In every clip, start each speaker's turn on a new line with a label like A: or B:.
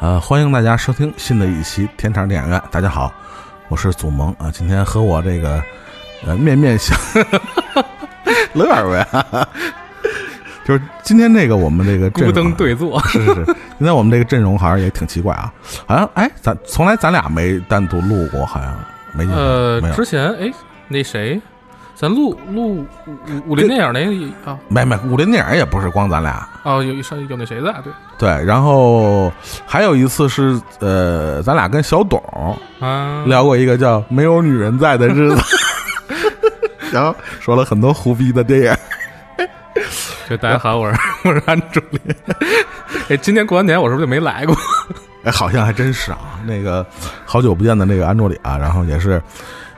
A: 呃欢迎大家收听新的一期天堂电影院。大家好，我是祖萌啊，今天和我这个呃面面相， 乐什么呀？就是今天这个我们这个阵容
B: 孤灯
A: 啊
B: 对坐，
A: 是是是，现在我们这个阵容好像也挺奇怪啊，好像哎，咱从来咱俩没单独录过，好像没印象，
B: 呃
A: 没，有，
B: 之前哎，那谁，咱录录武武林电影那个啊
A: 没没，武林电影也不是光咱俩，
B: 啊，有上有那谁在对
A: 对，然后还有一次是呃，咱俩跟小董
B: 啊，
A: 聊过一个叫《没有女人在的日子》，然后说了很多胡逼的电影，
B: 对大家好，我是 我是安主林。哎，今年过完年我是不是就没来过？
A: 哎，好像还真是啊，那个好久不见的那个安助理啊，然后也是。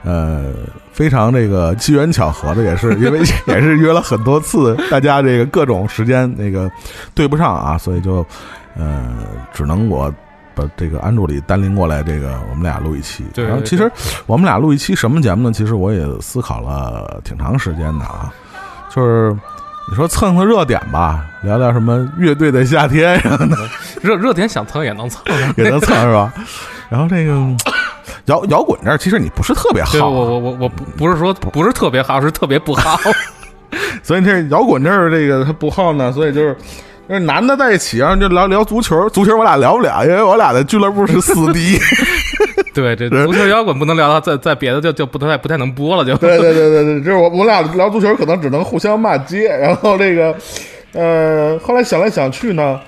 A: 呃，非常这个机缘巧合的，也是因为 也是约了很多次，大家这个各种时间那个对不上啊，所以就呃，只能我把这个安助理单拎过来，这个我们俩录一期。
B: 对
A: 然后
B: 对
A: 其实我们俩录一期什么节目呢？其实我也思考了挺长时间的啊，就是你说蹭蹭热点吧，聊聊什么乐队的夏天什么的。
B: 热热点想蹭也能蹭。
A: 也能蹭是吧？然后这个嗯 摇摇滚这儿，其实你不是特别
B: 对，我
A: 好，
B: 我我我不不是说不是特别好，是特别不好。
A: 所以这摇滚这儿这个他不好呢，所以就是。就是男的在一起，然啊后就聊聊足球，足球我俩聊不了，因为我俩的俱乐部是死敌。
B: 对，这足球摇滚不能聊到，在在别的就就不太不太能播了，就
A: 对对对对对， 就是我我俩聊足球可能只能互相骂街，然后这个，呃，后来想来想去呢，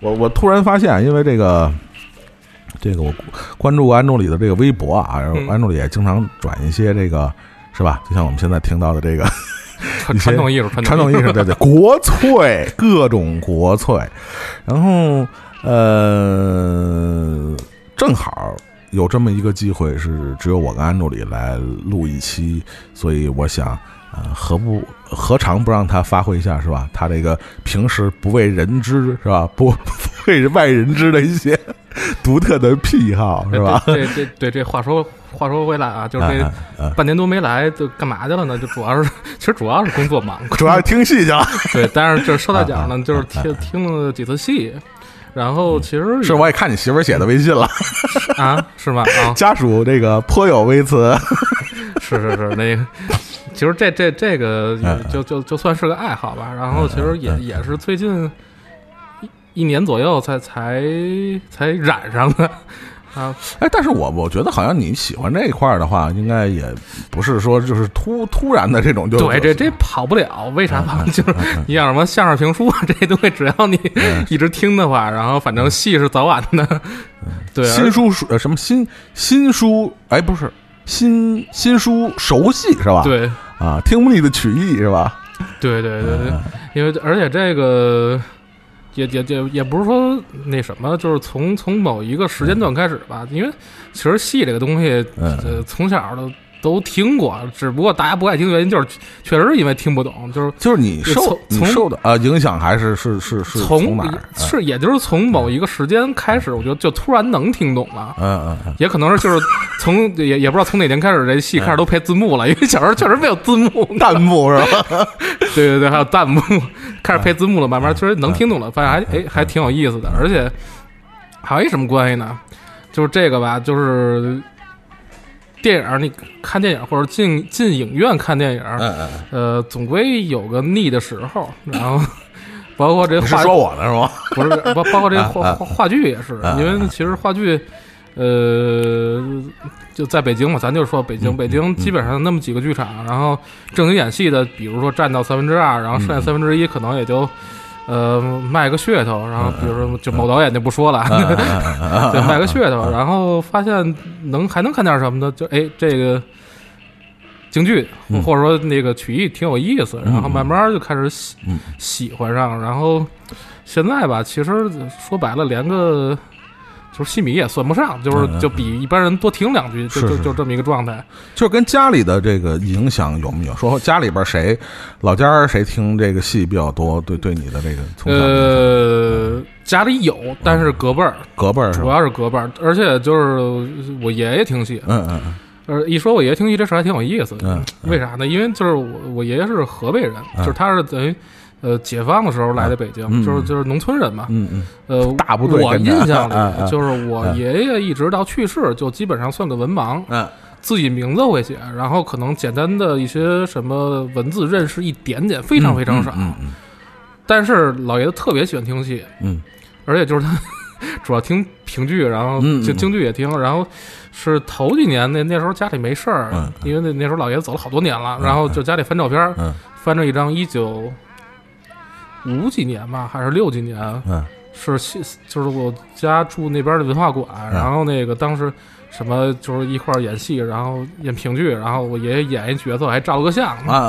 A: 我我突然发现，因为这个，这个我关注过安助理的这个微博啊，然后
B: 嗯
A: 安助理也经常转一些这个，是吧？就像我们现在听到的这个
B: 传传统艺术，
A: 传统
B: 艺
A: 意识，对对，国 粹，各种国粹。然后呃，正好有这么一个机会，是只有我跟安助理来录一期，所以我想。呃，何不何尝不让他发挥一下，是吧？他这个平时不为人知，是吧？不不为外人知的一些 独特的癖好，是吧？
B: 对对对，这话说话说回来啊，就是这
A: 嗯嗯嗯
B: 半年多没来，就干嘛去了呢？就主要是， 其实主要是工作 忙，
A: 主要是听戏去了，
B: 对。但是就是受到奖
A: 啊啊
B: 呢，就是
A: 啊
B: 听听了几次戏，然后其 实
A: 是我也看你媳妇儿写的微信了，
B: 啊，是吧？啊，
A: 家属这个颇有微词，
B: 是是是，那个，其实这这这个
A: 嗯嗯
B: 就就就算是个爱好吧。然后其实也
A: 嗯嗯
B: 也是最近一一年左右才才才染上的啊，
A: 哎，但是我我觉得好像你喜欢这一块儿的话，应该也不是说就是突突然的这种就
B: 对，这这跑不了，为啥跑？ 就是你像什么相声评书啊，这些东西， 只要你
A: 嗯
B: 一直听的话，然后反正戏是早晚的，
A: 嗯
B: 对，
A: 新书呃什么新新书哎不是新新书熟悉是吧？
B: 而对
A: 啊，听不腻的曲艺是吧？
B: 对对 对对
A: 嗯，
B: 因为而且这个也也也也不是说那什么，就是从从某一个时间段开始吧，因为其实戏这个东西，
A: 嗯
B: 呃，从小都都听过，只不过大家不爱听的原因就是确实是因为听不懂，就是
A: 就是你受
B: 从
A: 你
B: 从
A: 受的啊影响还是是是是
B: 从
A: 哪儿？嗯
B: 是也就是从某一个时间开始，我觉得就突然能听懂了。
A: 嗯嗯 嗯
B: 也可能是就是从也也不知道从哪年开始，这戏开始都配字幕了，因为小时候确实没有字幕，
A: 嗯，弹幕是吧？
B: 对对对，还有弹幕，开始配字幕了，慢慢确实能听懂了，发现
A: 嗯
B: 还哎还挺有意思的，而且还有一什么关系呢？就是这个吧，就是电影儿，你看电影或者进进影院看电影儿，
A: 嗯 嗯，
B: 呃，总归有个腻的时候，然后包括这
A: 你是
B: 话
A: 说我呢是吗？
B: 不是包包括这
A: 啊
B: 话
A: 啊
B: 话话剧也是
A: 啊，
B: 因为其实话剧，呃，就在北京嘛，咱就说北
A: 嗯
B: 京，北京基本上那么几个剧场，然后正经演戏的，比如说占到三分之二，然后剩下
A: 嗯
B: 三分之一可能也就。呃，卖个噱头，然后比如说就某导演就不说了，
A: 嗯嗯嗯嗯嗯
B: 对，卖个噱头，然后发现能还能看点什么的，就哎这个京剧
A: 嗯
B: 或者说那个曲艺挺有意思，然后
A: 嗯嗯
B: 慢慢就开始喜
A: 嗯
B: 喜欢上，然后现在吧，其实说白了，连个就是戏迷也算不上，就
A: 嗯嗯
B: 是
A: 嗯
B: 就比一般人多听两句，就是就是就这么一个状态。
A: 就是跟家里的这个影响有没有？说家里边谁，老家儿谁听这个戏比较多？对对，你的这个从小的
B: 呃，家里有，但是隔辈儿，
A: 隔辈儿是
B: 主
A: 吧？
B: 要是隔辈儿，而且就是我爷爷听戏，
A: 嗯嗯嗯
B: 呃，一说我爷爷听戏这事儿还挺有意思的。
A: 嗯，
B: 为啥呢？因为就是我我爷爷是河北人，
A: 嗯
B: 就是他是等于呃解放的时候来的北京，
A: 嗯
B: 就是就是农村人嘛。
A: 嗯嗯，
B: 呃，
A: 大部队
B: 我
A: 跟着
B: 印象
A: 嗯嗯
B: 里就是我爷爷一直到去世，就基本上算个文盲，
A: 嗯
B: 自己名字会写，然后可能简单的一些什么文字认识一点点，非常非常少。
A: 嗯嗯
B: 但是老爷子特别喜欢听戏，
A: 嗯
B: 而且就是他 主要听评剧，然后
A: 嗯嗯
B: 京
A: 嗯
B: 京剧也听，然后是头几年那那时候家里没事儿
A: 嗯，嗯
B: 因为那那时候老爷子走了好多年了，
A: 嗯
B: 然后就家里翻照片儿，
A: 嗯
B: 翻着一张一九五几年吧，还是六几年，
A: 嗯
B: 是西就是我家住那边的文化馆，
A: 嗯
B: 然后那个当时。什么就是一块儿演戏，然后演评剧，然后我爷爷演一角色，还照了个相
A: 嗯，啊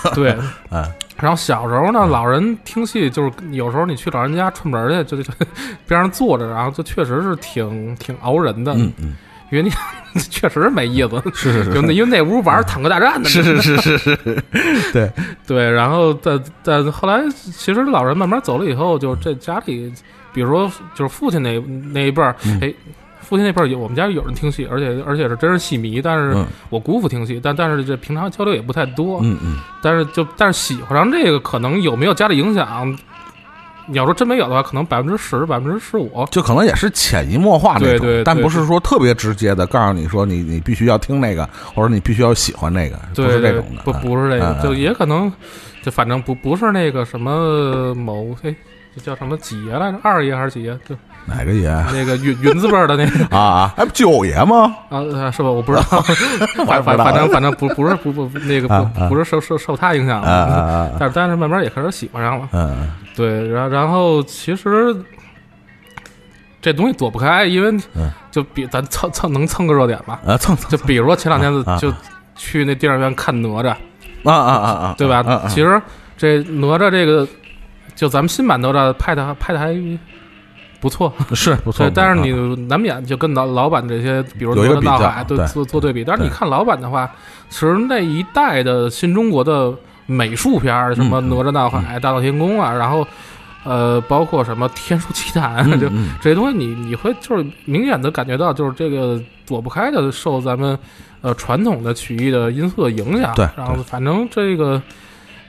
A: 啊
B: 对，
A: 啊啊，
B: 然后小时候
A: 嗯
B: 呢，老人听戏就是有时候你去老人家串门去，就就边上坐着，然后就确实是挺挺熬人的，
A: 嗯嗯，
B: 因为你 确实没意思。
A: 是是是
B: 就那因为那屋玩坦克大战呢，
A: 是是是是 是，
B: 对，然后但但后来其实老人慢慢走了以后，就这家里，比如说就是父亲那那一辈儿
A: 嗯，
B: 哎，父亲那辈儿有我们家有人听戏，而且而且是真是戏迷，但是
A: 嗯
B: 我姑父听戏，但但是这平常交流也不太多，
A: 嗯嗯
B: 但是就但是喜欢上这个，可能有没有家里影响？你要说真没有的话，可能百分之十、百分之十五。
A: 就可能也是潜移默化那种，
B: 对对对
A: 但不是说特别直接的告诉你说你你必须要听那个，或者你必须要喜欢那个，
B: 对，
A: 不是这
B: 对
A: 种的，
B: 不
A: 嗯
B: 不是这个
A: 嗯，嗯
B: 就也可能，就反正不不是那个什么某哎，这叫什么几爷来着？二爷还是几爷？就
A: 哪个爷啊
B: 那个云云字辈儿的那 个
A: 啊？哎，不九爷吗？
B: 啊呃，是吧？我不知道，
A: 我也
B: 反
A: 不知
B: 反
A: 道
B: 反正反正不不是不不那个
A: 啊啊
B: 不不是受受受他影响
A: 啊啊
B: 了，
A: 啊！
B: 但是但是慢慢也开始喜欢上了。
A: 嗯
B: 对，然然后其实这东西躲不开，因为
A: 嗯
B: 就比咱蹭蹭能蹭个热点吧。
A: 啊，蹭蹭
B: 就比如说前两
A: 啊啊
B: 天就去那电影院看哪吒，
A: 啊啊啊啊，
B: 对吧？
A: 嗯嗯
B: 其实这哪吒这个，就咱们新版哪吒拍的拍的还不错，
A: 是不错
B: 对，，但
A: 嗯
B: 是你难免就跟老老版这些，比如
A: 有一个
B: 哪吒闹
A: 比较
B: 海，对
A: 对
B: 做做对比。但是你
A: 对
B: 看老版的话，其实那一代的新中国的美术片儿，什么
A: 嗯
B: 哪吒闹海、大闹天宫啊，然后呃，包括什么天书奇谭，
A: 嗯
B: 就
A: 嗯
B: 这些东西你，你会就是明显的感觉到，就是这个躲不开的受咱们呃传统的曲艺的因素的影响。
A: 对
B: 然后反正这个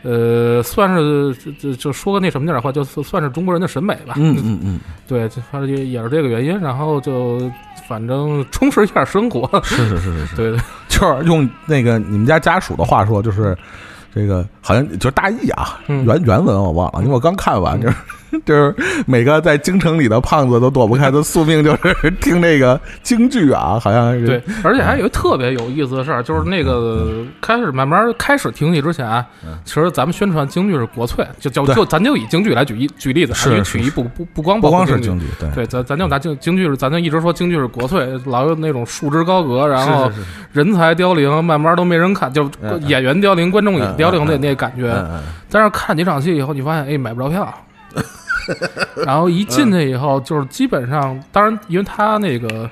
B: 呃，算是就就就说个那什么点儿话，就算是中国人的审美吧。
A: 嗯嗯嗯
B: 对，就反正也也是这个原因，然后就反正充实一下生活。
A: 嗯，是是是是是，
B: 对对
A: 就是用那个你们家家属的话说，就是这个好像就是大意啊，
B: 嗯
A: 原原文我忘了，因为我刚看完，
B: 嗯
A: 就是就是每个在京城里的胖子都躲不开的宿命，就是听那个京剧啊，好像是
B: 对，而且还有一个特别有意思的事儿，就是那个开始慢慢开始听戏之前啊
A: 嗯，
B: 其实咱们宣传京剧是国粹，就就
A: 对
B: 就咱就以京剧来举一举例子啊，
A: 是
B: 因为
A: 是
B: 曲艺不不不光
A: 不
B: 包括
A: 光是
B: 剧
A: 京剧，对
B: 对，咱咱就拿京京剧是，咱就一直说京剧是国粹，老有那种束之高阁，然后
A: 是是是
B: 人才凋零，慢慢都没人看，就
A: 嗯嗯
B: 演员凋零，观众也凋零
A: 嗯嗯
B: 那
A: 嗯
B: 那感觉。
A: 嗯
B: 但是看几场戏以后，你发现哎买不着票，然后一进去以后，就是基本上，当然因为他那个。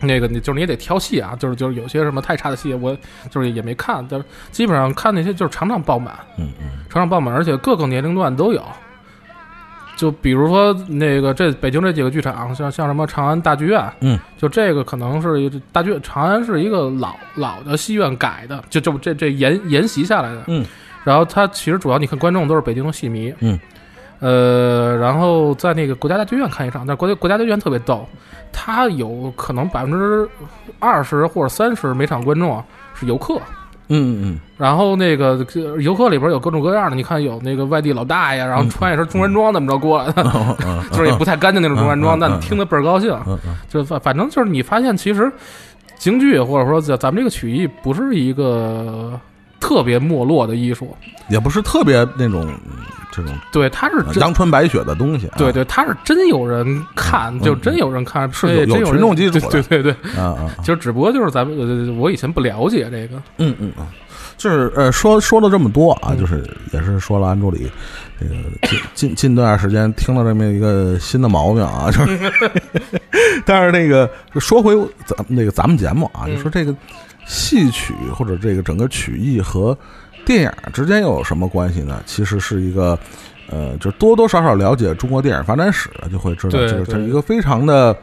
B: 那个你就是你也得挑戏啊，就是就是有些什么太差的戏，我就是也没看，但是基本上看那些就是场场爆满，
A: 嗯嗯
B: 场场爆满，而且各个年龄段都有。就比如说那个这北京这几个剧场，像像什么长安大剧院，
A: 嗯，
B: 就这个可能是一个大剧长安是一个老老的戏院改的，就就这这沿沿袭下来的，
A: 嗯。
B: 然后它其实主要你看观众都是北京的戏迷，
A: 嗯，
B: 呃，然后在那个国家大剧院看一
A: 嗯
B: 场，但是国家国家大剧院特别逗，它有可能百分之二十或者三十每场观众是游客，
A: 嗯嗯
B: 然后那个呃游客里边有各种各样的，你看有那个外地老大爷，然后穿一身中山装怎么着过来的，
A: 嗯，
B: 就是也不太干净那种中山装，
A: 嗯嗯
B: 但
A: 嗯
B: 你听得倍儿高兴。
A: 嗯嗯
B: 就反反正就是你发现，其实京剧或者说咱咱们这个曲艺不是一个特别没落的艺术，
A: 也不是特别那种嗯这种
B: 对，它是真。
A: 阳春白雪的东西啊，
B: 对对，它是真有人看，
A: 嗯
B: 就
A: 嗯
B: 真有人看，
A: 是
B: 对
A: 有
B: 真
A: 有
B: 有
A: 群
B: 人
A: 众基础的
B: 对对对对，
A: 啊啊。啊
B: 就只不过就是咱们，呃我以前不了解这个，
A: 嗯嗯嗯，就是呃，说说了这么多啊，
B: 嗯
A: 就是也是说了安助理，这个近近近段时间听了这么一个新的毛病啊，就是， 但是那个说回咱们那个咱们节目啊，
B: 嗯
A: 就说这个戏曲或者这个整个曲艺和电影之间又有什么关系呢？其实是一个。呃，就是多多少少了解中国电影发展史，就会知道，
B: 对
A: 就是这
B: 对
A: 一个非常的，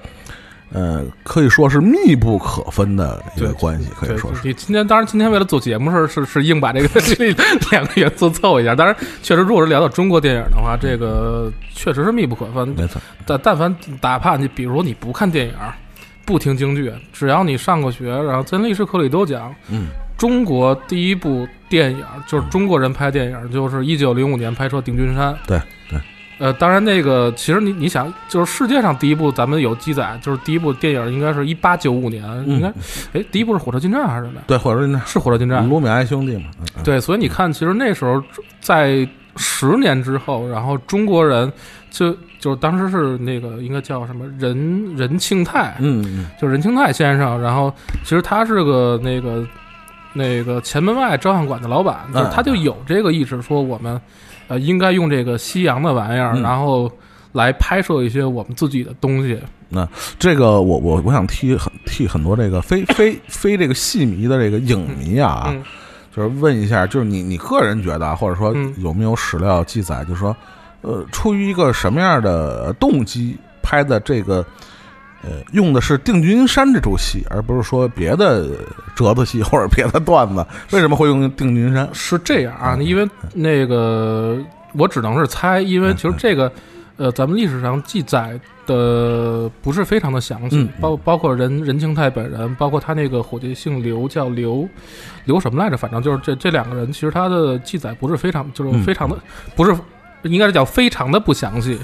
A: 呃，可以说是密不可分的一个
B: 对
A: 关系，可以
B: 对
A: 说是。
B: 你今天当然今天为了做节目是是是硬把这个这两个元素凑一下。当然，确实如果是聊到中国电影的话，这个确实是密不可分。
A: 没错，
B: 但但凡哪怕你比如你不看电影，不听京剧，只要你上过学，然后真历史课里都讲，
A: 嗯，
B: 中国第一部电影就是中国人拍电影，就是一九零五年拍摄《定军山》。
A: 对对。
B: 呃，当然，那个其实你你想，就是世界上第一部咱们有记载，就是第一部电影应该是一八九五年，
A: 嗯
B: 应该，哎，第一部是《火车进站》还是什么呀？
A: 对，或者说那
B: 是《火车进站》
A: 卢米埃兄弟嘛，嗯嗯
B: 对，所以你看，其实那时候在十年之后，然后中国人就就当时是那个应该叫什么任任庆泰，
A: 嗯嗯，
B: 就任庆泰先生，然后其实他是个那个那个前门外照相馆的老板，就是他
A: 嗯
B: 就有这个意识，说我们呃应该用这个西洋的玩意儿，
A: 嗯
B: 然后来拍摄一些我们自己的东西。
A: 这个我我我想替很替很多这个非非非这个戏迷的这个影迷啊，
B: 嗯，
A: 就是问一下，就是你你个人觉得啊，或者说
B: 嗯
A: 有没有史料记载，就是说，呃，出于一个什么样的动机拍的这个，呃，用的是定军山这出戏，而不是说别的折子戏或者别的段 子，为什么会用定军山？
B: 是这样啊，
A: 嗯
B: 因为那个我只能是猜，
A: 嗯
B: 因为其实这个，呃，咱们历史上记载的不是非常的详细
A: 嗯，
B: 包包括任任庆泰本人，包括他那个伙计姓刘，叫刘刘什么来着？反正就是这这两个人，其实他的记载不是非常，就是
A: 嗯
B: 非常的不是。应该是叫非常的不 详细，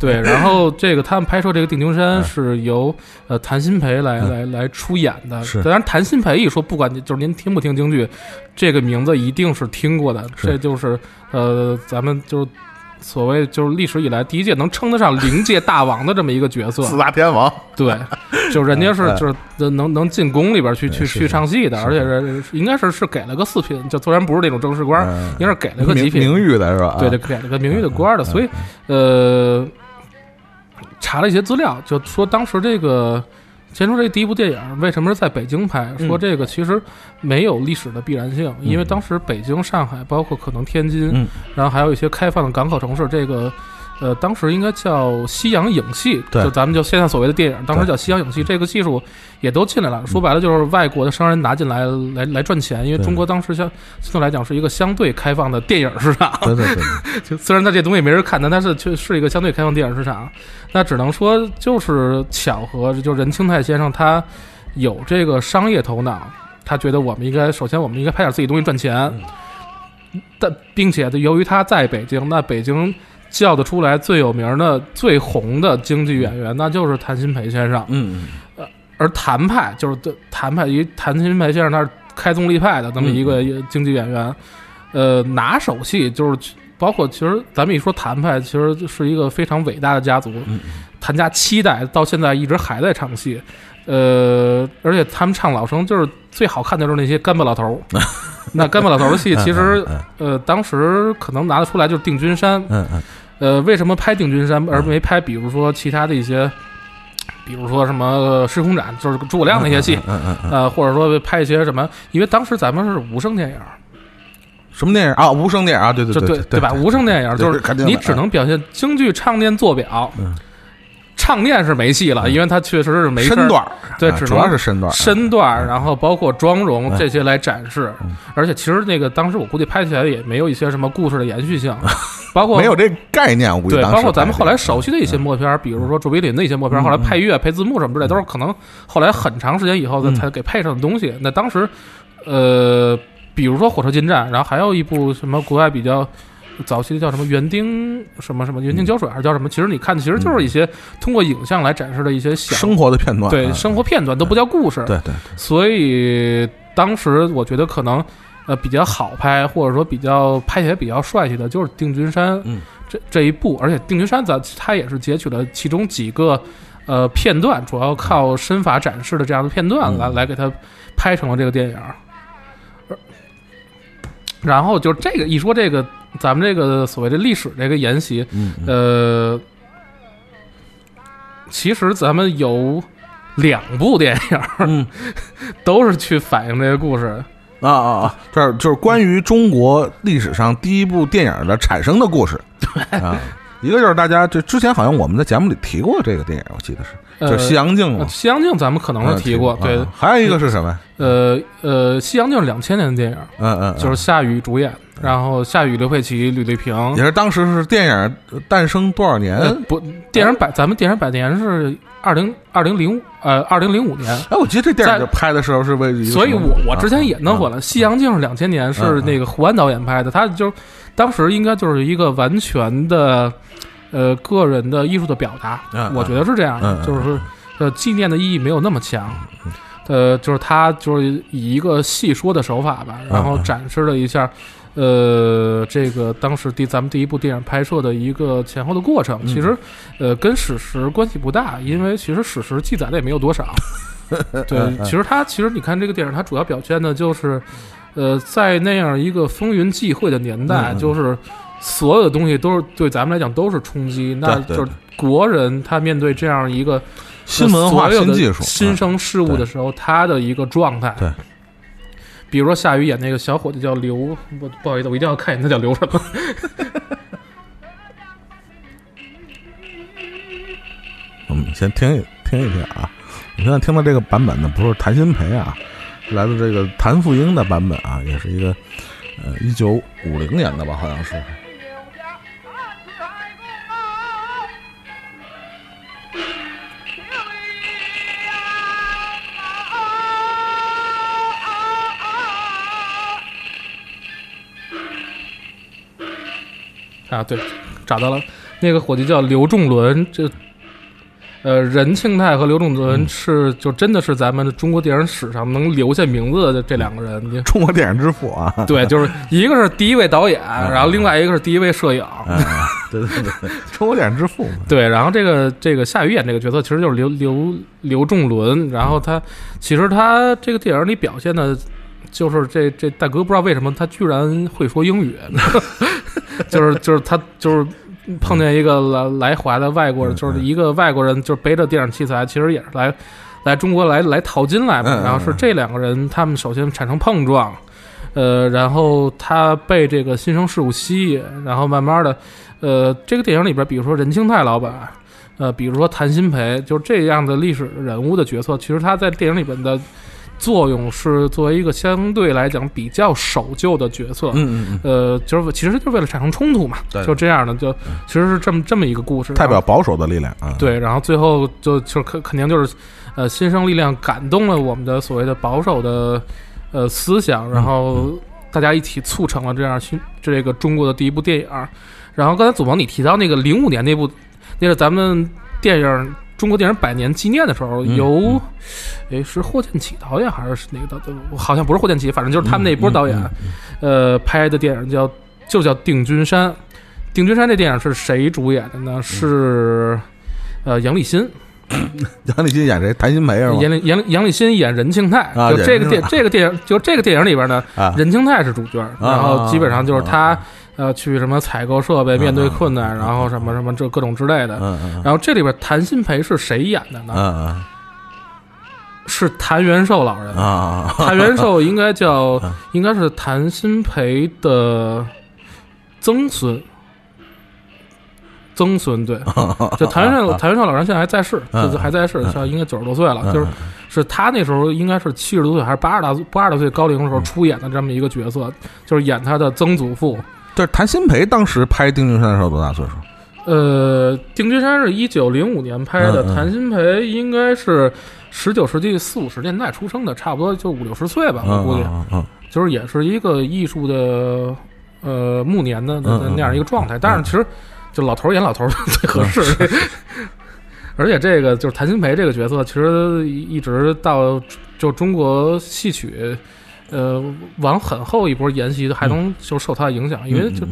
B: 对。然后这个他们拍摄这个《定军山》
A: 嗯
B: 是由呃谭鑫培来来来出演的。
A: 是
B: 当然谭鑫培一说，不管你就是您听不听京剧，这个名字一定是听过的，
A: 是
B: 这就是呃，咱们就是所谓就是历史以来第一届能称得上灵界大王的这么一个角 色，
A: 四大天王，
B: 对，就人家是
A: 嗯
B: 就是能能进宫里边去去
A: 哎是是
B: 去唱戏的，
A: 是
B: 而且人应该是是给了个四品，就虽然不是那种正式官，
A: 嗯
B: 应该是给了个
A: 名
B: 极品，
A: 名誉的是吧？
B: 对，就给了个名誉的官
A: 嗯
B: 的，所以呃，查了一些资料，就说当时这个。先说这第一部电影为什么是在北京拍？
A: 嗯
B: 说这个其实没有历史的必然性，因为当时北京、上海，包括可能天津，
A: 嗯
B: 然后还有一些开放的港口城市，这个呃，当时应该叫西洋影戏，
A: 对
B: 就咱们就现在所谓的电影，当时
A: 对嗯
B: 叫西洋影戏，这个技术也都进来了。说白了就是外国的商人拿进来来来赚钱，因为
A: 对
B: 中国当时相相对来讲是一个相对开放的电影市场，
A: 啊对对对，
B: 就虽然它这东西没人看，但它是却是一个相对开放电影市场。那只能说就是巧合，就任清泰先生他有这个商业头脑，他觉得我们应该首先我们应该拍点自己东西赚钱。但并且由于他在北京，那北京叫得出来最有名的、最红的京剧演员，那就是谭鑫培先生。
A: 嗯，
B: 而谭派就是对谭派，一谭鑫培先生他是开宗立派的这么一个
A: 嗯
B: 京剧演员，呃，拿手戏就是包括其实咱们一说谭派，其实是一个非常伟大的家族，
A: 嗯
B: 谭家七代到现在一直还在唱戏，呃，而且他们唱老生就是最好看的就是那些干巴老头 儿，那干巴老头儿的戏其实
A: 嗯
B: 呃当时可能拿得出来就是定军山，
A: 嗯嗯
B: 呃，为什么拍定军山而没拍，比如说其他的一些，比如说什么呃施空斩，就是诸葛亮那些戏，
A: 嗯嗯嗯，
B: 呃，或者说拍一些什么，因为当时咱们是无声电影，
A: 什么电影啊？无声电影啊？对对
B: 就
A: 对
B: 对吧？无声电影
A: 对
B: 就
A: 对肯
B: 是
A: 定的
B: 你只能表现京剧唱念做表
A: 嗯，
B: 唱念是没戏了，因为它确实是没事
A: 身
B: 儿
A: 段儿，
B: 对
A: 啊
B: 只能
A: 主要是身段儿，
B: 身段，然后包括妆容
A: 嗯
B: 这些来展示，而且其实那个当时我估计拍起来也没有一些什么故事的延续 性，包括
A: 啊没有这概念，我估计
B: 对，
A: 当时
B: 包括咱们
A: 拍
B: 后来
A: 的嗯
B: 熟悉的一些默片儿，比如说卓别林的一些默片儿，后来配乐、配字幕什么之类，都是可能后来很长时间以后才
A: 嗯
B: 才给配上的东西。那当时，呃，比如说《火车进站》，然后还有一部什么国外比较。早期的叫什么园丁什么什么园
A: 嗯
B: 丁胶水还是叫什么？其实你看，其实就是一些通过影像来展示的一些小
A: 生活的片段，
B: 对
A: 嗯
B: 生活片段，都不叫故事。
A: 对对，
B: 所以当时我觉得可能呃比较好拍，或者说比较拍起来比较帅气的，就是《定军山》
A: 嗯
B: 这这一部，而且《定军山咱》它也是截取了其中几个呃片段，主要靠身法展示的这样的片段
A: 嗯
B: 来、来给它拍成了这个电影。而然后就这个一说这个咱们这个所谓的历史这个研习，
A: 嗯嗯
B: 呃，其实咱们有两部电影儿
A: 嗯
B: 都是去反映这个故事。
A: 啊啊啊！这儿就是关于中国历史上第一部电影的产生的故事，对啊，一个就是大家这之前好像我们在节目里提过这个电影，我记得是就是《西
B: 呃
A: 洋镜》嘛，
B: 西洋镜咱们可能
A: 嗯
B: 是提过，对，
A: 啊还有一个是什么呀？
B: 呃呃，西洋镜两千年的电影，
A: 嗯嗯，嗯
B: 就是夏雨主演，然后夏雨、刘佩琦、吕丽萍
A: 也，是当时是电影诞生多少年？
B: 呃不，电影百咱们电影百年是二零二零零呃二零零五年，
A: 哎，我记得这电影
B: 在
A: 就拍的时候是为一个什么，啊嗯
B: 所以我我之前也弄混
A: 了。
B: 了，《西洋镜》是两千年，是那个胡安导演拍的，他就是当时应该就是一个完全的，呃，个人的艺术的表达
A: 嗯，
B: 我觉得是这样
A: 嗯
B: 的，
A: 嗯
B: 就是呃，纪念的意义没有那么强，呃，就是他就是以一个细说的手法吧，然后
A: 嗯嗯
B: 展示了一下。呃，这个当时第咱们第一部电影拍摄的一个前后的过程，其实，
A: 嗯
B: 呃，跟史实关系不大，因为其实史实记载的也没有 多少，对，其实它其实你看这个电影，它主要表现的就是，呃，在那样一个风云际会的年代，
A: 嗯嗯
B: 就是所有的东西都是对咱们来讲都是冲击，那
A: 对
B: 就是国人他面对这样一个呃
A: 新文化、
B: 所有
A: 新
B: 的
A: 技术、嗯
B: 新生事物的时候，他的一个状态。
A: 对。
B: 比如说夏雨演那个小伙计叫刘，我不好意思，我一定要看一眼他叫刘什么。
A: 嗯，我们先听一听一听啊。你现在听到这个版本呢，不是谭鑫培啊，是来自这个谭富英的版本啊，也是一个呃一九五零年的吧，好像是。
B: 啊，对，找到了，那个伙计叫刘仲伦，这。呃，任庆泰和刘仲
A: 嗯
B: 伦是、就真的是咱们中国电影史上能留下名字的这两个人，你
A: 中国电影之父啊，
B: 对，就是一个是第一位导演，然后另外一个是第一位摄影。
A: 嗯，对对对 对，中国电影之父嘛，
B: 对，然后这个这个夏雨演这个角色其实就是刘刘刘仲伦，然后他其实他这个电影里表现的，就是这这大哥不知道为什么他居然会说英语， 就是就是他就是碰见一个来来华的外国人，就是一个外国人，就是背着电影器材，其实也是来来中国来来淘金来
A: 嗯嗯
B: 嘛。
A: 嗯
B: 然后是这两个人，他们首先产生碰撞，呃，然后他被这个新生事物吸引，然后慢慢的，呃，这个电影里边，比如说任清泰老板。呃，比如说谭鑫培，就是这样的历史人物的角色，其实他在电影里边的作用是作为一个相对来讲比较守旧的角色，
A: 嗯嗯嗯，
B: 呃，就是为其实就是为了产生冲突嘛
A: 对，
B: 就这样的，就其实是这么这么一个故事。
A: 代表保守的力量啊，
B: 对，然后最后就就是肯肯定就是，呃，新生力量感动了我们的所谓的保守的呃思想，
A: 嗯
B: 然后大家一起促成了这样新这个中国的第一部电影儿。然后刚才祖萌你提到那个零五年那部，那是咱们电影中国电影百年纪念的时候，
A: 嗯
B: 由诶是霍建起导演还是哪个导？好像不是霍建起，反正就是他们那波导演，
A: 嗯
B: 呃拍的电影叫就叫《定军山》。《定军山》这电影是谁主演的
A: 嗯
B: 呢？是呃杨立新，
A: 杨立新演谁？谭鑫培是吗？
B: 杨立杨杨立新演任庆泰。
A: 哎啊
B: 就这个
A: 任庆
B: 电
A: 泰
B: 这个电影就这个电影里边呢，
A: 啊，
B: 任庆泰是主角，然后基本上就是
A: 啊啊啊
B: 他呃去什么采购设备，面对困难，然后什么什么这各种之类的。
A: 嗯嗯
B: 然后这里边谭鑫培是谁演的
A: 嗯
B: 呢？
A: 嗯
B: 是谭元寿老人
A: 嗯。啊，
B: 谭元寿应 该叫，
A: 嗯
B: 应该是谭鑫培的曾孙，曾 孙对，就谭元寿，谭元寿老人现在还在世，
A: 啊嗯
B: 就是还在世，像应该九十多岁了，
A: 嗯
B: 就是是他那时候应该是七十多岁还是八十多八十多岁高龄
A: 嗯
B: 的时候出演的这么一个角色，就是演他的曾祖父。
A: 就是谭鑫培当时拍《定军山》的时候多大岁数？
B: 呃，定军山是一九零五年拍的，
A: 嗯嗯
B: 谭鑫培应该是十九世纪四五十年代出生的，差不多就五六十岁吧，我
A: 嗯
B: 估计。
A: 嗯嗯
B: 就是也是一个艺术的呃暮年的那
A: 嗯嗯
B: 那样一个状态。但是其实就老头儿演老头儿最合适。
A: 嗯
B: 而且这个就是谭鑫培这个角色，其实一直到就中国戏曲，呃，往很后一波沿袭的，
A: 嗯
B: 还能就受他的影响，因为就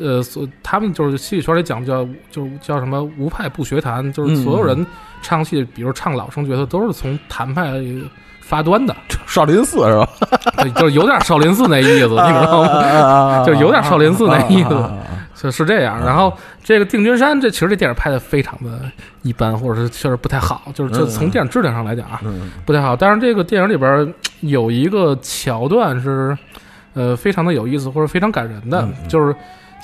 B: 呃，所他们就是戏曲圈里讲叫就是叫什么无派不学弹，
A: 嗯
B: 就是所有人唱戏，比如唱老生角色，都是从谭派发端的，
A: 少林寺是吧？
B: 对就是有点少林寺那意思，你知道吗？
A: 吗
B: 就有点少林寺那意思
A: 思。
B: 是是这样。然后这个《定军山》这其实这电影拍的非常的一般，或者是确实不太好，就是这
A: 嗯
B: 从电影质量上来讲啊，
A: 嗯
B: 不太好。但是这个电影里边儿有一个桥段是，呃，非常的有意思或者非常感人的，
A: 嗯嗯
B: 就是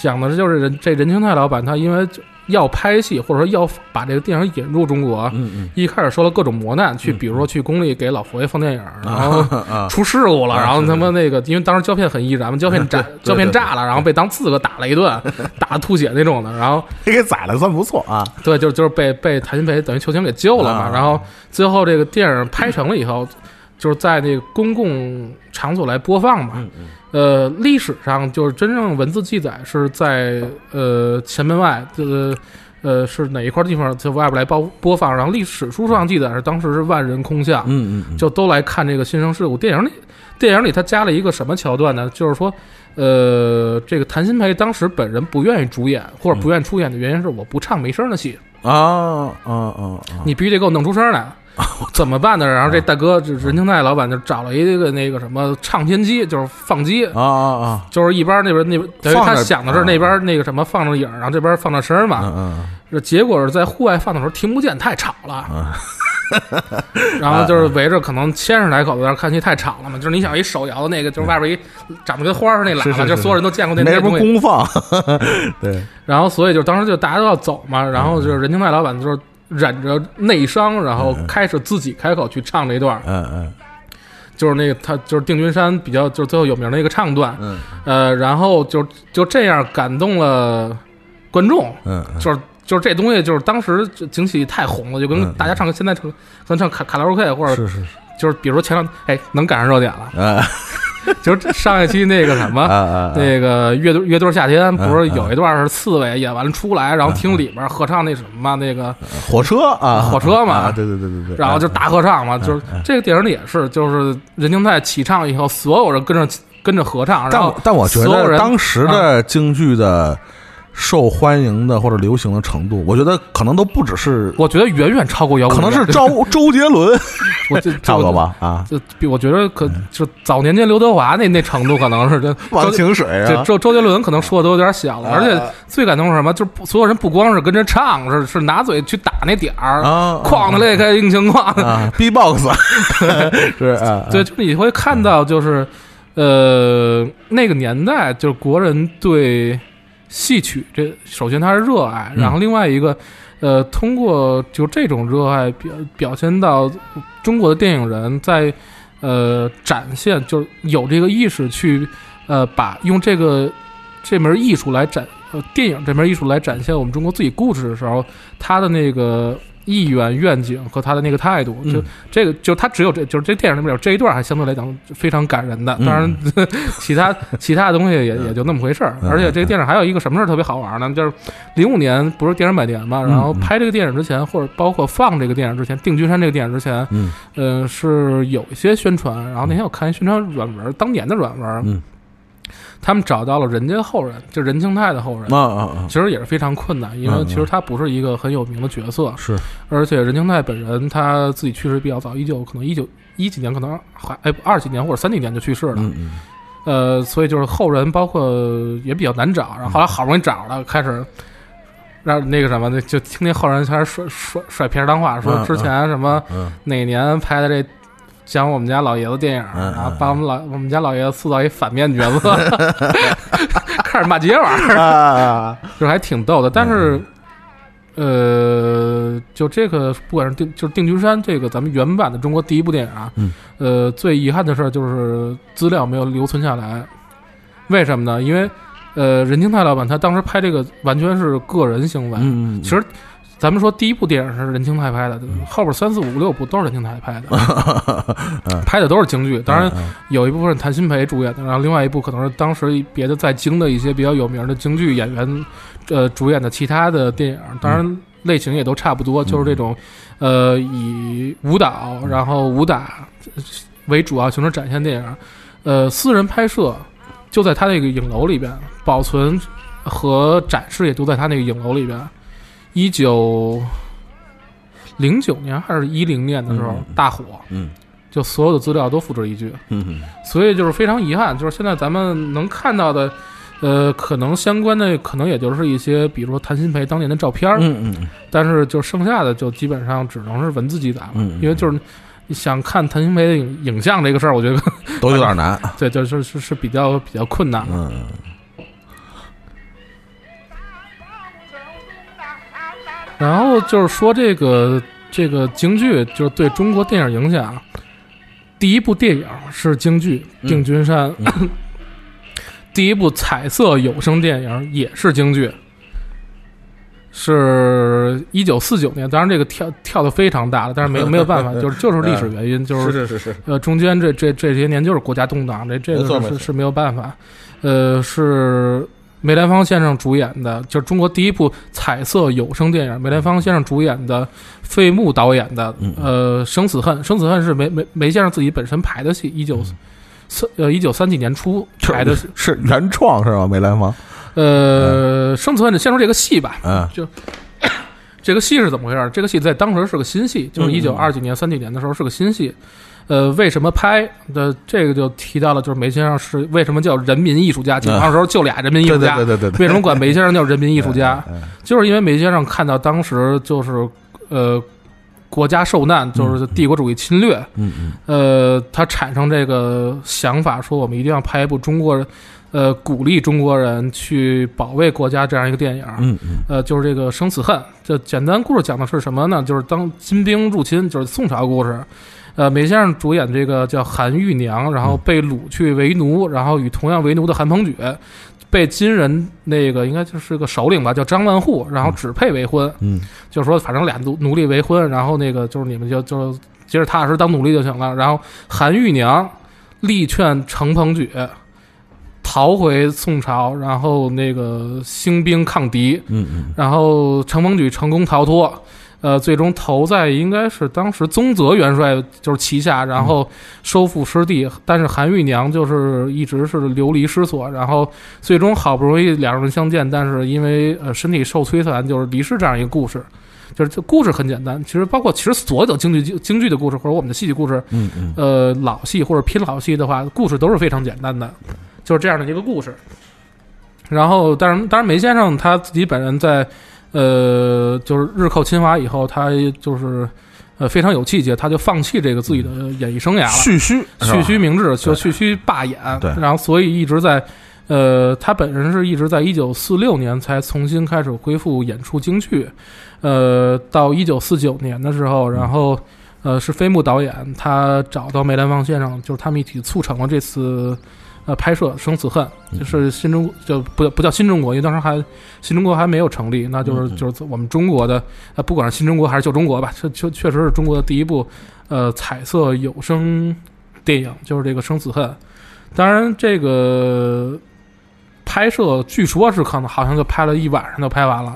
B: 讲的是就是人这任清泰老板他因为就要拍戏或者说要把这个电影引入中国，
A: 嗯嗯
B: 一开始受了各种磨难，去比如说去宫里给老佛爷放电影， 然后
A: 啊，
B: 出事故了，
A: 啊
B: 然后
A: 是
B: 他妈那个，因为当时胶片很易燃 嘛，胶片炸，
A: 对
B: 胶片
A: 对
B: 炸了，然后被当刺客打了一 顿，打得吐血那种的，然后
A: 这给宰了算不错啊，
B: 对，就就是被被谭鑫培等于球星给救了嘛，
A: 啊
B: 然后最后这个电影拍成了以后，就是在那个公共场所来播放嘛，
A: 嗯
B: 呃，历史上就是真正文字记载是在呃前门外，呃呃是哪一块地方在外边来播播放，然后历史书上记载是当时是万人空巷，
A: 嗯嗯，
B: 就都来看这个新生事物。电影里，电影里他加了一个什么桥段呢？就是说，呃，这个谭鑫培当时本人不愿意主演或者不愿意出演的原因是，我不唱没声儿的戏，
A: 啊啊啊啊，
B: 你必须得给我弄出声儿来。 怎么办呢？
A: 嗯
B: 然后这大哥，这人情贷老板就找了一个那个什么唱片机，就是放机，
A: 啊啊啊，
B: 就是一边那边那边等于
A: 放
B: 他
A: 着
B: 想的是
A: 啊
B: 那边那个什么放着影儿，然后这边放着声儿嘛。
A: 嗯嗯
B: 这结果是在户外放的时候听不见，太吵了。
A: 啊
B: 然后就是围着可能千十来口子在那儿看戏，太吵了嘛。就是你想一手摇的那个，就是外边一长得跟花儿似的那喇叭，
A: 嗯是是是
B: 就是所有人都见过那
A: 嗯，那
B: 那
A: 什么
B: 东西。
A: 功放，对，
B: 然后所以就当时就大家都要走嘛，然后
A: 嗯
B: 就是人情派老板就是忍着内伤，然后开始自己开口去唱这一段儿，
A: 嗯嗯
B: 就是那个他就是定军山比较就是最后有名的一个唱段，
A: 嗯
B: 呃，然后就就这样感动了观众，
A: 嗯
B: 就是就是这东西，就是当时就景喜太红了，就跟
A: 嗯
B: 大家唱现在唱，可能唱卡卡拉 OK 或
A: 嗯，
B: 者
A: 是是是，
B: 就是比如说前两哎能赶上热点了，
A: 啊
B: 就是上一期那个什
A: 啊嗯
B: 么。
A: 啊，
B: 那个乐队乐队夏天不是有一段是刺猬演完了出来，然
A: 嗯
B: 后听里边合唱那什么嘛，那个
A: 火车啊，对对对对对，
B: 然后就大合唱嘛，
A: 嗯
B: 就是这个电影里也是，就是任京泰起唱以后，所有人跟着跟着合唱，然
A: 但
B: 后
A: 但我觉
B: 所有
A: 得
B: 人啊
A: 当时的京剧的受欢迎的或者流行的程度，我觉得可能都不只是，
B: 我觉得远远超过摇滚
A: 可
B: 乐，
A: 能是 周周杰伦
B: 我就
A: 差不多，吧嗯啊，
B: 就就比我觉得可就早年间刘德华那那程度可能是真
A: 忘情水
B: 这
A: 啊，
B: 周周杰伦可能说的都有点小了，
A: 啊
B: 而且最感动是什么？就是不所有人不光是跟着唱，是是拿嘴去打那点儿，
A: 啊
B: 哐的嘞开硬情况。
A: 啊，B-box 是啊，
B: 对，就是你会看到，就是呃那个年代，就是国人对戏曲这，首先他是热爱，
A: 嗯
B: 然后另外一个。呃，通过就这种热爱表表现到中国的电影人在呃展现，就是有这个意识去呃把用这个这门艺术来展呃电影这门艺术来展现我们中国自己故事的时候，他的那个意愿、愿景和他的那个态度，就
A: 嗯
B: 这个就他只有这就是这电影里面有这一段，还相对来讲非常感人的。
A: 嗯
B: 当然， 其他其他的东西也也就那么回事儿。
A: 嗯
B: 而且这个电影还有一个什么事儿特别好玩呢？就是零五年不是电影百年嘛，
A: 嗯
B: 然后
A: 嗯
B: 拍这个电影之前，或者包括放这个电影之前，《定军山》这个电影之前，
A: 嗯
B: 呃，是有一些宣传。然后那天我看一宣传软文，当年的软文，
A: 嗯
B: 他们找到了人家后人，就任庆泰的后人
A: 啊。啊啊，
B: 其实也是非常困难，因为
A: 嗯
B: 其实他不是一个很有名的角色，
A: 啊是
B: 而且任庆泰本人他自己去世比较早，一九可能一九一几年，可能还哎不二几年或者三几年就去世了，
A: 嗯嗯
B: 呃，所以就是后人包括也比较难找，
A: 嗯
B: 然后后来好不容易找了，开始让那个什么，那就听那后人开始甩甩甩皮儿当话，说
A: 嗯
B: 之前什么
A: 嗯
B: 哪年拍的这讲我们家老爷子电影，
A: 嗯嗯
B: 然后把我们老我们家老爷子塑造一反面角色， 开始骂街玩儿，
A: 啊，
B: 就还挺逗的。
A: 嗯
B: 但是，呃，就这个不管是定就是定军山这个咱们原版的中国第一部电影啊，
A: 嗯
B: 呃，最遗憾的事儿就是资料没有留存下来。为什么呢？因为呃，任清泰老板他当时拍这个完全是个人行为，
A: 嗯
B: 其实。咱们说第一部电影是任清泰拍的，后边三四五六部都是任清泰拍的，
A: 嗯
B: 拍的都是京剧。当然，有一部分是谭鑫培主演的，然后另外一部可能是当时别的在京的一些比较有名的京剧演员，呃，主演的其他的电影。当然，
A: 嗯
B: 类型也都差不多，就是这种，呃，以舞蹈然后武打为主啊要形式展现电影。呃，私人拍摄就在他那个影楼里边，保存和展示也都在他那个影楼里边。一九零九年还是一零年的时候
A: 嗯嗯
B: 大火，
A: 嗯
B: 就所有的资料都付之一炬，
A: 嗯
B: 所以就是非常遗憾，就是现在咱们能看到的，呃，可能相关的可能也就是一些，比如说谭鑫培当年的照片儿，
A: 嗯嗯
B: 但是就剩下的就基本上只能是文字记载了，
A: 嗯嗯
B: 因为就是你想看谭鑫培的影影像这个事儿，我觉得
A: 嗯都有点难，
B: 对，就是是是比较比较困难的。
A: 嗯
C: 成兵吧，
B: 然后就是说这个这个京剧就是对中国电影影响，第一部电影是京剧《
A: 嗯
B: 定军山》
A: 嗯
B: 第一部彩色有声电影也是京剧，是一九四九年。当然这个跳跳的非常大了，但是没有没有 办法，就是就是历史原因，就是
A: 是是是，
B: 呃，中间这这这些年就是国家动荡，这这
A: 没错
B: 个
A: 没
B: 是
A: 错
B: 是没有办法。呃，是梅兰芳先生主演的，就是中国第一部彩色有声电影，梅兰芳先生主演的，费穆导演的，
A: 嗯
B: 呃，《生死恨》，《生死恨》是梅梅梅先生自己本身排的戏，一九三呃一九三几年初排的戏，
A: 嗯是原创是吧？梅兰芳，
B: 呃，《生死恨》先说这个戏吧，
A: 嗯
B: 这个戏是怎么回事儿？这个戏在当时是个新戏，就是
A: 嗯
B: 一九二几年、三几年的时候是个新戏。呃，为什么拍的这个就提到了，就是梅先生是为什么叫人民艺术家？解放时候就俩人民艺
A: 对
B: 术
A: 对
B: 家，
A: 啊对对对对，
B: 为什么管梅先生叫人民艺 术家？
A: 嗯，嗯
B: 就是因为梅先生看到当时就是呃国家受难，就是帝国主义侵略，
A: 嗯嗯
B: 呃，他产生这个想法，说我们一定要拍一部中国人，呃，鼓励中国人去保卫国家这样一个电影。
A: 嗯嗯
B: 呃，就是这个生死恨。这简单故事讲的是什么呢？就是当金兵入侵，就是宋朝故事。呃，梅先生主演这个叫韩玉娘，然后被掳去为奴，然后与同样为奴的韩鹏举被金人那个应该就是个首领吧，叫张万户，然后指配为婚，
A: 嗯
B: 就是说反正俩奴奴隶为婚，然后那个就是你们就就接着踏实当奴隶就行了。然后韩玉娘力劝程鹏举逃回宋朝，然后那个兴兵抗敌，
A: 嗯嗯
B: 然后程鹏举成功逃脱，呃，最终投在应该是当时宗泽元帅就是旗下，然后收复失地。但是韩玉娘就是一直是流离失所，然后最终好不容易两人相见，但是因为呃身体受摧残，就是离世这样一个故事。就是这故事很简单，其实包括其实所有的京剧京京剧的故事或者我们的戏剧故事，
A: 嗯嗯
B: 呃老戏或者拼老戏的话，故事都是非常简单的，就是这样的一个故事。然后，当然，当然，梅先生他自己本人在，呃，就是日寇侵华以后，他就是，呃，非常有气节，他就放弃这个自己的演艺生涯
A: 嗯，
B: 了，
A: 蓄须
B: 蓄须明志，就
A: 对
B: 蓄须罢演。
A: 对
B: 然后所以一直在，呃，他本人是一直在一九四六年才重新开始恢复演出京剧，呃，到一九四九年的时候，
A: 嗯
B: 然后呃是飞木导演他找到梅兰芳先生，就是他们一起促成了这次。呃，拍摄《生死恨》
A: 嗯
B: 就是新中就不不叫新中国，因为当时还新中国还没有成立，那就是
A: 嗯嗯
B: 就是我们中国的，呃，不管是新中国还是旧中国吧，确确确实是中国的第一部呃彩色有声电影，就是这个《生死恨》。当然，这个拍摄据说是可能好像就拍了一晚上就拍完了。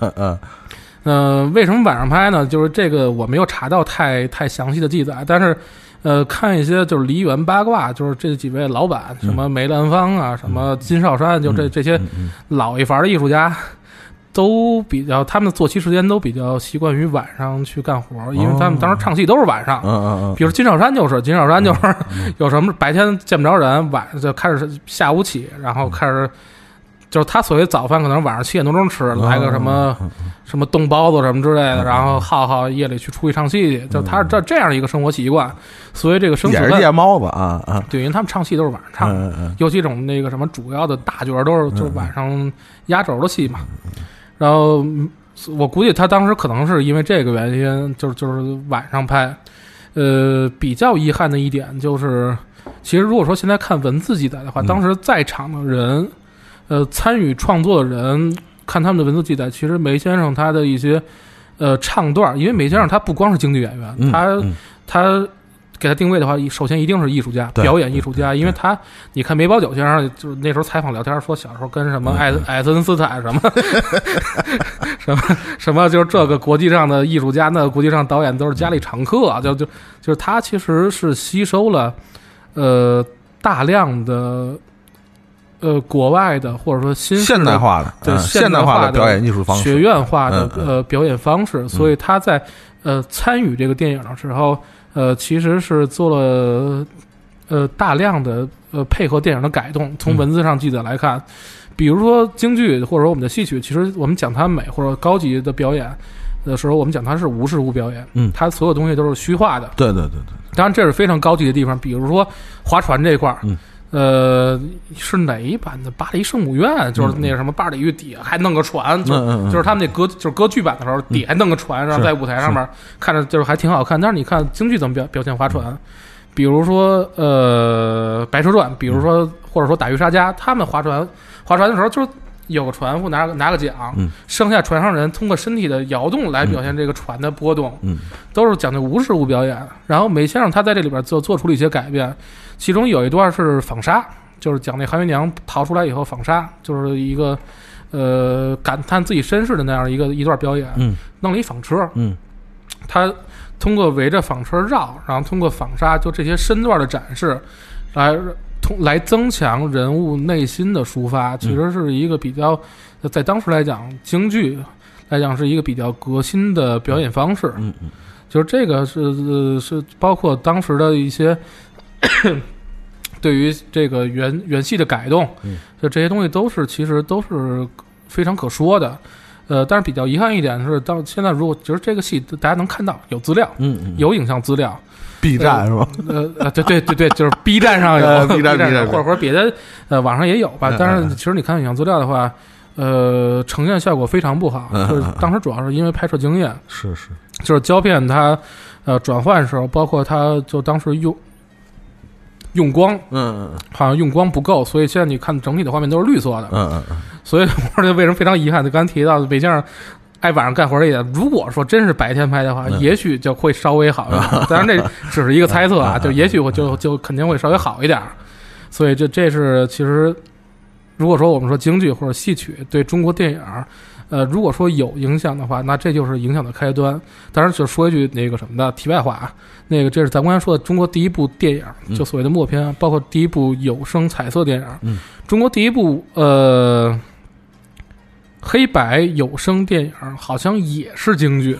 A: 嗯
B: 呃，为什么晚上拍呢？就是这个我没有查到太太详细的记载，但是，呃，看一些就是梨园八卦，就是这几位老板，什么梅兰芳啊，什么金少山，就这这些
A: 嗯嗯
B: 老一伐的艺术家，都比较他们的作息时间都比较习惯于晚上去干活，因为他们当时唱戏都是晚上。
A: 哦嗯嗯嗯
B: 比如金少山就是，金少山就是 有什么白天见不着人，晚上就开始下午起，然
A: 嗯
B: 后开始就是他所谓早饭可能晚上七点多钟吃，
A: 嗯，
B: 来个什么
A: 嗯
B: 什么冻包子什么之类的，然后浩浩夜里去出去唱戏去，就他是这这样一个生活习惯，所以这个
A: 嗯
B: 生死
A: 也是
B: 问
A: 夜猫子啊啊，
B: 对，因为他们唱戏都是晚上唱的，
A: 嗯嗯
B: 尤其这种那个什么主要的大角儿都是就是晚上压轴的戏嘛。然后嗯我估计他当时可能是因为这个原因，就是就是晚上拍。呃，比较遗憾的一点就是，其实如果说现在看文字记载的话，
A: 嗯
B: 当时在场的人，呃，参与创作的人，看他们的文字记载，其实梅先生他的一些呃唱段儿，因为梅先生他不光是京剧演员，
A: 嗯，
B: 他
A: 嗯
B: 他给他定位的话，首先一定是艺术家，
A: 对
B: 表演艺术家，因为他，你看梅葆玖先生，就是那时候采访聊天说，小时候跟什
A: 嗯
B: 么爱爱森斯 坦什么什么什么，就是这个国际上的艺术家，那个国际上导演都是家里常客啊，就就就是他其实是吸收了，呃，大量的。呃，国外的或者说新式的
A: 现代化的，
B: 对
A: 嗯现
B: 现代
A: 代
B: 化
A: 化
B: 的
A: 的表演艺术方式，
B: 学院化的
A: 嗯、嗯
B: 呃表演方式，所以他在呃参与这个电影的时候，呃其实是做了呃大量的呃配合电影的改动。从
A: 嗯
B: 文字上记载来看，比如说京剧或者说我们的戏曲，其实我们讲它美或者高级的表演的时候，我们讲它是无实物表演，
A: 嗯
B: 它所有东西都是虚化的。
A: 对对对对，
B: 当然这是非常高级的地方，比如说划船这块儿，
A: 嗯
B: 呃，是哪一版的《巴黎圣母院》？就是那个什么巴黎玉底啊还弄个船，
A: 嗯
B: 就
A: 嗯嗯嗯
B: 就是他们那歌就是歌剧版的时候，底还弄个船，然后
A: 是
B: 在舞台上面看着就是还挺好看。但是你看京剧怎么表表现划
A: 嗯
B: 船？比如说呃，《白蛇传》，比如说或者说《打渔杀家》，他们划船划船的时候就是。有个船夫拿个拿个桨
A: 嗯，
B: 剩下船上人通过身体的摇动来表现这个船的波动，
A: 嗯
B: 都是讲究无实物表演。然后梅先生他在这里边就做出了一些改变，其中有一段是纺纱，就是讲那韩月娘逃出来以后纺纱，就是一个呃感叹自己身世的那样一个一段表演，
A: 嗯
B: 弄了一纺车，
A: 嗯
B: 他通过围着纺车绕，然后通过纺纱就这些身段的展示，来通来增强人物内心的抒发，其实是一个比较，在当时来讲，京剧来讲是一个比较革新的表演方式。
A: 嗯嗯
B: 就是这个是呃是包括当时的一些对于这个原原戏的改动，
A: 嗯
B: 就这些东西都是其实都是非常可说的。呃，但是比较遗憾一点是，到现在如果其实这个戏大家能看到有资料，
A: 嗯嗯，
B: 有影像资料，
A: B 站是吧？
B: 呃呃，对对对对，就是 B 站上有、
A: 呃
B: B
A: ，B 站
B: 上
A: B
B: 有
A: 站
B: 或者或者别的呃网上也有吧
A: 嗯。
B: 但
A: 嗯
B: 是其实你看影像资料的话，呃，呈现效果非常不好，
A: 嗯
B: 就是
A: 嗯嗯
B: 当时主要是因为拍摄经验，
A: 是是，
B: 就是胶片它呃转换的时候，包括它就当时用用光，
A: 嗯
B: 好像用光不够，所以现在你看整体的画面都是绿色的。
A: 嗯嗯
B: 所以我说这为什么非常遗憾，就刚才提到的北京人爱晚上干活儿也，如果说真是白天拍的话，
A: 嗯
B: 也许就会稍微好一 点。当然这只是一个猜测
A: 嗯
B: 啊，
A: 嗯嗯
B: 就也许我就就肯定会稍微好一点儿。所以这这是其实，如果说我们说京剧或者戏曲对中国电影儿。呃，如果说有影响的话，那这就是影响的开端。当然，就说一句那个什么的题外话啊，那个这是咱刚才说的中国第一部电影，就所谓的默片，包括第一部有声彩色电影。
A: 嗯，
B: 中国第一部呃黑白有声电影好像也是京 剧。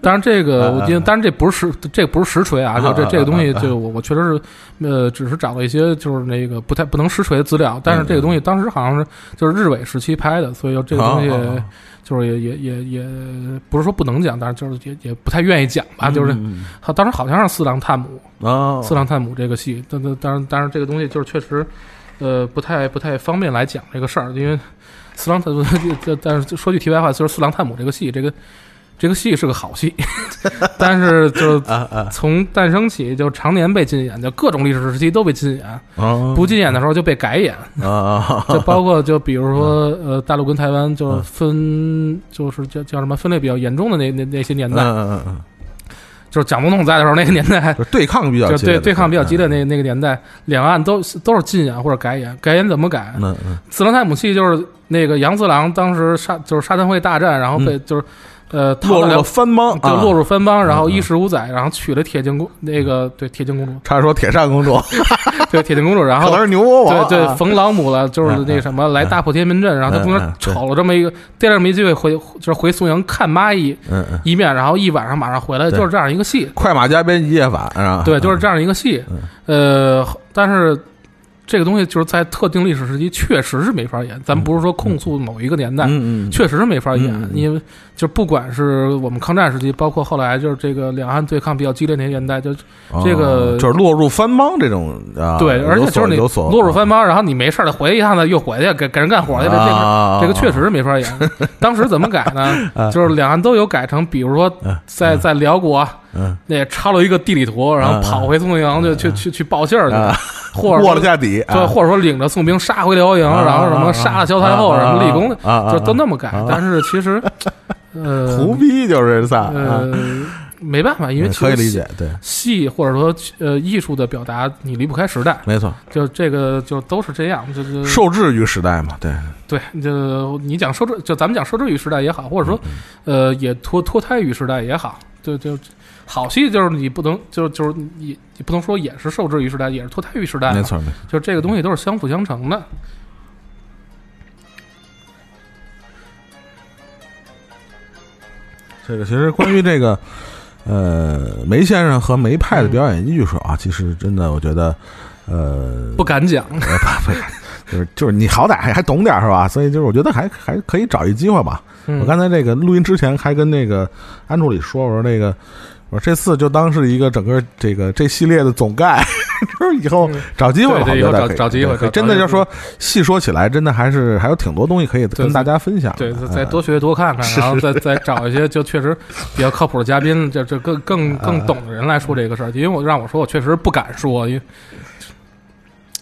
B: 当然，这个我觉得，当然这不是实，这个不是实锤啊啊，就这这个东西，就我我确实是，呃，只是找了一些就是那个不太不能实锤的资料，但是这个东西当时好像是就是日伪时期拍的，所以就这个东西
A: 好好好
B: 就是也也也也不是说不能讲，但是就是也也不太愿意讲吧，啊就是
A: 嗯
B: 好当时好像是四郎探母，
A: 嗯哦，
B: 四郎探母这个戏，但但当然当然这个东西就是确实，呃，不太不太方便来讲这个事儿，因为四郎探母， 这但是说句题外话，就是四郎探母这个戏，这个这个戏是个好戏， 但是就
A: 啊啊
B: 从诞生起就常年被禁演，就各种历史时期都被禁演，
A: 哦
B: 不禁演的时候就被改演，
A: 啊 啊
B: 就包括就比如说
A: 嗯
B: 呃大陆跟台湾就是分就是叫叫什么分裂比较严重的那那那些年
A: 嗯
B: 代，
A: 嗯嗯，
B: 就是蒋总统在的时候那个年代。
A: 就是对抗比较
B: 就
A: 激烈
B: 对
A: 的
B: 对抗比较激烈
A: 嗯
B: 那那个年代，两岸都是都是禁演或者改演，改演怎么改？
A: 嗯嗯
B: 四郎探母戏就是那个杨四郎当时沙就是沙滩会大战，然后被就是呃逃
A: 嗯落
B: 到
A: 入
B: 两
A: 了番邦，
B: 就落
A: 入，
B: 入番邦，然后
A: 嗯嗯
B: 衣食无载，然后娶了铁镜公那个对铁镜公主，
A: 差点说铁扇公主，
B: 对铁镜公主，然
A: 可
B: 后
A: 能是牛魔
B: 对
A: 王，
B: 对
A: 啊，
B: 冯老母了，就是
A: 嗯
B: 那什么来大破天门阵，然后他中
A: 嗯
B: 间
A: 嗯对
B: 炒了这么一个逮了这么一机会回就是回宋营看妈一
A: 嗯嗯，
B: 一面，然后一晚上马上回来，
A: 对
B: 就是这样一个戏。
A: 快马加鞭一夜法啊，
B: 对，就是
A: 样，
B: 这样一个戏。
A: 嗯
B: 呃，但是这个东西就是在特定历史时期确实是没法演，咱们不是说控诉某一个年代。
A: 嗯嗯嗯，
B: 确实是没法演，
A: 嗯嗯嗯
B: 因为就不管是我们抗战时期，包括后来就是这个两岸对抗比较激烈那些年代，就、这个
A: 哦就是落入番邦这种啊，
B: 对，而且
A: 有所
B: 就是你
A: 有所
B: 落入番邦，然后你没事儿的回一趟呢，又回去给给人干活去，这这个
A: 啊
B: 这个确实是没 法演。当时怎么改呢？ 就是两岸都有改成，比如说
A: 嗯
B: 在在辽国
A: 嗯
B: 那抄了一个地理图，然
A: 嗯
B: 后
A: 嗯嗯
B: 跑回宋营就去去去报信儿去，
A: 啊，
B: 或者
A: 落
B: 说
A: 了下底，
B: 就或者说领着宋兵杀回辽营，
A: 啊
B: 然后什
A: 啊啊
B: 么杀了萧太后，
A: 啊
B: 什么立功，
A: 啊啊，
B: 就都那么改
A: 啊。
B: 但是 其实，呃，
A: 胡逼就是这仨，啊
B: 呃，没办法，因为
A: 嗯
B: 其实
A: 可以理解，对，
B: 戏或者说呃艺术的表达，你离不开时代，
A: 没错，
B: 就这个就都是这样，就是
A: 受制于时代嘛，对，
B: 对，就你讲受制，就咱们讲受制于时代也好，或者说，
A: 嗯
B: 呃，也脱脱胎于时代也好，就就好戏就是你不能，就就是你你不能说也是受制于时代，也是脱胎于时代嘛，
A: 没错，没错。
B: 就这个东西都是相辅相成的。
A: 这个其实关于这个，呃，梅先生和梅派的表演艺术啊，其实真的我觉得，呃，
B: 不敢讲，
A: 就是就是你好歹还还懂点儿是吧？所以就是我觉得还还可以找一机会吧。
B: 嗯
A: 我刚才这个录音之前还跟那个安助理说，我说那个。我说这次就当是一个整个这个这系列的总概， 就是以后找机会吧，
B: 嗯对对
A: 我觉得
B: 以
A: 可
B: 后找找机会
A: 对可以
B: 找
A: 真的
B: 找
A: 就
B: 机会
A: 是说细说起来，真的还是还有挺多东西可以跟
B: 对
A: 大家分享的。
B: 对，再
A: 嗯
B: 再多学多看看，
A: 是
B: 然后再再找一些就确实比较靠谱的嘉宾，这这更
A: 嗯
B: 更更懂的人来说这个事儿。因为我让我说，我确实不敢说，因为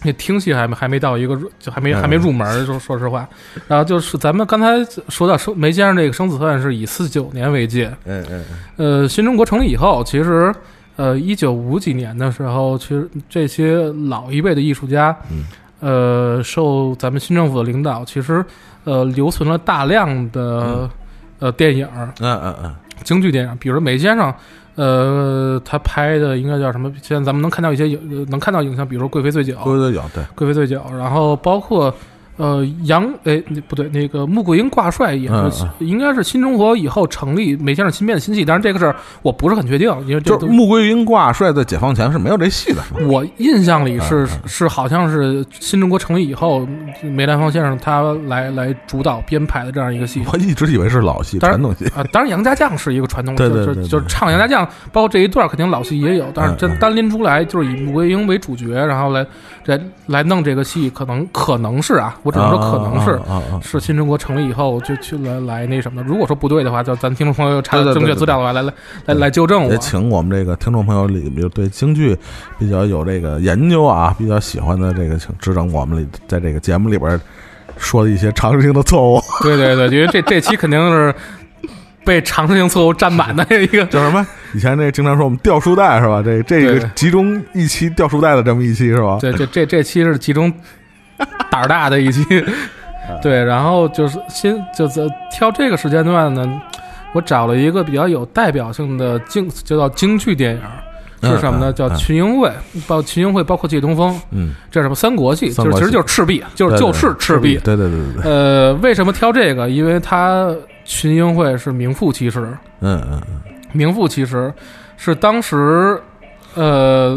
B: 因为听戏还没还没到一个入就还没
A: 嗯
B: 还没入门儿，就说实话。然后就是咱们刚才说到生梅先生这个生死算是以四九年为界，
A: 嗯嗯嗯
B: 呃，新中国成立以后，其实呃，一九五几年的时候，其实这些老一辈的艺术家，
A: 嗯
B: 呃，受咱们新政府的领导，其实呃，留存了大量的、呃电影儿、
A: 嗯嗯嗯，
B: 京剧电影，比如梅先生。呃，他拍的应该叫什么？现在咱们能看到一些影，呃能看到影像，比如说《贵妃醉酒》，
A: 对对有对，
B: 贵妃醉酒，然后包括呃杨哎那不对，那个穆桂英挂帅也是、
A: 嗯
B: 应该是新中国以后成立梅先生新编的新戏，但是这个事儿我不是嗯很确定，因为这
A: 就是
B: 个都
A: 穆桂英挂帅在解放前是没有这戏的，
B: 我印象里是、
A: 嗯
B: 是好像是新中国成立以后，梅兰芳先生他来来主导编排的这样一个戏。
A: 我一直以为是老戏
B: 当然
A: 传统戏。
B: 啊，当然杨家将是一个传统，
A: 对对
B: 就
A: 对
B: 就
A: 对
B: 就是唱杨家将，包括这一段肯定老戏也有，但是
A: 嗯
B: 真
A: 嗯
B: 单拎出来就是以穆桂英为主角，然后来来来弄这个戏，可能可能是啊，我
A: 我
B: 只能说可能是，
A: 啊啊，
B: 是新中国成立以后就去来来那什么的。如果说不对的话，就咱听众朋友查
A: 对对对
B: 正确资料的话，来来来来纠正我
A: 也。请我们这个听众朋友里，比如对京剧比较有这个研究啊，比较喜欢的这个，请指正我们里在这个节目里边说的一些常识性的错误，
B: 对对对，因为这这期肯定是被常识性错误占满的一 个。
A: 叫什么？以前那经常说我们掉书袋是吧？这这个
B: 对
A: 集中一期掉书袋的这么一期是吧？
B: 对，这这这期是其中胆儿大的一 期。对，然后就是先就是挑这个时间段呢，我找了一个比较有代表性的京，就叫京剧电影。是什么呢？
A: 嗯
B: 叫
A: 嗯
B: 群英会，包群英会包括借东风，
A: 嗯，
B: 这是什么三国戏？
A: 三
B: 就是
A: 国
B: 其实
A: 戏
B: 就是赤壁，就是
A: 对
B: 就是赤壁。
A: 对对对对对，
B: 呃，为什么挑这个？因为它群英会是名副其实，
A: 嗯嗯嗯，
B: 名副其实是当时呃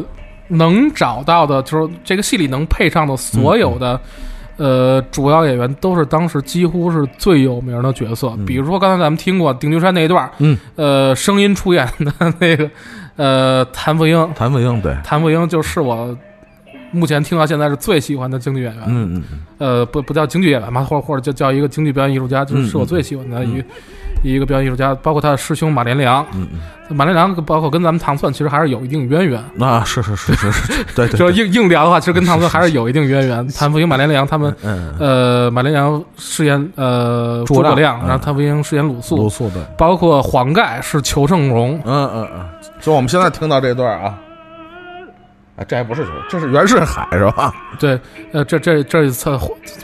B: 能找到的，就是这个戏里能配上的所有
A: 嗯
B: 的、呃主要演员，都是当时几乎是最有名的角色。
A: 嗯
B: 比如说刚才咱们听过定军山那一段，
A: 嗯，
B: 呃，声音出演的那个呃谭富英，
A: 谭富英对，
B: 谭富英就是我。目前听到现在是最喜欢的京剧演员，
A: 嗯嗯嗯
B: 呃，不不叫京剧演员吧，或者或者就叫一个京剧表演艺术家，就是
A: 嗯
B: 是
A: 嗯
B: 我最喜欢的一、
A: 嗯
B: 一个表演艺术家，包括他的师兄马连良，
A: 嗯嗯，
B: 马连良包括跟咱们唐蒜其实还是有一定渊源。
A: 那是是是是是，对对
B: 就
A: 对，
B: 是硬硬聊的话，其实跟唐蒜还是有一定渊源。谭富英、马连良他们，
A: 嗯，
B: 呃，马连良饰演呃
A: 诸
B: 诸
A: 葛
B: 葛
A: 亮
B: 亮，然后谭富英饰演鲁
A: 鲁
B: 肃，
A: 肃对，
B: 包括黄盖是裘盛戎。
A: 嗯嗯嗯，就我们现在听到这段啊。啊，这还不是球，这是袁世海是吧？
B: 对，呃，这这这一次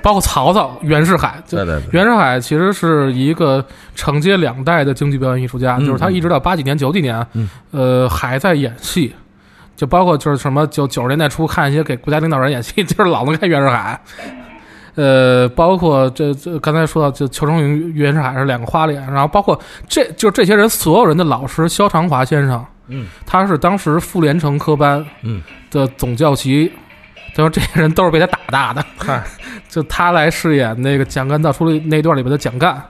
B: 包括曹操、袁世海，就
A: 对对对，
B: 袁世海其实是一个承接两代的京剧表演艺术家，
A: 嗯
B: 就是他一直到八几年、九几年，
A: 嗯
B: 呃，还在演戏，就包括就是什么九九十年代初看一些给国家领导人演戏，就是老能看袁世海。 呃，包括这这刚才说到，就裘成云、袁世海是两个花脸，然后包括这就这些人所有人的老师萧长华先生，
A: 嗯
B: 他是当时妇联城科班
A: 嗯
B: 的总教习，他说这些人都是被他打大的，
A: 嗨
B: 就他来饰演那个蒋干造出了那段里边的蒋干，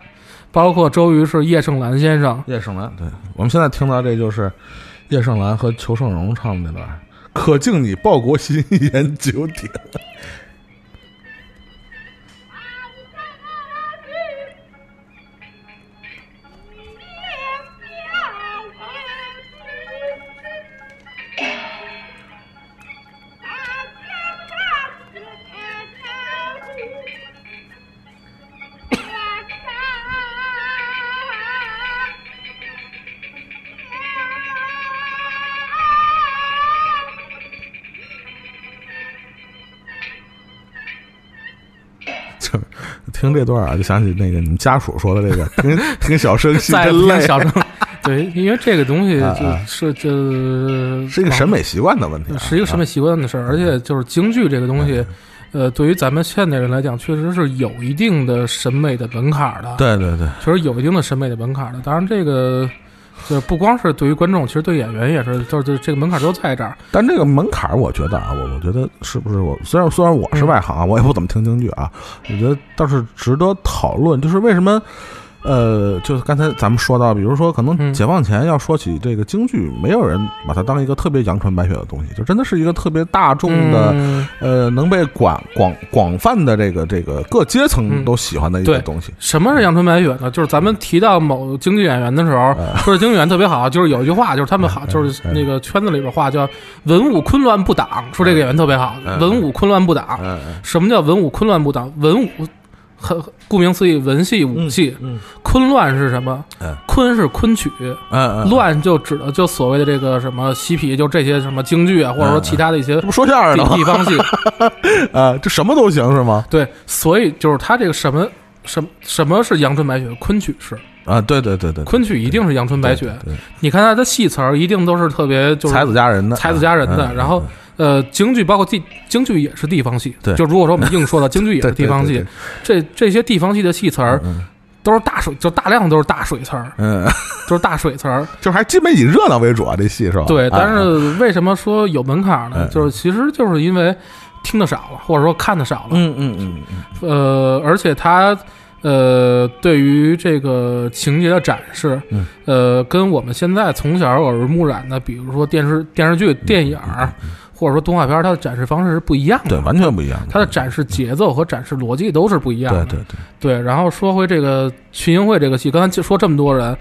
B: 包括周瑜是叶盛兰先生，
A: 叶盛兰，对我们现在听到这就是叶盛兰和裘盛戎唱的那段。可敬你报国心，一言九鼎。就是听这段啊，就想起那个你们家属说的这个，听听小 声戏
B: 再
A: 真
B: 不
A: 累
B: 听，小生， 对，因为这个东西
A: 啊啊
B: 就是就是
A: 是一个审美习惯的问题啊，嗯
B: 是一个审美习惯的事儿，而且就是京剧这个东西，呃，对于咱们现代人来讲，确实是有一定的审美的门槛儿的
A: 啊。，对对对，
B: 确实有一定的审美的门槛儿的。当然，这个就是不光是对于观众，其实对演员也是，就是这个门槛儿都在这儿。
A: 但这个门槛儿，我觉得啊，我我觉得是不是我虽然虽然
B: 嗯
A: 我是外行啊，我也不怎么听京剧啊，我觉得倒是值得讨论，就是为什么呃，就是刚才咱们说到，比如说，可能
B: 嗯
A: 解放前要说起这个京剧，没有人把它当一个特别阳春白雪的东西，就真的是一个特别大众的，
B: 嗯
A: 呃，能被广广广泛的这个这个各阶层
B: 嗯
A: 都喜欢的一
B: 对
A: 个东西。
B: 什么是阳春白雪呢？就是咱们提到某京剧演员的时候，
A: 啊
B: 说这京剧演员特别好，就是有一句话，就是他们好，
A: 嗯
B: 就是
A: 嗯
B: 那个圈子里边话叫“文武昆乱不挡”，说这个演员特别好
A: 嗯，
B: 文武昆乱不挡。
A: 嗯
B: 什么叫文武昆乱不挡？文武很顾名思义，文戏武戏，
A: 嗯
B: 昆乱是什么
A: 嗯？
B: 昆是昆曲，
A: 嗯，
B: 乱就指的就所谓的这个什么嬉皮，就这些什么京剧啊，或
A: 嗯
B: 者说其他的一些
A: 这不说相声
B: 地
A: 的吗？
B: 地方戏。
A: 啊，这什么都行是吗？
B: 对，所以就是他这个什么什么什么是阳春白雪？昆曲是
A: 啊，对对对对，
B: 昆曲一定是阳春白雪。
A: 对，对
B: 你看他的戏词儿一定都是特别就是
A: 才子佳人的，
B: 才子佳人的，
A: 嗯
B: 然后
A: 嗯
B: 呃京剧包括地京剧也是地方戏。
A: 对
B: 就如果说我们硬说的京剧也
A: 对
B: 是地方戏，，这这些地方戏的戏词儿
A: 嗯
B: 都是大水，就大量都是大水词儿，
A: 嗯，
B: 都是大水词儿。
A: 就是还基本以热闹为主啊，这戏是吧？
B: 对，
A: 哦啊
B: 但是为什么说有门槛呢
A: 嗯？
B: 就是其实就是因为听的少了，或者说看的少了。
A: 嗯嗯嗯嗯
B: 呃，而且他呃，对于这个情节的展示，
A: 嗯
B: 呃，跟我们现在从小耳濡目染的，比如说电视电视剧、电影儿，或者说动画片儿，它的展示方式是不一样
A: 嗯，对，
B: 的。
A: 完全不一样。
B: 它的展示节奏和展示逻辑都是不一样
A: 对
B: 的。
A: 对对，
B: 对然后说回这个群英会这个戏，刚才就说这么多人，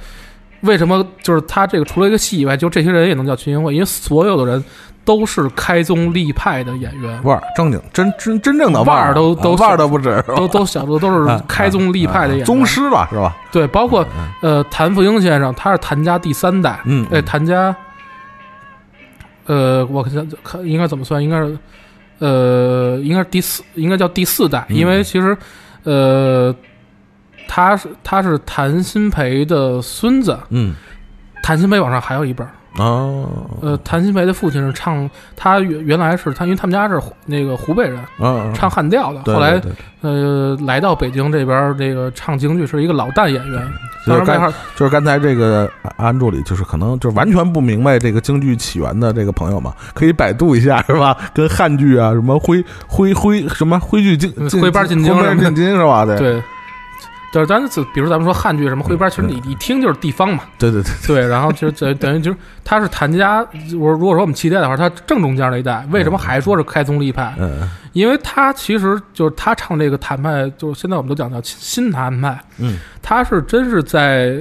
B: 为什么就是他这个除了一个戏以外，就这些人也能叫群英会？因为所有的人都是开宗立派的演员，
A: 腕儿正经，真真真正的腕
B: 腕儿都都
A: 啊腕啊儿都不止，
B: 都都小的都
A: 啊
B: 是开宗立派的演员，
A: 宗师吧，是吧？
B: 对，包括呃谭富英先生，他是谭家第三代，
A: 嗯，
B: 哎，谭家，呃，我看看应该怎么算？应该是呃，应该是第四，应该叫第四代，
A: 嗯
B: 因为其实呃，他是他是谭鑫培的孙子，
A: 嗯
B: 谭鑫培往上还有一辈儿。
A: 哦，
B: 呃，谭鑫培的父亲是唱，他原原来是他，因为他们家是湖那个湖北人，
A: 嗯，
B: 唱汉调的，
A: 对
B: 后来
A: 对对
B: 呃来到北京这边儿，这个唱京剧是一个老旦演员，
A: 嗯就是
B: 当时外
A: 刚
B: 号
A: 就是刚才这个啊安助理，就是可能就是完全不明白这个京剧起源的这个朋友嘛，可以百度一下是吧？ 跟汉剧啊什么徽徽徽什么徽剧进
B: 嗯
A: 进
B: 徽班进京
A: 徽班
B: 什么的
A: 进京是吧？对
B: 对，就是咱就比如咱们说汉剧什么徽班，其实你一听就是地方嘛，
A: 对对对，
B: 对，然后就是等等于就是他是谭家，我如果说我们七代的话，他正中间那一代，为什么还说是开宗立派？
A: 嗯
B: 因为他其实就是他唱这个谭派，就是现在我们都讲叫新新谭派，
A: 嗯，
B: 他是真是在。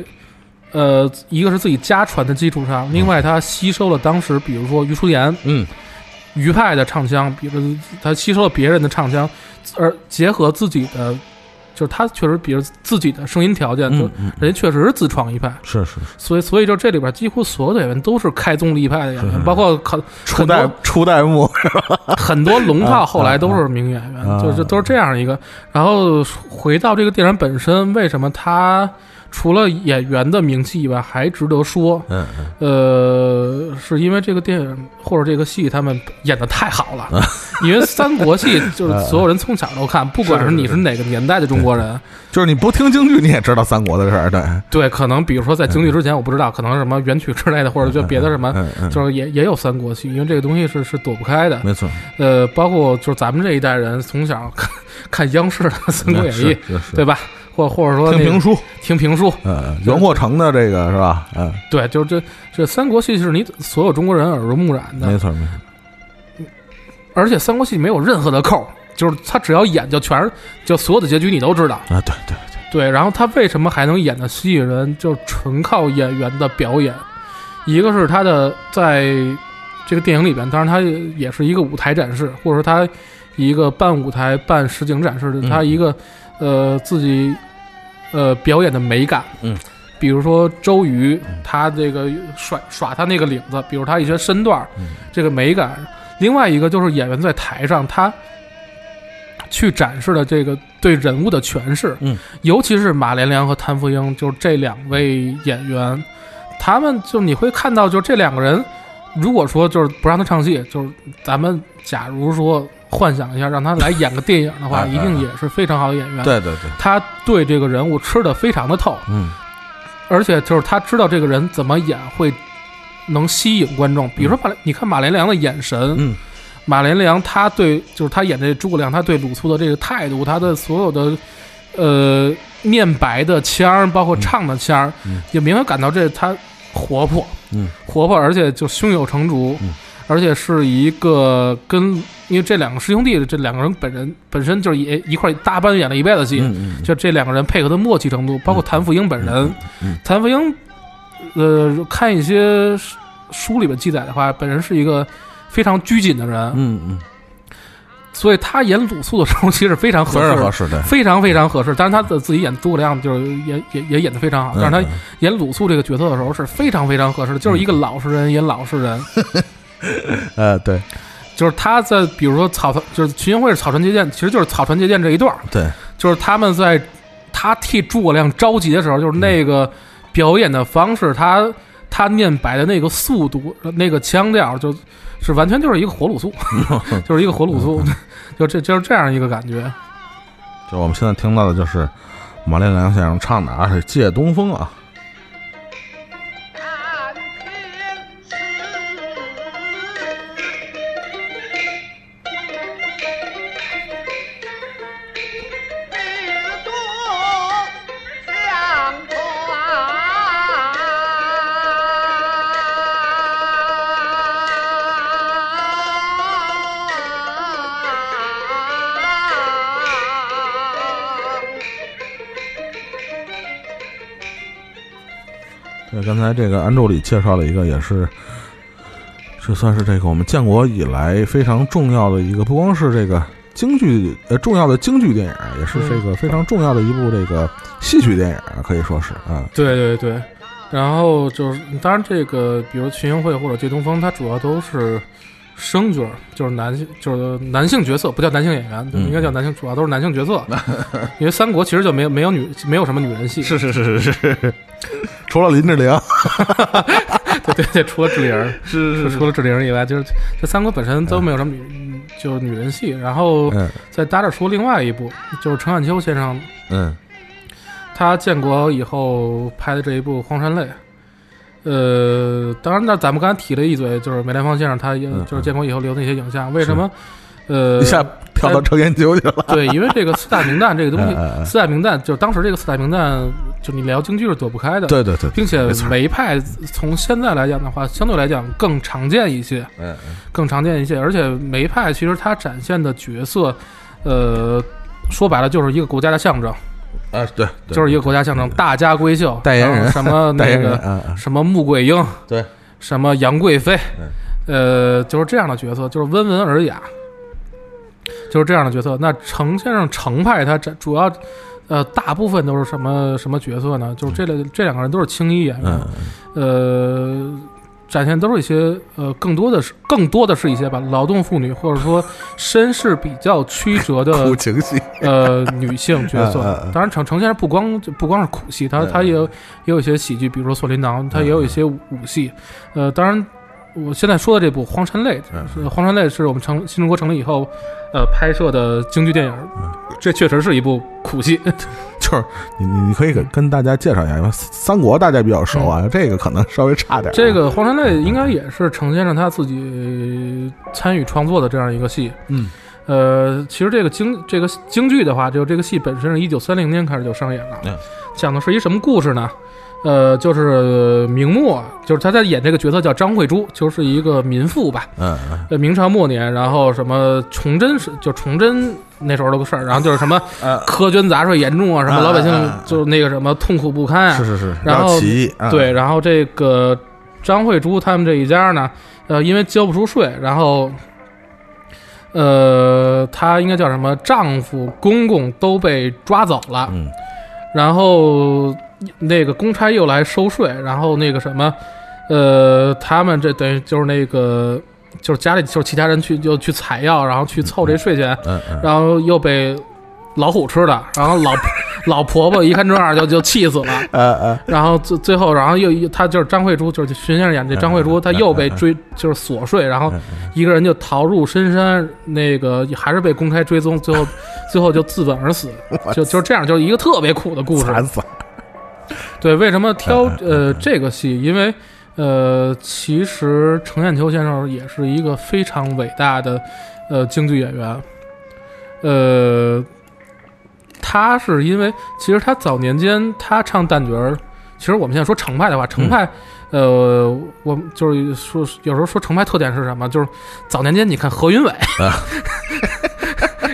B: 呃，一个是自己家传的基础上，另外他吸收了当时，比如说余叔岩
A: 嗯
B: 余派的唱腔，比如他吸收了别人的唱腔，而结合自己的，就是他确实，比如自己的声音条件，就
A: 嗯嗯，
B: 人家确实是自创一派，
A: 是是是
B: 所以所以就这里边几乎所有的演员都是开宗立派的演
A: 是
B: 员，包括很
A: 初代
B: 很
A: 初代目
B: 多很多龙
A: 啊
B: 套后
A: 啊
B: 来都是名演员，
A: 啊
B: 就是都是这样一个。然后回到这个电影本身，为什么他除了演员的名气以外还值得说？
A: 嗯
B: 呃，是因为这个电影或者这个戏他们演的太好了，
A: 啊
B: 因为三 国戏就是所有人从小都看，不管是你是哪个年代的中 国人，
A: 就是你不听京剧，你也知道三国的事儿，对，
B: 对，可能比如说在京剧之前我不知道，可能什么元曲之类的，或者 就别的什么，
A: 嗯嗯，
B: 就是也也有三国戏，因为这个东西是是躲不开的。
A: 没错，
B: 呃，包括就是咱们这一代人从小 看看央视的《三国演义》，
A: 嗯是是是
B: 对吧？或或者说、那
A: 听
B: 个
A: 评书，
B: 听评书，
A: 嗯，嗯袁阔成的这个是吧？嗯，
B: 对，就是这这三国戏是你所有中国人耳濡目染的，
A: 没错没错，
B: 而且三国戏没有任何的扣，就是他只要演就全是，就所有的结局你都知道。
A: 啊，对对对，
B: 对，然后他为什么还能演的吸引人，就纯靠演员的表演。一个是他的在这个电影里边，当然他也是一个舞台展示，或者说他一个半舞台半实景展示的，
A: 嗯
B: 他一个呃自己呃表演的美感。
A: 嗯，
B: 比如说周瑜他这个耍耍他那个领子，比如他一些身段儿，
A: 嗯
B: 这个美感。另外一个就是演员在台上他去展示的这个对人物的诠释，
A: 嗯，
B: 尤其是马连良和谭富英，就是这两位演员，他们就你会看到，就这两个人，如果说就是不让他唱戏，就是咱们假如说幻想一下，让他来演个电影的话，
A: 哎哎哎
B: 一定也是非常好的演员。
A: 对对对，
B: 他对这个人物吃的非常的透，
A: 嗯
B: 而且就是他知道这个人怎么演会能吸引观众。比如说马连，你看马连良的眼神，
A: 嗯
B: 马连良他对就是他演这诸葛亮，他对鲁肃的这个态度，他的所有的呃念白的腔儿，包括唱的腔儿，
A: 嗯
B: 也明显感到这他活泼，
A: 嗯
B: 活泼，而且就胸有成竹，
A: 嗯
B: 而且是一个跟因为这两个师兄弟，这两个人本人本身就是也一块儿搭班演了一辈子戏，
A: 嗯嗯，
B: 就这两个人配合的默契程度，包括谭富英本人，
A: 嗯嗯
B: 谭富英，呃，看一些书书里边记载的话，本人是一个非常拘谨的人，
A: 嗯嗯，
B: 所以他演鲁肃的时候其实非常合
A: 非常
B: 适。
A: 合适对。
B: 非常非常合适，但是他的自己演诸葛亮就是也也也演的非常啊好，但是他
A: 嗯
B: 演鲁肃这个角色的时候是非常非常合适的，就是一个老实人演老实人，
A: 呃对
B: 就是他在比如说草船就是群英会是草船借箭，其实就是草船借箭这一段儿，
A: 对，
B: 就是他们在他替诸葛亮着急的时候，就是那个表演的方式，他他念白的那个速度、那个腔调，就是完全就是一个活 鲁肃，就是一个活鲁肃，就这就是这样一个感觉。
A: 就我们现在听到的就是马连良先生唱的，而且借东风啊，
C: 看天时，日多相传。
A: 对，刚才这个安助理介绍了一个，也是这算是这个我们建国以来非常重要的一个，不光是这个京剧呃重要的京剧电影，也是这
B: 嗯
A: 个非常重要的一部这个戏曲电影，可以说是啊，
B: 对对对，然后就是当然这个，比如群英会或者借东风，它主要都是生角儿，就是男性，就是男性角色，不叫男性演员，
A: 嗯
B: 应该叫男性，主要都是男性 角色。因为三国其实就没有没有女没有什么女人戏，
A: 是是是是， 除了林志玲，
B: 对对对，除了志 玲儿，
A: 是
B: 除了志玲儿以外，就是这三国本身都没有什么女，就是女人戏。然后
A: 嗯
B: 再搭着说另外一部，就是陈汉秋先生
A: 嗯
B: 他建国以后拍的这一部《荒山泪》，呃，当然，那咱们刚才提了一嘴，就是梅兰芳先生他也
A: 嗯嗯
B: 就是建国以后留的那些影像，为什么？呃
A: 一，下跳到程砚秋去了，
B: 对，因为这个四大名旦这个东
A: 嗯嗯嗯
B: 西，四大名旦就是当时这个四大名旦，就你聊京剧是躲不开的，，
A: 对对对，
B: 并且
A: 没错
B: 梅派从现在来讲的话，相对来讲更常见一些，
A: 嗯
B: 更常见一些，而且梅派其实它展现的角色，呃，说白了就是一个国家的象征。
A: 啊对，
B: 就是一个国家象征，大家闺秀，
A: 代言人
B: 然后什么
A: 代
B: 那
A: 言人
B: 个
A: 啊，
B: 什么穆桂英，
A: 对，
B: 什么杨贵妃
A: 嗯，
B: 呃，就是这样的角色，就是温文尔雅，就是这样的角色。那程先生程派他这主要，呃，大部分都是什么什么角色呢？就是这类这两个人都是青衣演员，
A: 嗯
B: 呃。展现都是一些呃，更多的是更多的是一些吧，劳动妇女或者说身世比较曲折 的
A: 苦情戏，
B: 呃，女性角色
A: 嗯嗯嗯，
B: 当然程程先生不光就不光是苦戏，他
A: 嗯
B: 他也有也有一些喜剧，比如说《锁麟囊》，他也有一些武武戏。呃，当然，我现在说的这部《荒山泪
A: 嗯》，
B: 是《荒山泪》是我们成新中国成立以后，呃，拍摄的京剧电影，
A: 嗯
B: 这确实是一部苦戏。
A: 就是你你你可以给跟大家介绍一下，因为三国大家比较熟啊，这个可能稍微差点儿。
B: 嗯
A: 啊
B: 这个《荒山泪》应该也是程先生他自己参与创作的这样一个戏。
A: 嗯，
B: 呃，其实这个京这个京剧的话，就这个戏本身是一九三零年开始就上演了。
A: 嗯
B: 讲的是一什么故事呢？呃，就是明末，就是他在演这个角色叫张慧珠，就是一个民妇吧。
A: 嗯嗯
B: 呃，明朝末年，然后什么崇祯是就崇祯那时候的个事儿，然后就是什么
A: 嗯
B: 苛捐杂税严重啊，什么老
A: 嗯
B: 百
A: 嗯嗯
B: 姓
A: 嗯
B: 就是那个什么痛苦不堪啊，
A: 是是是，
B: 然后
A: 要起义，啊
B: 对，，然后这个张慧珠他们这一家呢，呃，因为交不出税，然后，呃，她应该叫什么？丈夫、公公都被抓走了，
A: 嗯
B: 然后那个公差又来收税，然后那个什么，呃，他们这等于就是那个就是家里就是其他人去就去采药，然后去凑这税钱，
A: 嗯嗯，
B: 然后又被老虎吃的，然后老老婆婆一看这样就就气死了。
A: 呃呃，
B: 然后最最后，然后又又他就是张慧珠，就是荀先生演这张慧珠，
A: 嗯嗯
B: 他又被追，就是锁税，然后
A: 嗯
B: 一个人就逃入深山，那个还是被公开追踪，最后最后就自刎 而死，就就这样，就是一个特别苦的故事。
A: 惨死了，
B: 对，为什么挑
A: 嗯嗯
B: 呃这个戏？因为呃，其实程砚秋先生也是一个非常伟大的呃京剧演员，呃，他是因为其实他早年间他唱旦角儿，其实我们现在说程派的话，
A: 嗯
B: 程派，呃，我们就是说有时候说程派特点是什么，就是早年间你看何云伟，
A: 啊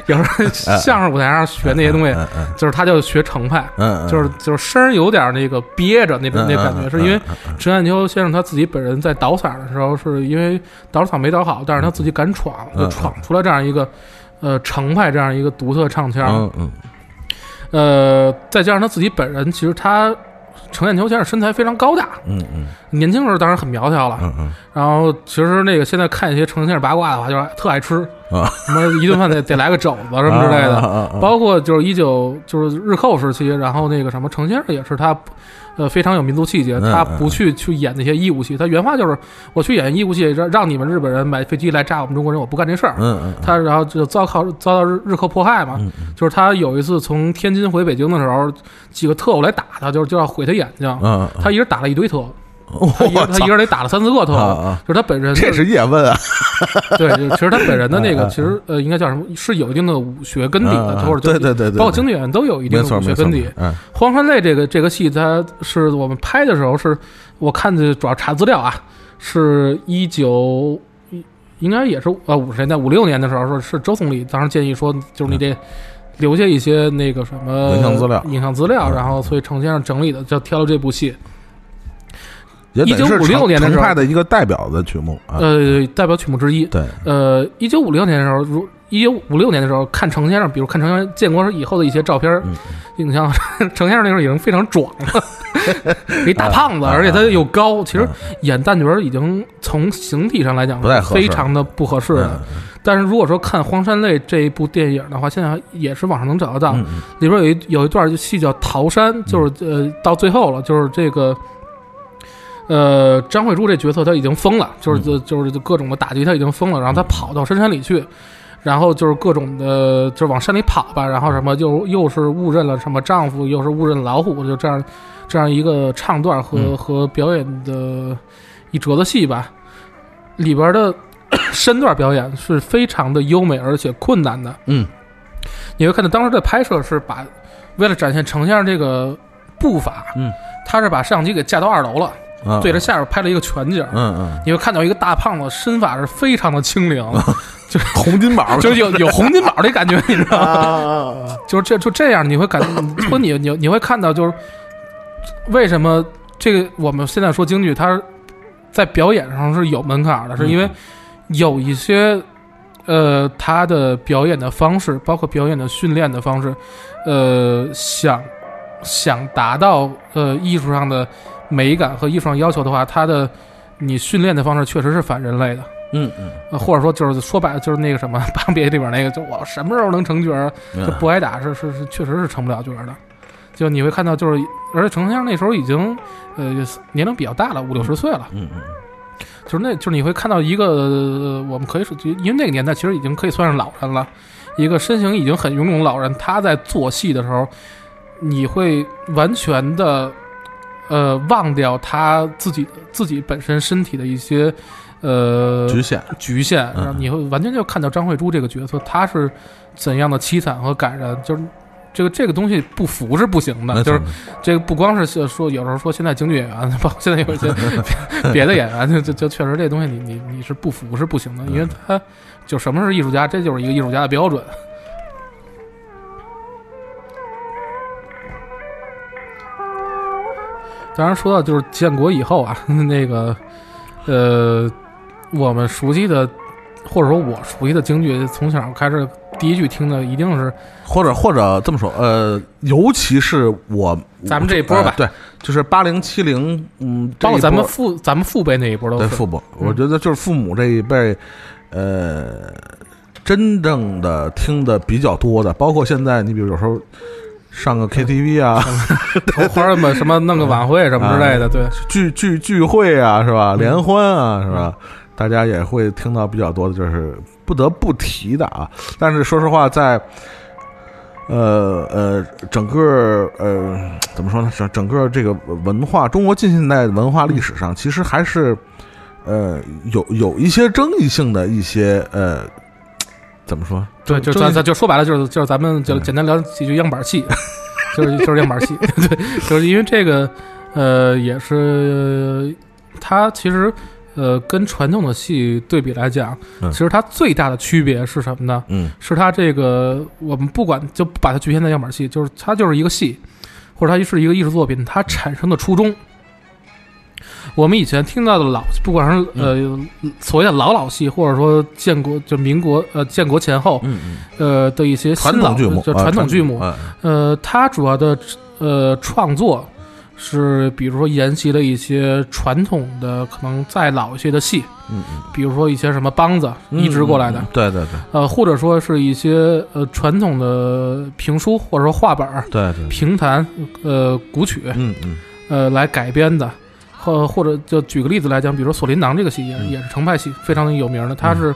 B: 有时候相声舞台上学那些东西，
A: 嗯嗯
B: 就是他就学程派。
A: 嗯，
B: 就是就是声儿有点那个憋着那种那感觉，是因
A: 嗯
B: 为陈砚秋先生他自己本人在倒嗓的时候，是因为倒嗓没倒好，但是他自己敢闯，
A: 嗯
B: 就闯出了这样一个呃程派这样一个独特唱腔。
A: 嗯嗯
B: 呃，再加上他自己本人，其实他陈砚秋先生身材非常高大，
A: 嗯嗯
B: 年轻时候当然很苗条了。
A: 嗯嗯
B: 然后其实那个现在看一些陈砚秋先生八卦的话，就是特爱吃，
A: 啊
B: 什么一顿饭得得来个肘子什么之类的。
A: 的
B: 包括就是一九就是日寇时期，然后那个什么程先生也是他，呃，非常有民族气节，
A: 嗯
B: 他不去去演那些义务戏，他原话就是我去演义务戏，让让你们日本人买飞机来炸我们中国人，我不干这事儿。
A: 嗯嗯
B: 他然后就遭靠遭到日日寇迫害嘛，
A: 嗯
B: 就是他有一次从天津回北京的时候，几个特务来打他，就是就要毁他眼睛，
A: 嗯，
B: 他一人打了一堆 特务，他一
A: 我
B: 人他一人得打了三四个特务，
A: 操，啊
B: 就是他本人
A: 这是叶问啊，
B: 对，就其实他本人的那
A: 啊啊
B: 个
A: 啊
B: 其实呃应该叫什么是有一定的武学根底的，或者
A: 嗯
B: 就
A: 对对对对，
B: 包括京剧演员都有一定
A: 没
B: 的
A: 错
B: 武学
A: 没错
B: 根底。，
A: 嗯
B: 《荒山泪》这个这个戏，它是我们拍的时候是，我看的主要查资料啊，是一九应该也是呃五十年代五六年的时候，说是周总理当时建议说，就是你得留下一些那个什么
A: 影像资料
B: 影像资料，
A: 嗯
B: 然后所以程先生整理的就挑了这部戏，
A: 也程派的一个代表的曲目啊，
B: 呃，代表曲目之一。
A: 对，
B: 呃，一九五六年的时候，如一九五六年的时候看程先生，比如看程先生建国以后的一些照片儿
A: 嗯，
B: 你像 程先生那时候已经非常壮了， 一大胖子，
A: 啊
B: 而且他又高。其实
A: 啊
B: 演旦角儿已经从形体上来讲
A: 不太合适
B: 非常的不合
A: 嗯
B: 适的。但是啊如果说看《荒山泪》这一部电影的话，现在也是网上能找得到，
A: 嗯
B: 里边有一有一段戏叫《桃山》，就是呃到最后了，就是这个。呃，张慧珠这角色她已经疯了，就是就就是各种的打击，她已经疯了。然后她跑到深山里去，然后就是各种的，就是往山里跑吧。然后什么又又是误认了什么丈夫，又是误认老虎，就这样这样一个唱段和、
A: 嗯
B: 和表演的一折子戏吧。里边的 身段表演是非常的优美而且困难的。
A: 嗯，
B: 你会看到当时的拍摄是把为了展现呈现这个步伐，
A: 嗯，
B: 他是把摄像机给架到二楼了，
A: 嗯，
B: 对着下边拍了一个全景。
A: 嗯嗯，
B: 你会看到一个大胖子，身法是非常的轻灵，
A: 洪啊金宝
B: 就是有有洪金宝的感觉，你知道吗？
A: 啊，
B: 就是这就这样，你会感觉，说你你你会看到，就是为什么这个我们现在说京剧，它在表演上是有门槛的，是因为有一些呃，他的表演的方式，包括表演的训练的方式，呃，想想达到呃艺术上的美感和艺术上要求的话，他的你训练的方式确实是反人类的。
A: 嗯嗯，
B: 呃或者说，就是说白了，就是那个什么 《霸王别姬》里边那个，就我什么时候能成角儿？
A: 嗯
B: 就不挨打是是是，确实是成不了角儿的。就你会看到，就是而且程先生那时候已经呃年龄比较大了，五六十岁了，
A: 嗯嗯。
B: 就是那就是你会看到一个、呃我们可以说，就因为那个年代其实已经可以算是老人了，一个身形已经很臃肿的老人，他在做戏的时候，你会完全的呃忘掉他自己自己本身身体的一些呃
A: 局限，
B: 局限，
A: 嗯
B: 然后你会完全就看到张慧珠这个角色，她是怎样的凄惨和感人，就是这个这个东西不服是不行的，就是这个不光是说有时候说现在京剧演员，包括现在 有一些别别的演员，就就就确实这东西你你你是不服是不行的，因
A: 嗯
B: 为他就什么是艺术家，这就是一个艺术家的标准。当然，说到就是建国以后啊， 那个，呃，我们熟悉的，或者说我熟悉的京剧，从小开始第一句听的一定是
A: 或者或者这么说，呃，尤其是我
B: 咱们这一波吧
A: 呃对，就是八零七零，嗯，
B: 包
A: 这
B: 括
A: 一
B: 咱
A: 波
B: 们父咱们父辈那一波都
A: 对
B: 是
A: 父母，
B: 嗯
A: 我觉得就是父母这一辈，呃，真正的听的比较多的，包括现在，你比如有时候上个 KTV 啊，
B: 头花儿嘛，什么弄个晚会什么之类的，对，
A: 聚聚聚会啊，是
B: 嗯
A: 吧？联欢啊，是吧？大家也会听到比较多的，就是不得不提的啊。但是说实话，在呃呃，整个呃怎么说呢？整整个这个文化，中国近现代文化历史上，其实还是呃有有一些争议性的一些呃怎么说？
B: 对，就
A: 周
B: 咱
A: 星
B: 咱就说白了，就是就是咱们就
A: 嗯
B: 简单聊几句样板戏，就是就是样板戏， 对，就是因为这个，呃，也是它其实呃跟传统的戏对比来讲，
A: 嗯
B: 其实它最大的区别是什么呢？
A: 嗯
B: 是它这个我们不管就不把它局限在样板戏，就是它就是一个戏，或者它是一个艺术作品，它产生的初衷。我们以前听到的老，不管是呃
A: 嗯
B: 所谓的老老戏，或者说建国就民国呃建国前后
A: 嗯嗯，
B: 呃的一些新
A: 传
B: 老
A: 统剧目，
B: 就
A: 啊
B: 传统剧目，
A: 啊
B: 呃，它主要的呃创作是比如说沿袭了一些传统的可能再老一些的戏，
A: 嗯嗯
B: 比如说一些什么梆子
A: 嗯，
B: 移植过来的，
A: 嗯，嗯对对对
B: 呃，或者说是一些呃传统的评书或者说画本儿、
A: 对对，
B: 评弹、呃古曲
A: 嗯嗯
B: 呃来改编的，或或者就举个例子来讲，比如说《锁麟囊》这个戏也是、
A: 嗯
B: 也是程派戏，非常有名的，它是、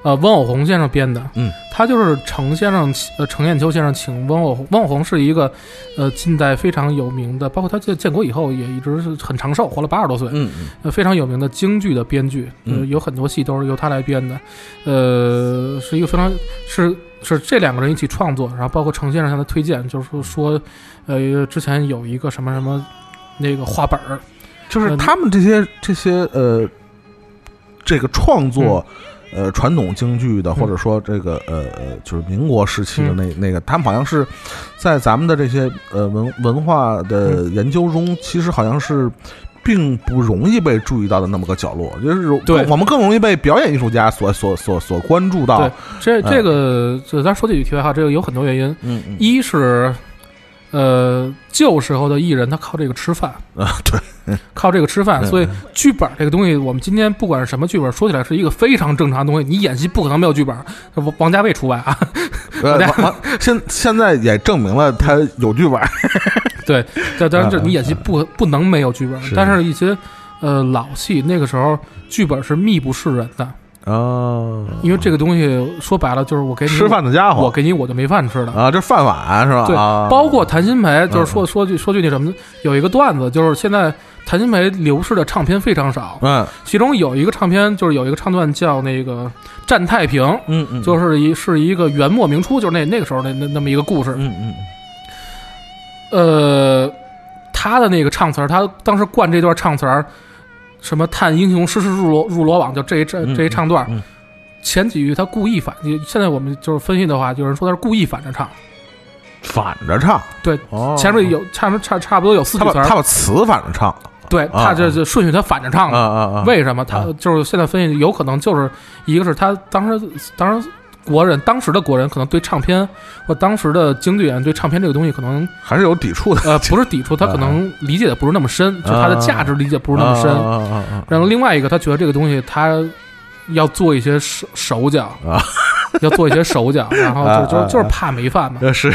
B: 呃温偶红先生编的，
A: 嗯，
B: 他就是程先生呃程砚秋先生请温偶红，温偶红是一个呃近代非常有名的，包括他建建国以后也一直是很长寿，活了八十多岁，
A: 嗯嗯
B: 呃，非常有名的京剧的编剧，呃
A: 嗯
B: 有很多戏都是由他来编的，呃，是一个非常是是这两个人一起创作，然后包括程先生向他推荐，就是说说，呃，之前有一个什么什么那个画本儿，
A: 就是
B: 呃
A: 他们这些这些呃，这个创作、呃传统京剧的，或者说这个呃呃，就是民国时期的那、那个，他们好像是在咱们的这些呃文文化的研究中，其实好像是。并不容易被注意到的那么个角落，就是
B: 对
A: 我们更容易被表演艺术家所所所所关注到
B: 对。这
A: 嗯
B: 这个这咱说几句题外话，这个有很多原因，
A: 嗯嗯
B: 一是，呃，旧时候的艺人他靠这个吃饭，
A: 啊， 对，
B: 靠这个吃饭，
A: 嗯
B: 所以剧本这个东西，我们今天不管是什么剧本，说起来是一个非常正常的东西。你演戏不可能没有剧本，王王家卫除外啊。
A: 呃
B: 我在
A: 完完现现在也证明了他有剧本儿。
B: 对，但当然这
A: 嗯嗯
B: 你演戏不不能没有剧本，
A: 是
B: 但是一些呃老戏那个时候剧本是密不示人的，
A: 哦，
B: 因为这个东西说白了就是我给你
A: 吃，饭的家伙，
B: 我给你我就没饭吃了。
A: 啊，这饭碗是吧？
B: 对
A: 啊、
B: 包括谭鑫培，就是说
A: 嗯
B: 说句说句那什么，有一个段子，就是现在谭鑫培流失的唱片非常少，
A: 嗯
B: 其中有一个唱片就是有一个唱段叫那个《战太平》，
A: 嗯嗯，
B: 就是是一是一个元末明初，就是那那个时候那那那么一个故事。
A: 嗯嗯
B: 呃，他的那个唱词儿，他当时灌这段唱词儿，什么“叹英雄失事入罗入罗网”，就这一呃这
A: 嗯
B: 这一唱段儿，
A: 嗯嗯
B: 前几句他故意反，现在我们就是分析的话，有人说他是故意反着
A: 啊
B: 唱，
A: 反着唱，
B: 对，
A: 哦，
B: 前面有差不多差差不多有四
A: 他
B: 句
A: 把
B: 词
A: 他
B: 儿，
A: 把词反着唱了，
B: 对
A: 啊
B: 他这这顺序他反着唱
A: 啊
B: 的，
A: 啊啊，
B: 为什么他
A: 啊
B: 就是现在分析有可能就是一个是他当时当时。国人当时的国人可能对唱片或当时的京剧演员对唱片这个东西可能
A: 还是有抵触的，
B: 呃，不是抵触，他可能理解的不是那么深，就是他的价值理解不是那么深。
A: 啊啊啊啊
B: 然后另外一个，他觉得这个东西他要做一些手手脚，
A: 啊
B: 要做一些 手脚，然后就就
A: 啊啊啊
B: 就是怕没饭嘛。
A: 啊，是，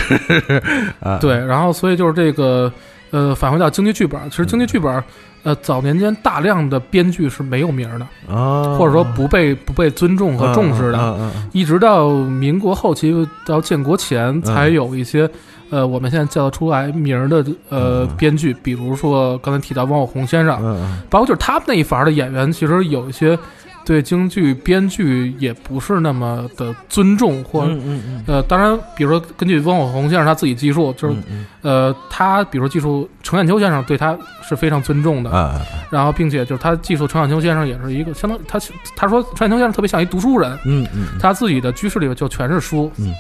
A: 啊，
B: 对，然后所以就是这个呃，返回到京剧剧本，
A: 嗯
B: 其实京剧剧本。呃，早年间大量的编剧是没有名儿的，
A: 啊，
B: 或者说不被不被尊重和重视的。
A: 嗯嗯嗯
B: 一直到民国后期到建国前，才有一些、呃我们现在叫得出来名儿的呃、
A: 嗯
B: 编剧，比如说刚才提到汪小红先生，
A: 嗯嗯
B: 包括就是他们那一伐的演员，其实有一些对京剧编剧也不是那么的尊重，或、
A: 嗯嗯嗯
B: 呃，当然，比如说根据汪小红先生他自己记述，就是、
A: 嗯
B: 呃他比如说记述程砚秋先生对他是非常尊重的，
A: 嗯啊，
B: 然后并且就是他记述程砚秋先生也是一个相当他他说程砚秋先生特别像一读书人，
A: 嗯嗯
B: 他自己的居室里边就全是书。
A: 嗯，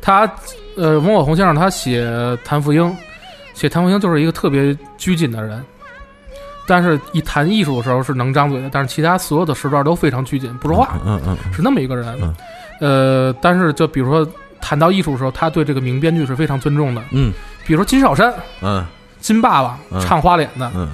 B: 他呃，翁我红先生他写谭富英，写谭富英就是一个特别拘谨的人，但是一谈艺术的时候是能张嘴的，但是其他所有的时段都非常拘谨，不说话，
A: 嗯嗯
B: 是那么一个人
A: 嗯。
B: 呃，但是就比如说谈到艺术的时候，他对这个名编剧是非常尊重的。
A: 嗯
B: 比如说金少山、
A: 嗯
B: 金爸爸
A: 嗯
B: 唱花脸的，
A: 嗯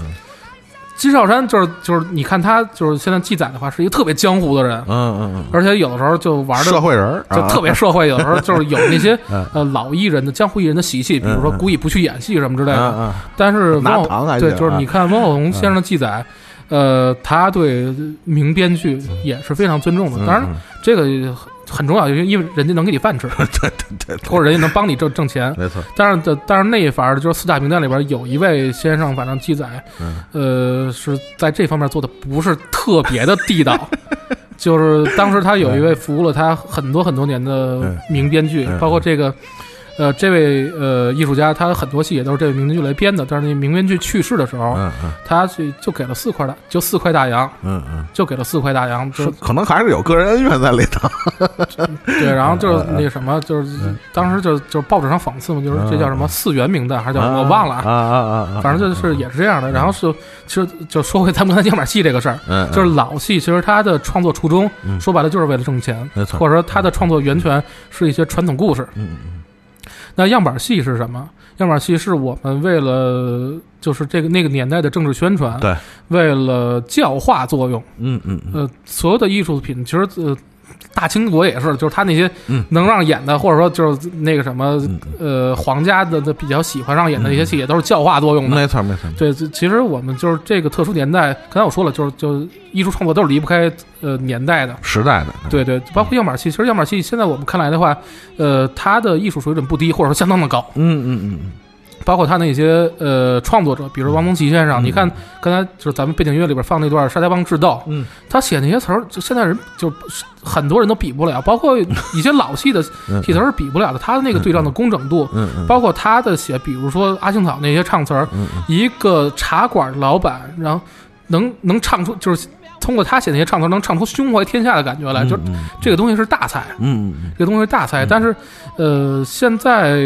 B: 金少山就是就是你看他就是现在记载的话，是一个特别江湖的人
A: 嗯，嗯嗯，
B: 而且有的时候就玩的
A: 社会人
B: 就特别社会，有 时候就是有那些
A: 啊嗯
B: 呃老艺人的江湖艺人的习气，比如说
A: 嗯嗯
B: 故意不去演戏什么之类的。
A: 嗯
B: 但是
A: 拿
B: 汪
A: 糖还
B: 对，
A: 行啊
B: 就是你
A: 嗯
B: 看汪小红先生的记载，呃，他对名编剧也是非常尊重
A: 嗯
B: 的。当然，这个很很重要，因为因为人家能给你饭吃，
A: 对对，
B: 或者人家能帮你挣挣钱。
A: 没错，
B: 但是的，但是那一法儿就是四大名旦里边有一位先生，反正记载
A: 嗯，
B: 呃，是在这方面做的不是特别的地道，就是当时他有一位服务了他很多很多年的名编剧
A: 嗯嗯，
B: 包括这个，呃，这位呃艺术家，他很多戏也都是这位名编剧来编的。但是那名编剧去世的时候，
A: 嗯嗯
B: 他就就给了四块大，就四块大洋，
A: 嗯嗯，
B: 就给了四块大 洋，就是
A: 可能还是有个人恩怨在里头。
B: 对，然后就是那个什么，就是
A: 嗯
B: 当时就就是报纸上讽刺嘛，就是这叫什么四元名单还是叫什么我忘了
A: 啊
B: 啊，
A: 啊啊啊！
B: 反正就是也是这样的。然后是其实就说回咱们刚才讲马戏这个事儿，
A: 嗯，
B: 就是老戏其实它的创作初衷
A: 嗯
B: 说白了就是为了挣钱，
A: 没错
B: 或，者说它的创作源泉是一些传统故事。
A: 嗯嗯
B: 那样板戏是什么？样板戏是我们为了就是这个那个年代的政治宣传，
A: 对，
B: 为了教化作用，
A: 嗯嗯
B: 呃，所有的艺术品其实呃，大清国也是，就是他那些
A: 嗯
B: 能让演的，或者说就是那个什么
A: 嗯，
B: 呃，皇家的的比较喜欢让演的那些戏，也都是教化作用的。
A: 没错没错，
B: 对，这其实我们就是这个特殊年代，刚才我说了，就是就是艺术创作都是离不开呃年代的。
A: 时代的，
B: 对对，包括样板戏，其实样板戏现在我们看来的话，呃，它的艺术水准不低，或者说相当的高。
A: 嗯嗯嗯
B: 包括他那些呃创作者，比如王宗奇先生，
A: 嗯
B: 你看刚才就是咱们背景音乐里边放那段《沙家浜智斗》，
A: 嗯，
B: 他写那些词儿，就现在人就很多人都比不了，包括一些老戏的
A: 嗯
B: 戏词儿是比不了的，他的那个对仗的工整度，
A: 嗯嗯，
B: 包括他的写，比如说阿庆草那些唱词儿，
A: 嗯
B: 一个茶馆老板，然后能能唱出就是。通过他写那些唱词儿，能唱出胸怀天下的感觉来，就这个东西是大才，
A: 嗯嗯
B: 这个东西是大才。
A: 嗯
B: 但是，呃，现在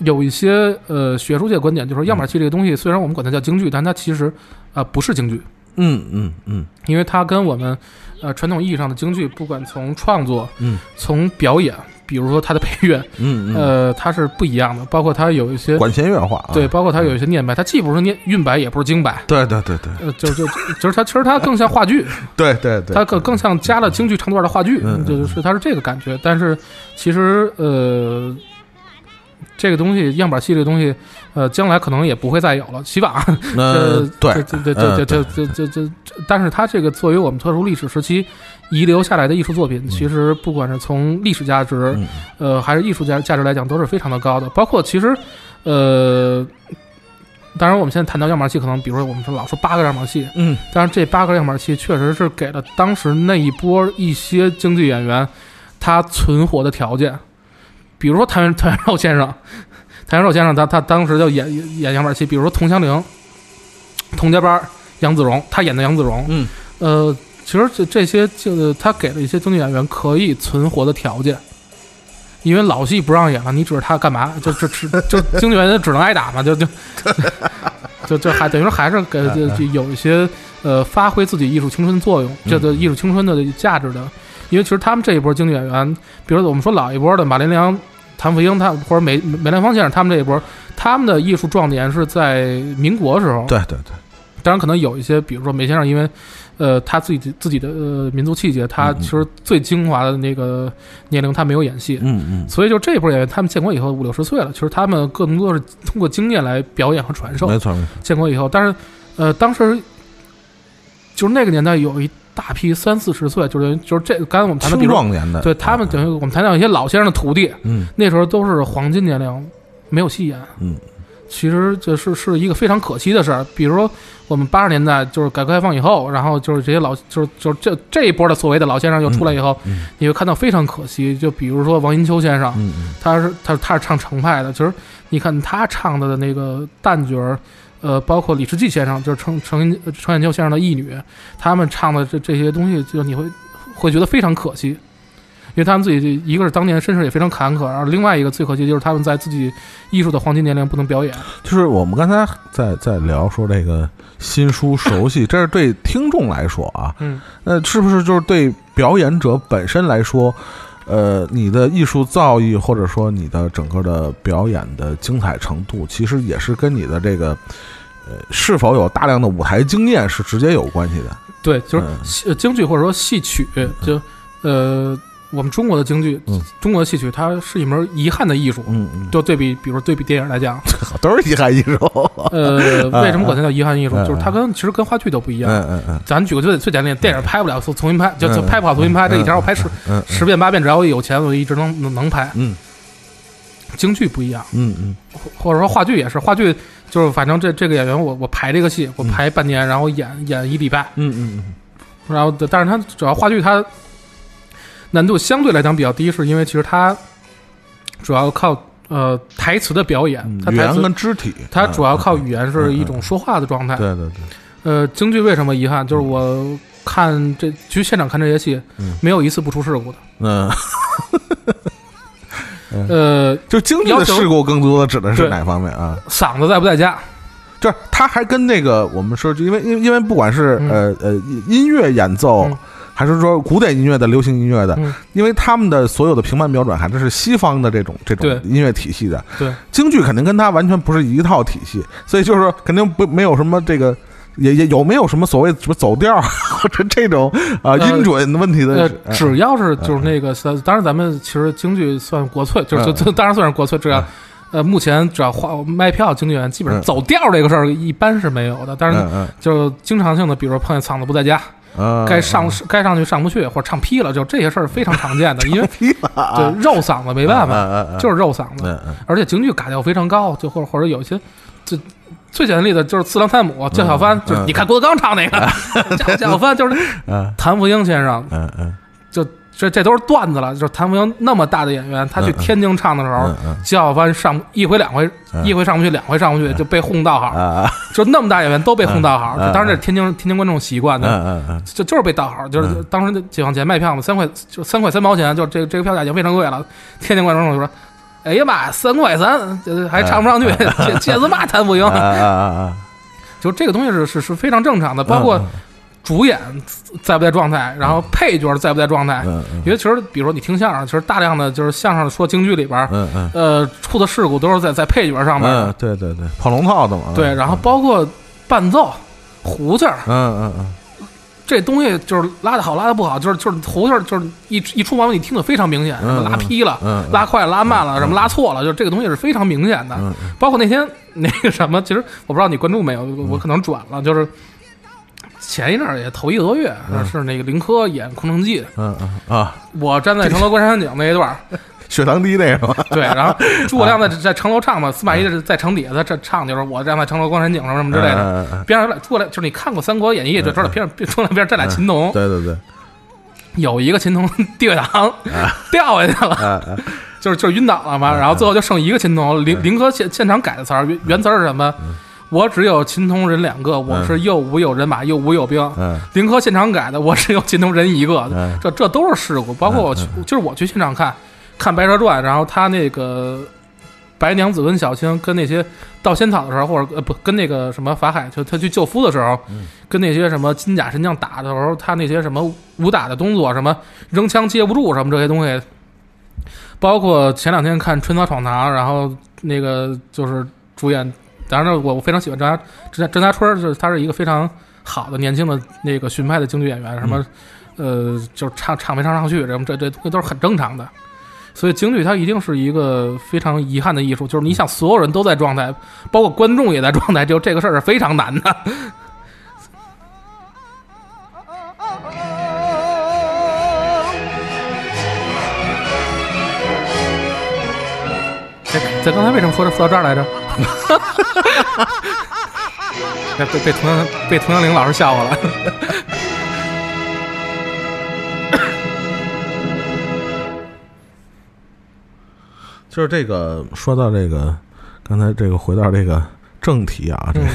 B: 有一些呃学术界观点，就是样呃板戏这个东西，虽然我们管它叫京剧，但它其实啊、呃不是京剧，
A: 嗯嗯嗯
B: 因为它跟我们呃传统意义上的京剧，不管从创作，
A: 嗯，
B: 从表演，比如说它的配乐，
A: 嗯嗯，
B: 呃，它是不一样的。包括它有一些
A: 管弦乐化，啊
B: 对，包括它有一些念白，它既不是念韵白，也不是京白。
A: 对对对对
B: 呃，就就就是它，其实它更像话剧，
A: 对对对，
B: 它更更像加了京剧唱段的话剧，
A: 嗯嗯
B: 就是它是这个感觉。但是其实呃，这个东西样板戏这个东西，呃，将来可能也不会再有了，起码
A: 呃对
B: 这这这这这这这这，但是它这个作为我们特殊历史时期遗留下来的艺术作品，其实不管是从历史价值，
A: 嗯
B: 呃，还是艺术价价值来讲，都是非常的高的。包括其实，呃，当然我们现在谈到样板戏，可能比如说我们说老说八个样板戏，
A: 嗯
B: 但是这八个样板戏确实是给了当时那一波一些京剧演员他存活的条件，比如说谭元 谭元寿先生，谭元寿先生他他当时就演演演样板戏，比如说《佟湘玲》《佟家班》杨子荣，他演的杨子荣，
A: 嗯
B: 呃，其实这这些就是他给了一些京剧演员可以存活的条件。因为老戏不让演了，你指着他干嘛？就就只就京剧演员只能挨打嘛，就就就就还等于说还是给就就有一些呃发挥自己艺术青春作用，这个艺术青春的价值的。因为其实他们这一波京剧演员，比如我们说老一波的马连良、谭富英，他或者梅梅兰芳先生，他们这一波，他们的艺术壮年是在民国时候。
A: 对对对，
B: 当然可能有一些，比如说梅先生，因为呃他自己自己的呃民族气节，他
A: 嗯嗯
B: 其实最精华的那个年龄他没有演戏，
A: 嗯嗯
B: 所以就这一波演员，他们建国以后五六十岁了，其实他们更多是通过经验来表演和传授。
A: 没错没错，
B: 建国以后，但是呃，当时就是那个年代有一大批三四十岁，就是就是这刚才我们谈的，比
A: 青
B: 如
A: 壮年的，
B: 对他们等于我们谈到一些老先生的徒弟，
A: 嗯
B: 那时候都是黄金年龄，没有戏演。
A: 嗯，
B: 其实这是是一个非常可惜的事儿。比如说我们八十年代就是改革开放以后，然后就是这些老就是就是这这一波的所谓的老先生又出来以后，
A: 嗯嗯
B: 你会看到非常可惜。就比如说王银秋先生，
A: 嗯嗯
B: 他是他他是唱程派的，其实你看他唱的那个旦角儿，呃，包括李世济先生，就是程程程砚秋先生的义女，他们唱的这这些东西，就你会会觉得非常可惜，因为他们自己一个是当年身世也非常坎坷，而另外一个最可惜就是他们在自己艺术的黄金年龄不能表演。
A: 就是我们刚才在在聊说这个新书熟悉，这是对听众来说啊，
B: 嗯，
A: 那是不是就是对表演者本身来说，呃，你的艺术造诣或者说你的整个的表演的精彩程度，其实也是跟你的这个呃是否有大量的舞台经验是直接有关系的。
B: 对，就是
A: 嗯
B: 戏呃京剧或者说戏曲，就呃我们中国的京剧
A: 嗯，
B: 中国的戏曲它是一门遗憾的艺术。
A: 嗯嗯，
B: 就对比，比如说对比电影来讲，啊
A: 都是遗憾艺术。
B: 呃，为什么管它叫遗憾艺术
A: 嗯？
B: 就是它跟其实跟话剧都不一样。
A: 嗯嗯嗯
B: 咱举个最最简单的例子，电影拍不了，重重新拍，就就
A: 嗯
B: 拍不好重新拍。
A: 嗯
B: 这一条我拍十
A: 嗯
B: 十遍八遍，只要我有钱，我一直能能能拍。
A: 嗯
B: 京剧不一样，
A: 嗯嗯
B: 或或者说话剧也是，话剧
A: 嗯
B: 就是反正这这个演员我我排这个戏，我排半年，然后演演一礼拜，
A: 嗯嗯
B: 然后但是它主要话剧它难度相对来讲比较低，是因为其实它主要靠呃台词的表演，它
A: 嗯语
B: 台
A: 言
B: 词
A: 跟肢体，
B: 它主要靠
A: 嗯
B: 语言是一种说话的状态。
A: 对对对，
B: 呃，京剧为什么遗憾？就是我看这去现场看这些戏，
A: 嗯
B: 没有一次不出事故的。
A: 嗯，
B: 呃，
A: 就经历的
B: 要求
A: 事故更多的指的是
B: 对
A: 哪方面啊？
B: 嗓子在不在家？
A: 就是它还跟那个我们说，就因为因为因为不管是
B: 嗯
A: 呃呃音乐演奏
B: 嗯，
A: 还是说古典音乐的、流行音乐的
B: 嗯，
A: 因为他们的所有的评判标准还是是西方的这种这种
B: 对
A: 音乐体系的，
B: 对，
A: 京剧肯定跟它完全不是一套体系，所以就是说肯定不没有什么这个。也也有没有什么所谓什么走调儿 或者这种啊、
B: 呃
A: 音准问题的
B: 呃，
A: 呃
B: 只要是就是那
A: 哎
B: 个，咱当然咱们其实京剧算国粹，就是就
A: 嗯
B: 就当然算是国粹，只要
A: 嗯。
B: 呃，目前只要花卖票，京剧演员基本上
A: 嗯
B: 走调这个事儿一般是没有的，但是
A: 嗯
B: 就经常性的，比如说碰见嗓子不在家，
A: 嗯，
B: 该上该上去上不去，或者唱劈了，就这些事儿非常 常见的，因为
A: 批了啊，
B: 对肉嗓子没办法，
A: 法
B: 就是是肉嗓子，
A: 嗯嗯嗯
B: 而且京剧嘎调非常高，就或者或者有一些就。最简单的例子就是《次郎探母》，叫小帆，就是
A: 嗯
B: 你看郭德纲唱 那个，叫小帆就是
A: 嗯
B: 谭富英先生，
A: 嗯嗯
B: 就这这都是段子了。就是谭富英那么大的演员，他去
A: 嗯嗯
B: 天津唱的时候
A: 嗯，嗯
B: 焦小帆上一回两回，
A: 嗯
B: 一回上不去，两回上不去就被轰道
A: 啊
B: 好，
A: 啊
B: 就那么大演员都被轰道好。
A: 嗯嗯
B: 就当然这是天津天津观众习惯
A: 嗯
B: 的，
A: 嗯嗯
B: 就就是被道好，就是
A: 嗯
B: 当时解放前卖票嘛，三块就三块三毛钱，就这这个票价已经非常贵了。天津观众就说：“哎呀妈，呀，三块三，这
A: 嗯
B: 还唱 不上去，这这他妈谭富英
A: 啊。啊啊啊！”
B: 就这个东西是是是非常正常的，包
A: 嗯
B: 括主演在不在状态，然后配角在不在状态，
A: 嗯嗯
B: 因为其实，比如说你听相声，其实大量的就是相声说京剧里边儿，
A: 嗯嗯
B: 呃，出的事故都是在在配角上面。
A: 嗯，对对对，跑龙套的嘛。
B: 对，然后包括伴奏、胡琴儿
A: 嗯嗯嗯
B: 这东西，就是拉的好，拉的不好，就是就是胡琴儿，就是一一出毛病，你听得非常明显，什么
A: 嗯
B: 拉劈了、
A: 嗯，
B: 拉快了、拉慢
A: 嗯
B: 了，什么拉错了，就这个东西是非常明显的。
A: 嗯
B: 包括那天那个什么，其实我不知道你关注没有，
A: 嗯
B: 我我可能转了，就是前一阵儿也头一个多月，呃
A: 嗯
B: 是那个林科演《空城计》，
A: 嗯嗯啊，
B: 我站在城楼观山景那一 段儿。
A: 血糖低那个。
B: 对，然后诸葛亮在
A: 啊
B: 在城楼唱嘛，司马懿
A: 嗯
B: 是在城底下在这唱，就是我站在城楼观山景什么什么之类的。
A: 的。
B: 边上诸葛亮就是你看过《三国演义》
A: 嗯
B: 就知道边上诸葛亮边上站俩琴童，
A: 对对对，
B: 有一个琴童地月堂掉下去 了，
A: 啊啊
B: 就是就是晕倒了嘛。然后最后就剩一个琴童，林林哥现现场改的词儿，原原词儿是什么？我只有琴童人两个，我是又无有人马又无有兵。
A: 嗯
B: 林科现场改的，我只有琴童人一个，
A: 嗯
B: 这这都是事故。包括我去，就是我去现场看看《白蛇传》，然后他那个白娘子跟小青跟那些到仙草的时候，或者呃不跟那个什么法海，就他去救夫的时候，跟那些什么金甲神将打的时候，他那些什么武打的动作，什么扔枪接不住什么这些东西，包括前两天看《春草闯堂》，然后那个就是主演，当然我我非常喜欢张家张家张家春儿，就是他是一个非常好的年轻的那个荀派的京剧演员，什么、呃就是唱唱没唱上去，什么这这东西都是很正常的。所以京剧它一定是一个非常遗憾的艺术，就是你想所有人都在状态，包括观众也在状态，就这个事儿是非常难的。哎，咱刚才为什么说这说到这儿来着？ 被被被佟湘被佟湘玲老师吓我了。
A: 就是这个，说到这个，刚才这个回到这个正题啊，这
B: 嗯
A: 个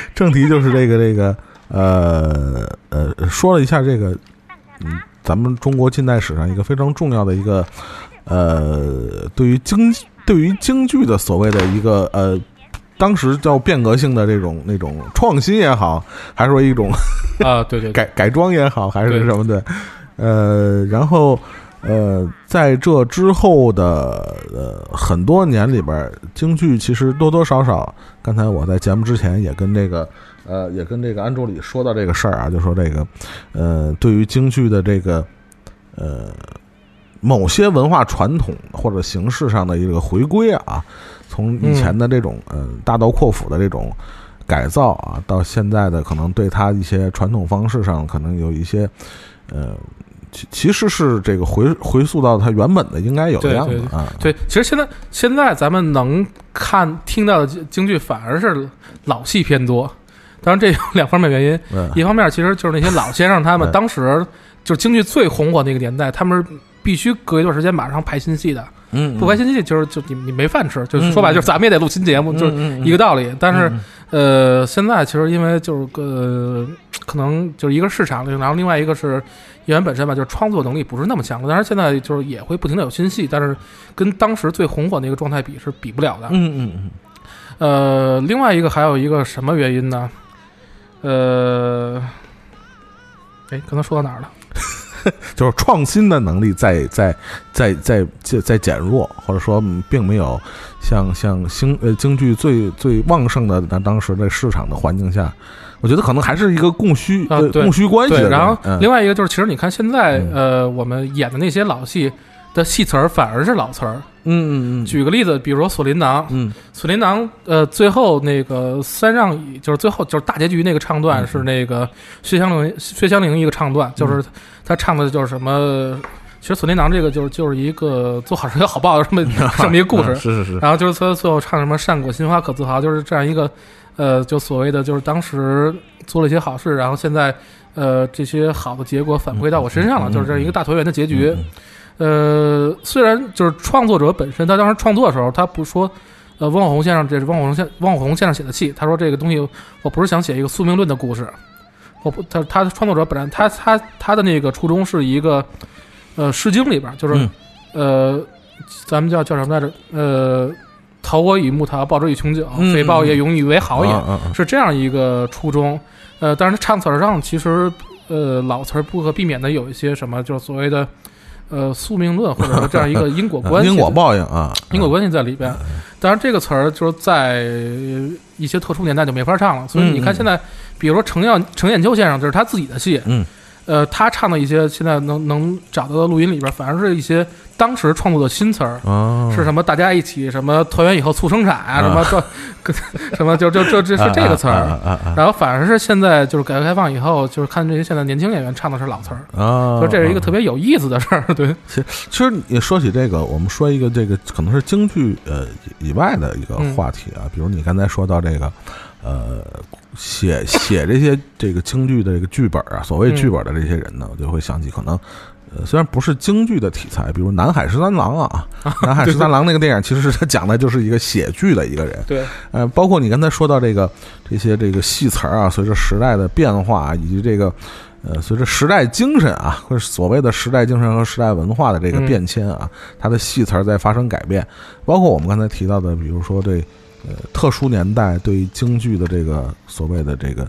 A: 正题就是这个这个呃呃，说了一下这个，嗯，咱们中国近代史上一个非常重要的一个呃，对于京对于京剧的所谓的一个呃。当时叫变革性的这种那种创新也好，还是说一种
B: 啊，对对对，
A: 改改装也好，还是
B: 对
A: 什么的，呃，然后呃，在这之后的呃很多年里边儿，京剧其实多多少少，刚才我在节目之前也跟这个呃也跟这个安助理说到这个事儿啊，就说这个呃对于京剧的这个呃某些文化传统或者形式上的一个回归啊，从以前的这种嗯、呃大刀阔斧的这种改造啊，到现在的可能对它一些传统方式上可能有一些呃，其其实是这个回回溯到它原本的应该有的
B: 对
A: 样
B: 对
A: 子啊，
B: 对，其实现在现在咱们能看听到的京京剧反而是老戏偏多，当然这有两方面原因，
A: 嗯
B: 一方面其实就是那些老先生他们
A: 嗯
B: 当时就是京剧最红火那个年代，他们是必须隔一段时间马上排新戏的，
D: 嗯
B: 不排新戏就是就你你没饭吃，就是
D: 嗯
B: 说白了就是咱们也得录新节目，就是一个道理。但是呃，现在其实因为就是个、呃可能就是一个市场，然后另外一个是演员本身吧，就是创作能力不是那么强了。当然现在就是也会不停的有新戏，但是跟当时最红火那个状态比是比不了的。
D: 嗯嗯
B: 呃，另外一个还有一个什么原因呢？呃，哎，刚才说到哪儿了？
A: 就是创新的能力在在在在在在减弱，或者说嗯并没有像像京呃京剧最最旺盛的那当时的市场的环境下，我觉得可能还是一个供需、
B: 啊
A: 呃
B: 对
A: 供需关系
B: 对，
A: 的。
B: 然后
A: 嗯
B: 另外一个就是，其实你看现在
A: 嗯
B: 呃，我们演的那些老戏的戏词儿反而是老词儿。
D: 嗯嗯，
B: 举个例子，比如说《锁麟囊》，
D: 嗯
B: 锁麟囊，呃，最后那个三让乙，就是最后就是大结局那个唱段是那个薛湘灵，薛湘灵一个唱段，就是他唱的就是什么，其实锁麟囊这个就是就是一个做好事有好报这么这么一个故
A: 嗯
B: 事，
A: 是是是，
B: 然后啊就是他最后唱什么善果心花可自豪，就是这样一个，呃，就所谓的就是当时做了一些好事，然后现在呃这些好的结果反馈到我身上了，
A: 嗯嗯
B: 就是这样一个大团圆的结局。
A: 嗯
B: 呃，虽然就是创作者本身，他当时创作的时候，他不说，呃，汪小红先生这是汪小红先汪小红先生写的戏，他说这个东西我不是想写一个宿命论的故事，我不他他创作者本来他他他的那个初衷是一个，呃，《诗经》里边就是，
D: 嗯
B: 呃，咱们叫叫什么来着？呃，陶我以木桃，报之以琼酒，
D: 嗯啊
B: 匪报也，永以为豪也。
A: 嗯嗯嗯
B: 是这样一个初衷。呃，但是他唱词儿上其实呃老词儿不可避免的有一些什么，就是所谓的呃宿命论，或者说这样一个因果
A: 嗯
B: 关系、
A: 因果报应 啊，
B: 因果关系在里边。当然，这个词儿就是在呃一些特殊年代就没法唱了。所以你看
D: 嗯
B: 现在，比如说程砚程砚秋先生，就是他自己的戏，
D: 嗯，
B: 呃，他唱的一些现在能能找到的录音里边，反而是一些当时创作的新词儿。
A: 啊
B: 是什么？大家一起什么团圆以后促生产啊？什么这， 跟什么就就就这是这个词儿。
A: 啊啊啊
B: 然后反而是现在就是改革开放以后，就是看这些现在年轻演员唱的是老词儿，
A: 啊啊！
B: 所以这是一个
A: 啊
B: 特别有意思的事儿。对，
A: 其实你说起这个，我们说一个这个可能是京剧呃以以外的一个话题啊，比如你刚才说到这个，呃，写写这些这个京剧的这个剧本啊，所谓剧本的这些人呢，我就会想起可能。呃，虽然不是京剧的题材，比如《南海十三郎》啊，《南海十三郎》那个电影，其实是他讲的就是一个写剧的一个人。
B: 对，
A: 呃，包括你刚才说到这个这些这个戏词儿啊，随着时代的变化啊以及这个呃，随着时代精神啊，或者所谓的时代精神和时代文化的这个
B: 嗯
A: 变迁啊，它的戏词儿在发生改变。包括我们刚才提到的，比如说这呃特殊年代对京剧的这个所谓的这个。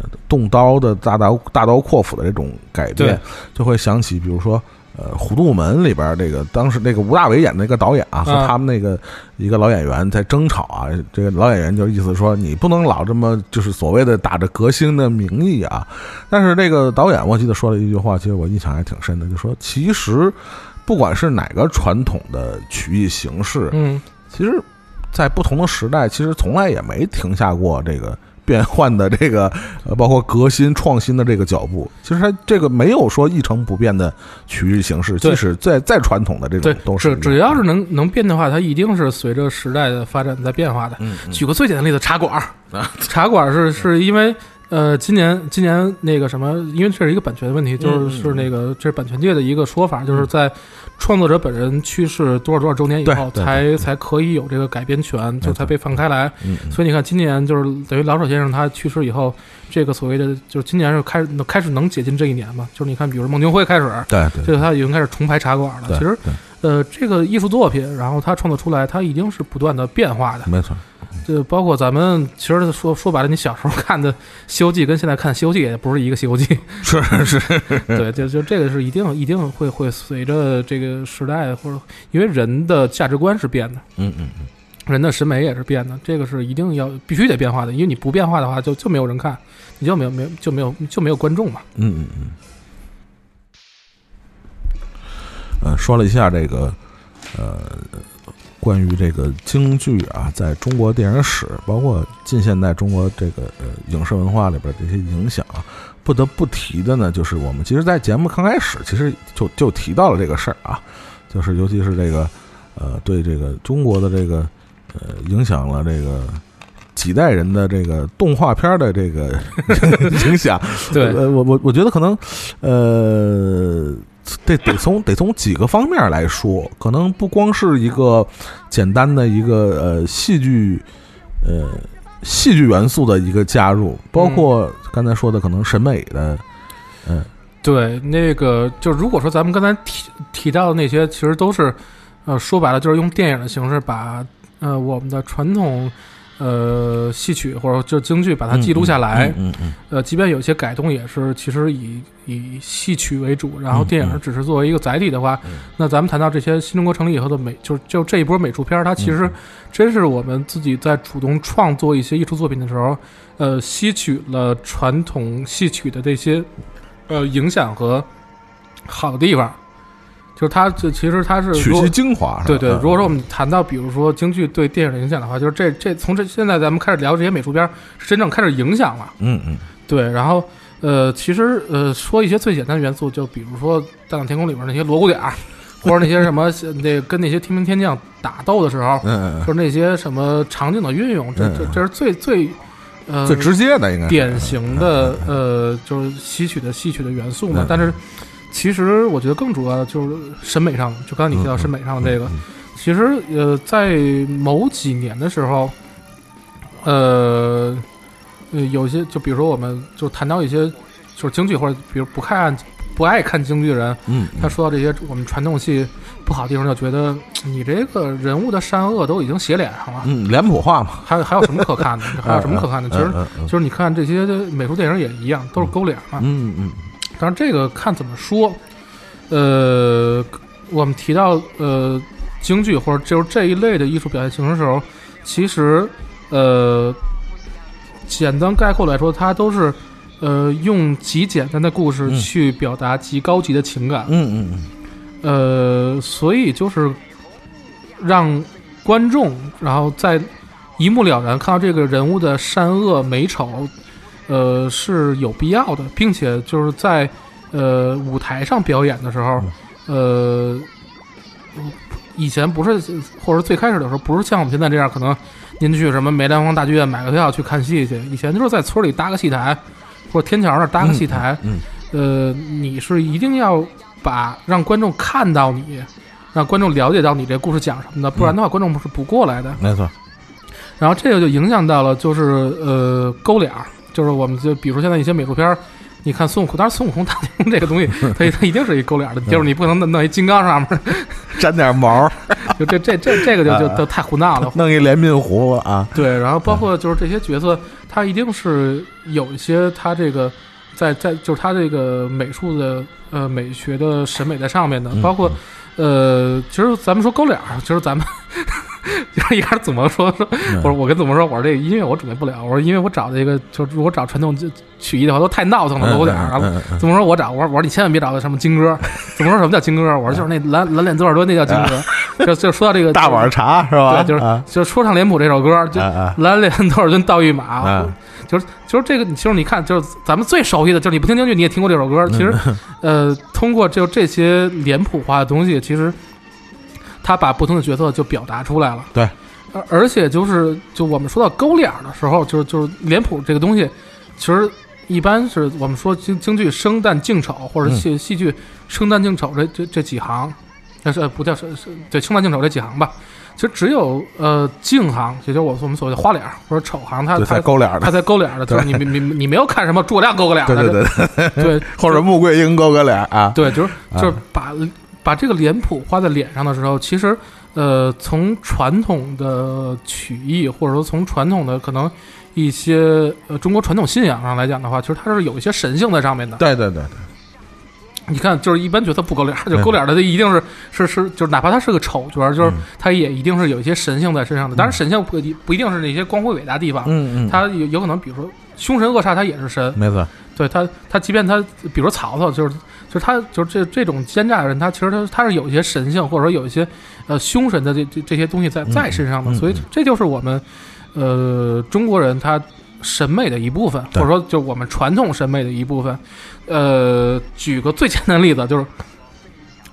A: 呃动刀的大刀大刀阔斧的这种改变
D: 对，
A: 就会想起，比如说，呃，《虎度门》里边儿这个当时那个吴大维演的那个导演啊，和
B: 啊
A: 他们那个一个老演员在争吵啊，这个老演员就是意思说你不能老这么就是所谓的打着革新的名义啊，但是这个导演我记得说了一句话，其实我印象还挺深的，就说其实不管是哪个传统的曲艺形式，
B: 嗯，
A: 其实，在不同的时代，其实从来也没停下过这个变换的这个 呃，包括革新创新的这个脚步。其实它这个没有说一成不变的曲艺形式，
B: 对
A: 即使再再传统的这种
B: 对
A: 都，是
B: 只
A: 一样
B: 只要是能能变的话，它一定是随着时代的发展在变化的。
A: 嗯嗯
B: 举个最简单的例子，茶馆儿
A: 啊，
B: 茶馆儿是是因为。呃，今年今年那个什么，因为这是一个版权问题，就
D: 嗯
B: 是
D: 嗯
B: 是那个这是版权界的一个说法，
A: 嗯
B: 就是在创作者本人去世多少多少周年以
A: 对
B: 后，
A: 对对
B: 才才可以有这个改编权，就才被放开来。
A: 嗯嗯
B: 所以你看，今年就是等于老舍先生他去世以后，这个所谓的就是今年是开始开始能解禁这一年嘛，就是你看，比如说孟京辉开始，
A: 对对
B: 这个他已经开始重排茶馆了。
A: 对，
B: 其实，
A: 对
B: 呃，这个艺术作品，然后他创作出来，它一定是不断的变化的。
A: 没错，
B: 就包括咱们其实说说白了，你小时候看的《西游记》跟现在看《西游记》也不是一个《西游记》，
A: 是是
B: 对，就就这个是一定一定会会随着这个时代或者因为人的价值观是变的。
A: 嗯嗯嗯，
B: 人的审美也是变的，这个是一定要必须得变化的，因为你不变化的话，就就没有人看，你就没有没有就没有就没有观众嘛。
A: 嗯嗯嗯。呃，说了一下这个，呃，关于这个呃京剧啊，在中国电影史，包括近现代中国这个呃影视文化里边这些影响啊，不得不提的呢，就是我们其实，在节目刚开始，其实就就提到了这个事儿啊，就是尤其是这个呃，对这个中国的这个呃影响了这个几代人的这个 动画片儿的这个影响。
B: 对
A: 呃，我我我觉得可能，呃，得得从得从几个方面来说，可能不光是一个简单的一个呃戏剧，呃戏剧元素的一个加入，包括刚才说的可能审美的，嗯、
B: 对，那个就如果说咱们刚才提提到的那些，其实都是，呃，说白了就是用电影的形式把呃我们的传统呃戏曲或者就京剧把它记录下来，
A: 嗯嗯
B: 呃，即便有些改动也是其实以以戏曲为主，然后
A: 嗯
B: 电影
A: 嗯
B: 只是作为一个载体的话，
A: 嗯
B: 那咱们谈到这些新中国成立以后的美，就是就这一波美术片儿，它其
A: 嗯
B: 实真是我们自己在主动创作一些艺术作品的时候，呃，吸取了传统戏曲的这些呃影响和好的地方，就是它这其实它是
A: 嗯，取
B: 如果
A: 其嗯精华。是
B: 对
A: 吧
B: 对，如果说我们谈到比如说京剧对电影的影响的话，就是这这从这现在咱们开始聊这些美术片儿，是真正开始影响了。
A: 嗯嗯
B: 对，然后呃，其实呃，说一些最简单的元素，就比如说《大闹天宫》里边那些锣鼓点儿，或者那些什么呃那跟那些天兵天将打斗的时候，
A: 嗯嗯
B: 就是那些什么场景的运用，这这
A: 嗯
B: 这是最最呃
A: 嗯，最直接的应该是
B: 典型的呃，就是吸取的吸取的元素嘛
A: 嗯。
B: 但是其实我觉得更主要的就是审美上，就刚才你提到
A: 嗯嗯
B: 审美上的这个，
A: 嗯
B: 其实呃，在某几年的时候，呃，呃有些就比如说我们就谈到一些就是京剧或者比如不看不爱看京剧的人，
A: 嗯，
B: 他说到这些我们传统戏不好的地方，就觉得你这个人物的善恶都已经写脸上了，
A: 嗯脸谱化嘛，
B: 还有还有什么可看的？还有什么可看的？其实
A: 嗯嗯
B: 就是你看这些美术电影也一样，都是勾脸嘛。
A: 嗯嗯
B: 当然这个看怎么说，呃，我们提到呃京剧或者就是这一类的艺术表现形式的时候，其实呃简单概括来说，它都是呃用极简单的故事
A: 嗯
B: 去表达极高级的情感，
A: 嗯嗯
B: 呃，所以就是让观众，然后在一目了然看到这个人物的善恶美丑，呃，是有必要的，并且就是在呃舞台上表演的时候，呃，以前不是，呃或者最开始的时候不是像我们现在这样，可能您去什么梅兰芳大剧院买个票去看戏去，以前就是在村里搭个戏台，或者天桥那儿搭个戏台，
A: 嗯
B: 呃，你是一定要把让观众看到你，让观众了解到你这故事讲什么的，不然的话观众是不过来的。
A: 没错，
B: 然后这个就影响到了，就是呃勾脸儿，就是我们就比如说现在一些美术片儿，你看孙悟空，当然孙悟空大龙这个东西，它它一定是一勾脸儿的，就是你不能弄弄一金刚上面儿，
A: 粘点毛，
B: 就这这这这个就就就太胡闹了。
A: 弄一连鬓胡子 啊，
B: 对，然后包括就是这些角色，他一定是有一些他这个在在就是他这个美术的呃美学的审美在上面的，
A: 嗯
B: 包括呃，其实咱们说勾脸儿，其实咱们 就是一开始怎么说说，
A: 嗯
B: 我说我跟怎么说，我说这音乐我准备不了，我说因为我找这个就是如果找传统曲艺的话都太闹腾了，勾脸儿，然后
A: 嗯
B: 怎么说我找我说我说你千万别找个什么 金歌，怎么说什么叫金歌？我说就是那蓝蓝脸左耳朵那叫金歌， 就就说到这个
A: 嗯大碗茶是吧？
B: 对，就是、
A: 啊
B: 就是说唱脸谱这首歌，就
A: 啊
B: 蓝脸多尔顿道御马，
A: 啊
B: 就是就是这个，其实你看，就是咱们最熟悉的，就是你不听京剧你也听过这首
A: 嗯
B: 歌。 其实，呃，通过就这些脸谱化的东西，其实他把不同的角色就表达出来了。
A: 对
B: 而，而且就是就我们说到勾脸儿的时候，就是就是脸谱这个东西，其实一般是我们说京京剧生旦净丑或
A: 嗯
B: 者戏、戏剧生旦净丑这这这几行，但是呃不叫是是对清旦净丑这几行吧。其实只有呃净行，也就是我我们所谓的花脸儿或者丑行，它
A: 对，
B: 它
A: 才勾脸
B: 他
A: 的，
B: 才勾脸儿的，就是你你你你没有看什么诸葛亮勾个脸儿
A: 对
B: 的，
A: 对对，
B: 对对，
A: 或者穆桂英勾个脸啊，
B: 对，就是
A: 啊
B: 就是把把这个脸谱画在脸上的时候，其实呃，从传统的曲艺或者说从传统的可能一些呃中国传统信仰上来讲的话，其实它是有一些神性在上面的。
A: 对对对，
B: 你看，就是一般角色不勾脸儿，
A: 嗯
B: 就勾脸儿的，一定是是是，就是哪怕他是个丑角儿，就是他也一定是有一些神性在身上的。当然，神性不不一定是那些光辉伟大地方，
A: 嗯嗯，
B: 他有有可能，比如说凶神恶煞，他也是神。
A: 没错，
B: 对他，他即便他，比如曹操，就是就是他，就是这这种奸诈的人，他其实他他是有一些神性，或者说有一些呃凶神的这这这些东西在在身上的，
A: 嗯嗯
B: 所以这就是我们呃中国人他审美的一部分，或
A: 对
B: 者说就我们传统审美的一部分。呃，举个最简单的例子，就是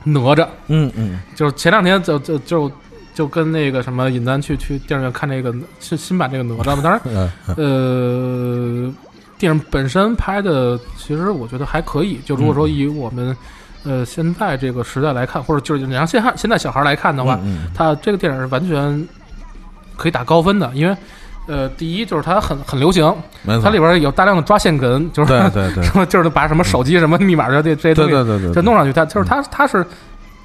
B: 哪吒，
A: 嗯嗯
B: 就是前两天就就就就跟那个什么尹丹去去电影院看这个新新版这个哪吒嘛，当然
A: 嗯 嗯
B: 呃，电影本身拍的其实我觉得还可以。就如果说以我
A: 嗯
B: 们、呃现在这个时代来看，或者就是你让现在现在小孩来看的话，
A: 嗯
B: 他这个电影是完全可以打高分的，因为呃，第一就是它很很流行，
A: 没错，
B: 它里边有大量的抓线梗，就是
A: 对对 对
B: 什么 就是把什么手机什么密码这这
A: 对
B: 这东西
A: 对对对，嗯
B: 这弄上去，它就是它它是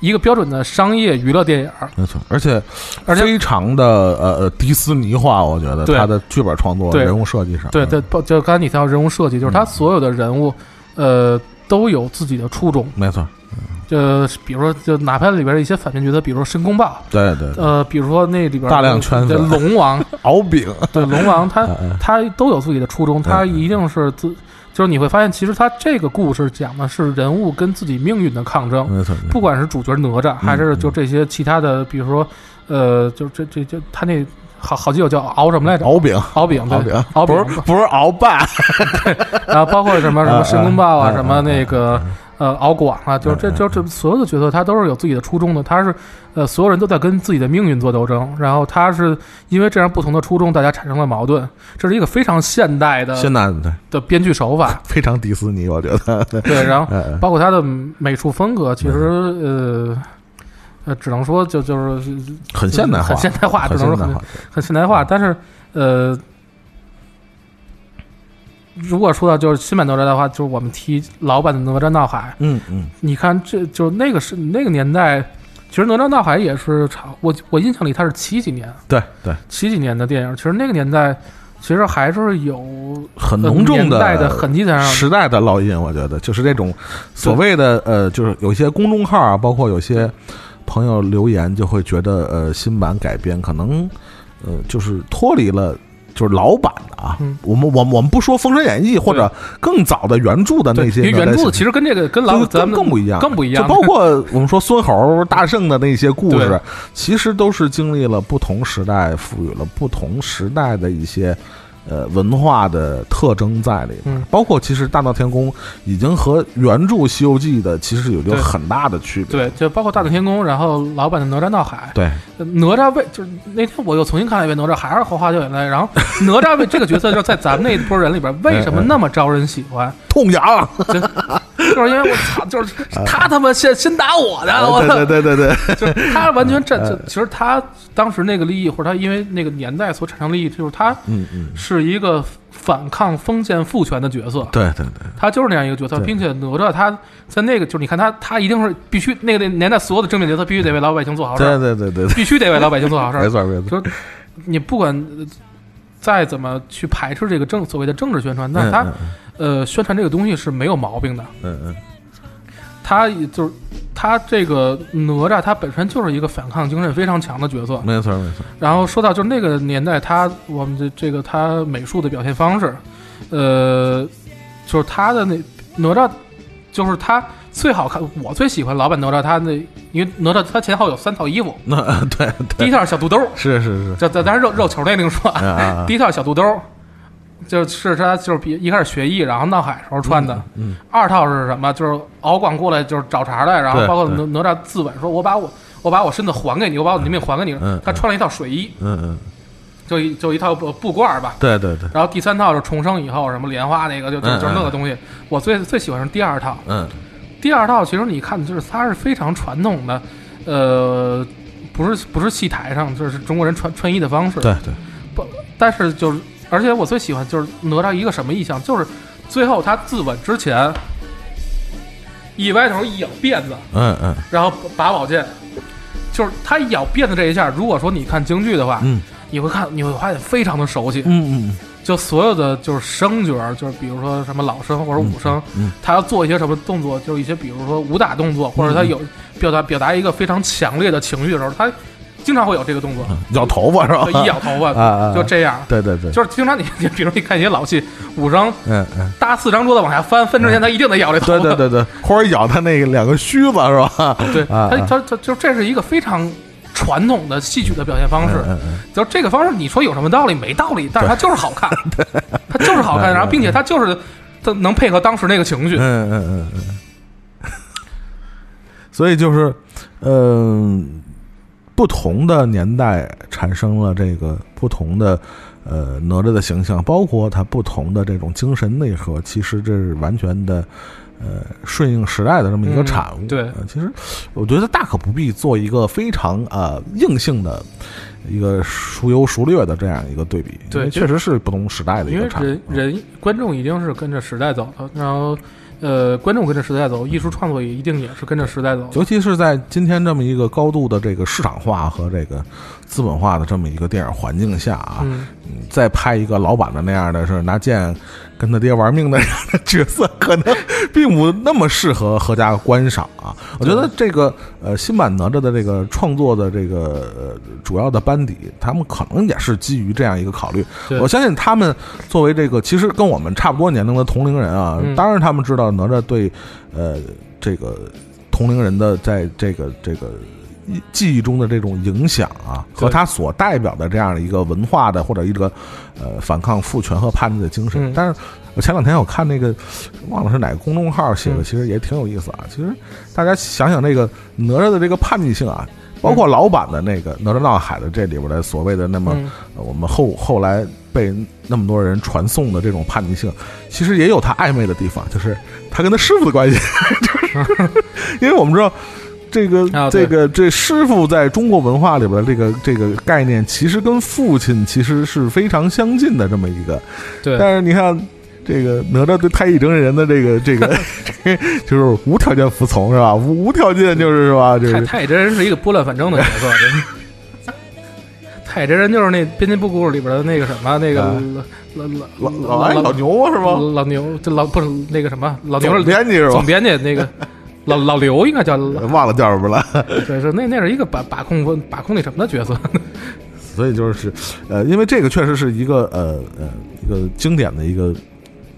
B: 一个标准的商业娱乐电影，
A: 没错，而且
B: 而且
A: 非常的呃呃迪斯尼化，我觉得
B: 对
A: 他的剧本创作、
B: 对
A: 人物设计上，
B: 对
A: 嗯
B: 对，，包就刚才你提到人物设计，就是他所有的人物，呃，都有自己的初衷。
A: 没错，
B: 呃，比如说，就哪怕里边的一些反面角色，比如说申公豹，
A: 对对，对
B: 呃，比如说那里边
A: 大量圈粉
B: 的 龙王，
A: 敖丙，
B: 对龙王，他
A: 嗯嗯
B: 他都有自己的初衷，他
A: 嗯嗯
B: 一定是自，就是你会发现，其实他这个故事讲的是人物跟自己命运的抗争，
A: 没错，
B: 不管是主角哪
A: 嗯
B: 吒，还是就这些其他的，比如说，呃，就这这这他那好好基友叫敖什么来着？
A: 敖丙，
B: 敖丙，对
A: 敖丙，啊
B: 敖
A: 不
B: 丙
A: 是，不是敖爸，
B: 然后包括什么什么申公豹啊，
A: 嗯嗯
B: 什么那个呃敖广啊，就是这
A: 嗯嗯
B: 就这所有的角色，他都是有自己的初衷的。他是呃，所有人都在跟自己的命运做斗争，然后他是因为这样不同的初衷，大家产生了矛盾。这是一个非常现代的
A: 现在对
B: 的编剧手 法，
A: 非常迪斯尼，我觉得，
B: 对，然后
A: 嗯嗯
B: 包括他的美术风格，其实呃。呃，只能说就就是
A: 很现代化，
B: 很现代化，只
A: 很
B: 能
A: 现
B: 说
A: 代
B: 很
A: 化，
B: 很现代化，但是呃，如果说到就是新版哪吒的话，就是我们提老版的哪吒闹海，
A: 嗯嗯，
B: 你看这就那个是那个年代，其实哪吒闹海也是差我我印象里它是七几年
A: 对对，
B: 七几年的电影，其实那个年代其实还是有呃
A: 很浓重
B: 年代的痕迹在上面。
A: 时代的烙印，我觉得就是这种所谓的呃，就是有一些公众号啊，包括有些朋友留言就会觉得呃，新版改编可能呃，就是脱离了。就是老版的啊，
B: 嗯
A: 我们我们我们不说《封神演义》或者更早的原著的
B: 对，
A: 那些
B: 因为原
A: 那类
B: 著
A: 型
B: 其实跟这个跟 老
A: 就更
B: 咱们
A: 更不一样，
B: 更不一样
A: 就包括我们说孙猴、大圣的那些故事
B: 对，
A: 其实都是经历了不同时代，赋予了不同时代的一些呃文化的特征在里面。
B: 嗯
A: 包括其实大闹天宫已经和原著《西游记》的其实有一个
B: 对
A: 很大的区别。
B: 对，就包括大闹天宫，然后老版的哪吒闹海，
A: 对
B: 呃哪吒为就是那天我又重新看了一遍哪吒，还是花花掉眼泪。然后 哪吒为这个角色，就在咱们那波人 里边，
A: 哎
B: 为什么那么招人喜欢？
A: 痛痒，
B: 就是因为我操， 就是他他妈先先打我的，啊我操
A: 对对，对对对，
B: 就是他完全占。就其实他当时那个利益，或者他因为那个年代所产生利益，就是他
A: 嗯嗯，
B: 是一个反抗封建父权的角色，
A: 对对对，
B: 他就是那样一个角色，
A: 对
B: 并且哪吒他在那个就是你看他他一定是必须那个年代所有的正面角色必须得为老百姓做好事
A: 对
B: 儿，
A: 对对对对，
B: 必须得为老百姓做好 事儿
A: 没。错没错，
B: 就是你不管呃再怎么去排斥这个政所谓的政治宣传，但
A: 嗯
B: 他、呃宣传这个东西是没有毛病的。
A: 嗯嗯
B: 他也就是他这个哪吒，他本身就是一个反抗精神非常强的角色
A: 嗯，。没错没错，
B: 然后说到就是那个年代，他我们的这个他美术的表现方式，呃，就是他的那哪吒，就是他最好看，我最喜欢老版哪吒，他那因为哪吒他前后有三套衣服，
A: 那 对
B: 第
A: 对，
B: 一套是小肚兜儿，
A: 是是 是，
B: 这咱咱肉肉球那另说啊
A: 啊，啊啊
B: 第一套小肚兜儿，就是他就是比一开始学艺，然后闹海时候穿的。
A: 嗯
B: 二套是什么？就是敖广过来就是找茬来，然后
A: 对
B: 包括哪
A: 对
B: 哪吒自刎说：“我把我我把我身子还给你，我把我的命还给你。
A: 嗯
B: 他穿了一套水衣，
A: 嗯嗯，
B: 就一就一套布布褂儿吧。
A: 对对对，
B: 然后第三套是重生以后什么莲花那个，就就
A: 嗯
B: 就是那
A: 嗯
B: 个
A: 嗯
B: 东西。我最最喜欢是第二套，
A: 嗯
B: 第二套其实你看，就是它是非常传统的，呃，不是不是戏台上，就是中国人穿穿衣的方式。
A: 对对，
B: 但是就是，而且我最喜欢就是哪吒一个什么意象，就是最后他自刎之前，一歪头一咬辫子，
A: 嗯嗯
B: 然后拔宝剑，就是他一咬辫子这一下，如果说你看京剧的话，
A: 嗯
B: 你会看你会发现非常的熟悉，
A: 嗯嗯。
B: 就所有的就是生角儿，就是比如说什么老生或者武生，
A: 嗯
B: 他要做一些什么动作，就是一些比如说武打动作，或者他有表达表达一个非常强烈的情绪的时候，他经常会有这个动作，
A: 咬头发是吧？
B: 就一咬头发，
A: 嗯 啊啊，
B: 哎就这样。
A: 对对对，
B: 就是经常你， 你比如你看一些老戏，五张
A: 嗯嗯，
B: 搭四张桌子往下翻，翻之前他一定得咬这头
A: 对
B: 发。
A: 对对对，或者咬他那个两个须子是吧？
B: 对，
A: 啊
B: 他他他就这是一个非常传统的戏曲的表现方式。
A: 嗯嗯
B: 就这个方式，你说有什么道理？没道理，但是它就是好看， 它就是好看，然后并且它就是它能配合当时那个情绪。
A: 嗯嗯 嗯，所以就是，嗯。不同的年代产生了这个不同的呃哪吒的形象，包括它不同的这种精神内核，其实这是完全的呃顺应时代的这么一个
B: 嗯
A: 产物。
B: 对
A: 呃其实我觉得大可不必做一个非常呃硬性的一个孰优孰劣的这样一个对比，
B: 对
A: 因为
B: 就
A: 确实是不同时代的一
B: 因为
A: 个产物。
B: 人
A: 嗯
B: 人观众一定是跟着时代走的，然后呃，观众跟着时代走，艺术创作也一定也是跟着时代走的。
A: 尤其是在今天这么一个高度的这个市场化和这个资本化的这么一个电影环境下啊，
B: 嗯，
A: 嗯再拍一个老版的那样的是拿剑跟他爹玩命的 这样的角色，可能并不那么适合合家观赏啊。我觉得这个呃新版哪吒的这个创作的这个、呃、主要的班底，他们可能也是基于这样一个考虑。
B: 对
A: 我相信他们作为这个其实跟我们差不多年龄的同龄人啊，
B: 嗯
A: 当然他们知道哪吒对呃这个同龄人的在这个这个记记忆中的这种影响啊，
B: 对
A: 和他所代表的这样的一个文化的或者一个呃反抗父权和叛逆的精神。
B: 嗯
A: 但是我前两天我看那个忘了是哪个公众号写的，
B: 嗯
A: 其实也挺有意思啊。其实大家想想这个哪吒的这个叛逆性啊。包括老版的那个《哪吒闹海》的这里边的所谓的那么
B: 嗯
A: 呃我们后后来被那么多人传颂的这种叛逆性，其实也有他暧昧的地方，就是他跟他师傅的关系， 就是因为我们知道。这个、
B: 啊对
A: 这个这师傅在中国文化里边，这个这个概念其实跟父亲其实是非常相近的这么一个。
B: 对，
A: 但是你看，这个哪吒对太乙真人的这个这 个，这个就是无条件服从是吧？无无条件就是是吧？就
B: 太
A: 是
B: 太乙真人是一个拨乱反正的角色，真的。太乙真人就是那《编辑部故事》里边的那个什么，那个
A: 啊
B: 老老
A: 老
B: 老
A: 老哎老牛是吗？
B: 老牛，这老不是那个什么老牛
A: 总
B: 是
A: 编辑是吧
B: 总？编辑那个老老刘应该叫老，
A: 忘了叫什么了。
B: 对，是那那是一个把把控把控那什么的角色，
A: 所以就是，呃，因为这个确实是一个呃呃一个经典的一个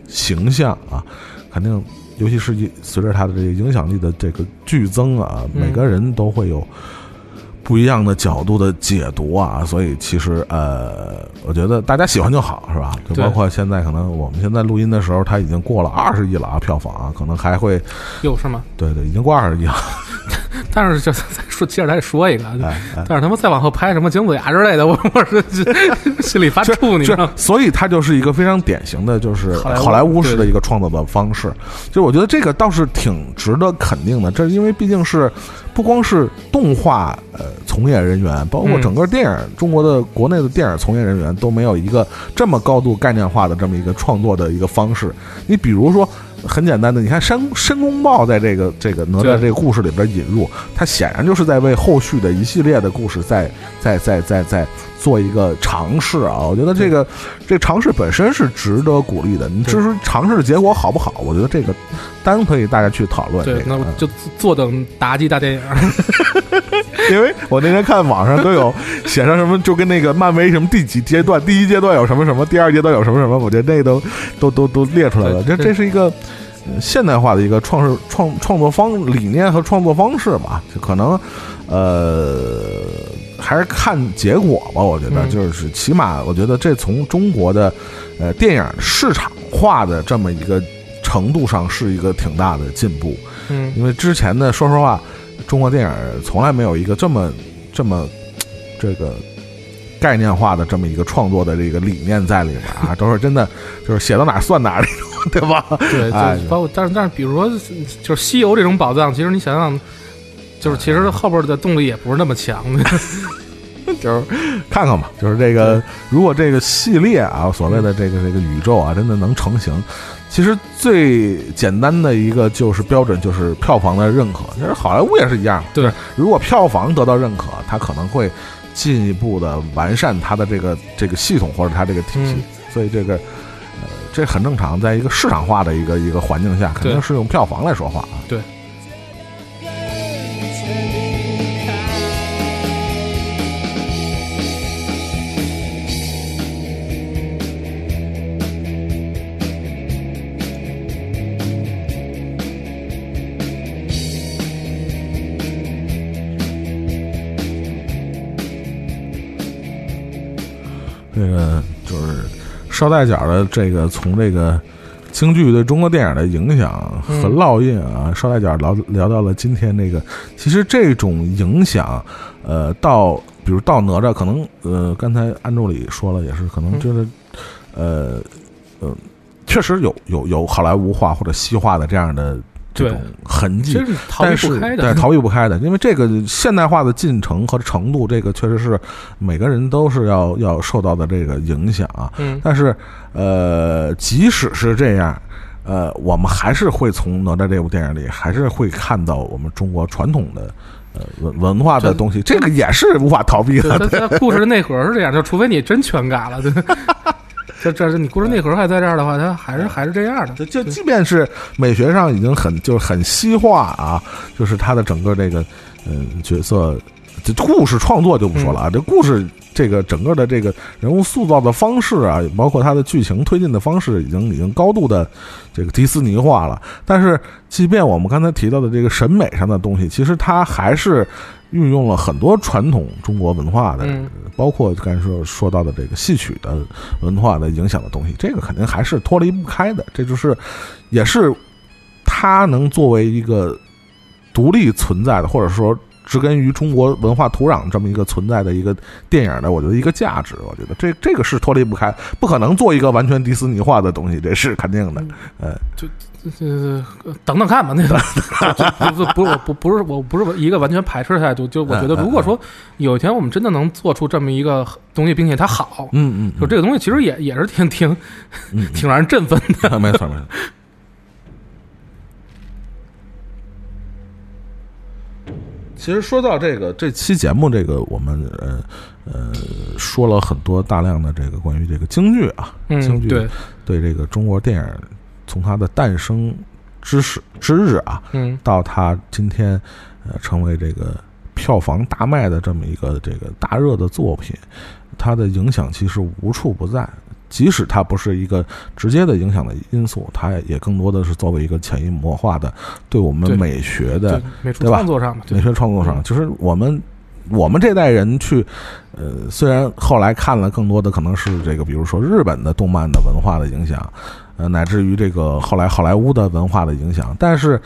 A: 形象啊，肯定，尤其是一随着他的这个影响力的这个剧增啊，
B: 嗯
A: 每个人都会有不一样的角度的解读啊，所以其实呃，我觉得大家喜欢就好，是吧？就
B: 对
A: 包括现在可能我们现在录音的时候，它已经过了二十亿了啊，票房啊，可能还会
B: 有是吗？
A: 对对，已经过二十亿了，
B: 但是就再说，接着再说一个啊，
A: 哎哎。
B: 但是他们再往后拍什么姜子牙之类的，我我是心里发怵，你知
A: 是
B: 道吗？，
A: 所以它就是一个非常典型的，就是
B: 好莱坞
A: 好莱坞式的
B: 对
A: 一个创作的方式。就我觉得这个倒是挺值得肯定的，这因为毕竟是不光是动画呃从业人员，包括
B: 嗯
A: 整个电影、中国的国内的电影从业人员都没有一个这么高度概念化的这么一个创作的一个方式。你比如说。很简单的，你看申 申公豹在这个这个哪吒
B: 对
A: 这个故事里边引入，他显然就是在为后续的一系列的故事在在在在在做一个尝试啊。我觉得这个这尝试本身是值得鼓励的。你
B: 对
A: 至于尝试的结果好不好，我觉得这个单可以大家去讨论这
B: 对
A: 个。，
B: 那我
A: 嗯
B: 就坐等妲己大电影。
A: 因为我那天看网上都有写上什么，就跟那个漫威什么第几阶段，第一阶段有什么什么，第二阶段有什么什么，我觉得这个都都都都列出来了。这
B: 对
A: 这是一个。呃现代化的一个创世创创作方理念和创作方式吧，就可能，呃，还是看结果吧。我觉得
B: 嗯
A: 就是起码，我觉得这从中国的呃电影市场化的这么一个程度上是一个挺大的进步。
B: 嗯，
A: 因为之前呢，说实话，中国电影从来没有一个这么这么这个概念化的这么一个创作的这个理念在里边啊，都是真的就是写到哪儿算哪儿那种，对吧？
B: 对，
A: 哎
B: 就是包括，但是但是，比如说，就是西游这种宝藏，其实你想想，就是其
A: 哎
B: 实后边的动力也不是那么强的。
A: 就是看看吧，就是这个如果这个系列啊，所谓
B: 嗯
A: 的这个这个宇宙啊，真的能成型。其实最简单的一个就是标准，就是票房的认可。其实好莱坞也是一样，
B: 对，
A: 如果票房得到认可，它可能会进一步的完善它的这个这个系统或者它这个体系。
B: 嗯
A: 所以这个呃，这很正常，在一个市场化的一个一个环境下，肯定
B: 对
A: 是用票房来说话啊。这个就是捎带脚的，这个从这个京剧对中国电影的影响和
B: 嗯
A: 烙印啊，捎带脚聊聊到了今天这个，其实这种影响，呃，到比如到哪吒，可能呃，刚才安助理说了，也是可能
B: 嗯
A: 就是，呃，呃，确实有有有好莱坞化或者西化的这样的 这种痕迹，
B: 真是逃
A: 但
B: 避
A: 是
B: 不开
A: 对
B: 的。
A: 逃避不开的，因为这个现代化的进程和程度，这个确实是每个人都是要要受到的这个影响啊。
B: 嗯，
A: 但是，呃，即使是这样，呃，我们还是会从哪吒这部电影里，还是会看到我们中国传统的呃文文化的
B: 这
A: 东西，这个也是无法逃避
B: 对，
A: 的。
B: 它它故事的内核是这样，就除非你真全嘎了，对。 这这这你故事内核还在这儿的话，它还是还是这样的。
A: 就就即便是美学上已经很就是很西化啊，就是他的整个这个嗯角色，这故事创作就不说了啊，这故事这个整个的这个人物塑造的方式啊，包括他的剧情推进的方式，已经已经高度的这个迪斯尼化了。但是，即便我们刚才提到的这个审美上的东西，其实它还是运用了很多传统中国文化的
B: 嗯，
A: 包括刚才说说到的这个戏曲的文化的影响的东西，这个肯定还是脱离不开的。这就是，也是它能作为一个独立存在的，或者说植根于中国文化土壤这么一个存在的一个电影的，我觉得一个价值。我觉得这这个是脱离不开，不可能做一个完全迪斯尼化的东西，这是肯定的。
B: 呃，等等看吧，那个 就就就不是我不不是我不是一个完全排斥的态度，就我觉
A: 嗯
B: 得
A: 嗯
B: 如果说有一天我们真的能做出这么一个东西，并且它好，
A: 嗯嗯
B: 就这个东西其实也也是挺挺
A: 嗯
B: 挺让人振奋的。
A: 个 没错没错。其实说到这个这期节目，这个我们呃呃说了很多大量的这个关于这个京剧啊，京
B: 嗯，
A: 剧
B: 对，
A: 对这个中国电影从它的诞生之始之日啊，
B: 嗯
A: 到它今天呃成为这个票房大卖的这么一个这个大热的作品，它的影响其实无处不在。即使它不是一个直接的影响的因素，它也更多的是作为一个潜移默化的对我们
B: 对
A: 美学
B: 对
A: 的，
B: 美术
A: 对吧
B: 创作上嘛，对
A: 美学创作上，
B: 嗯
A: 就是我们我们这代人去，呃，虽然后来看了更多的可能是这个，比如说日本的动漫的文化的影响，呃，乃至于这个后来好莱坞的文化的影响，但是。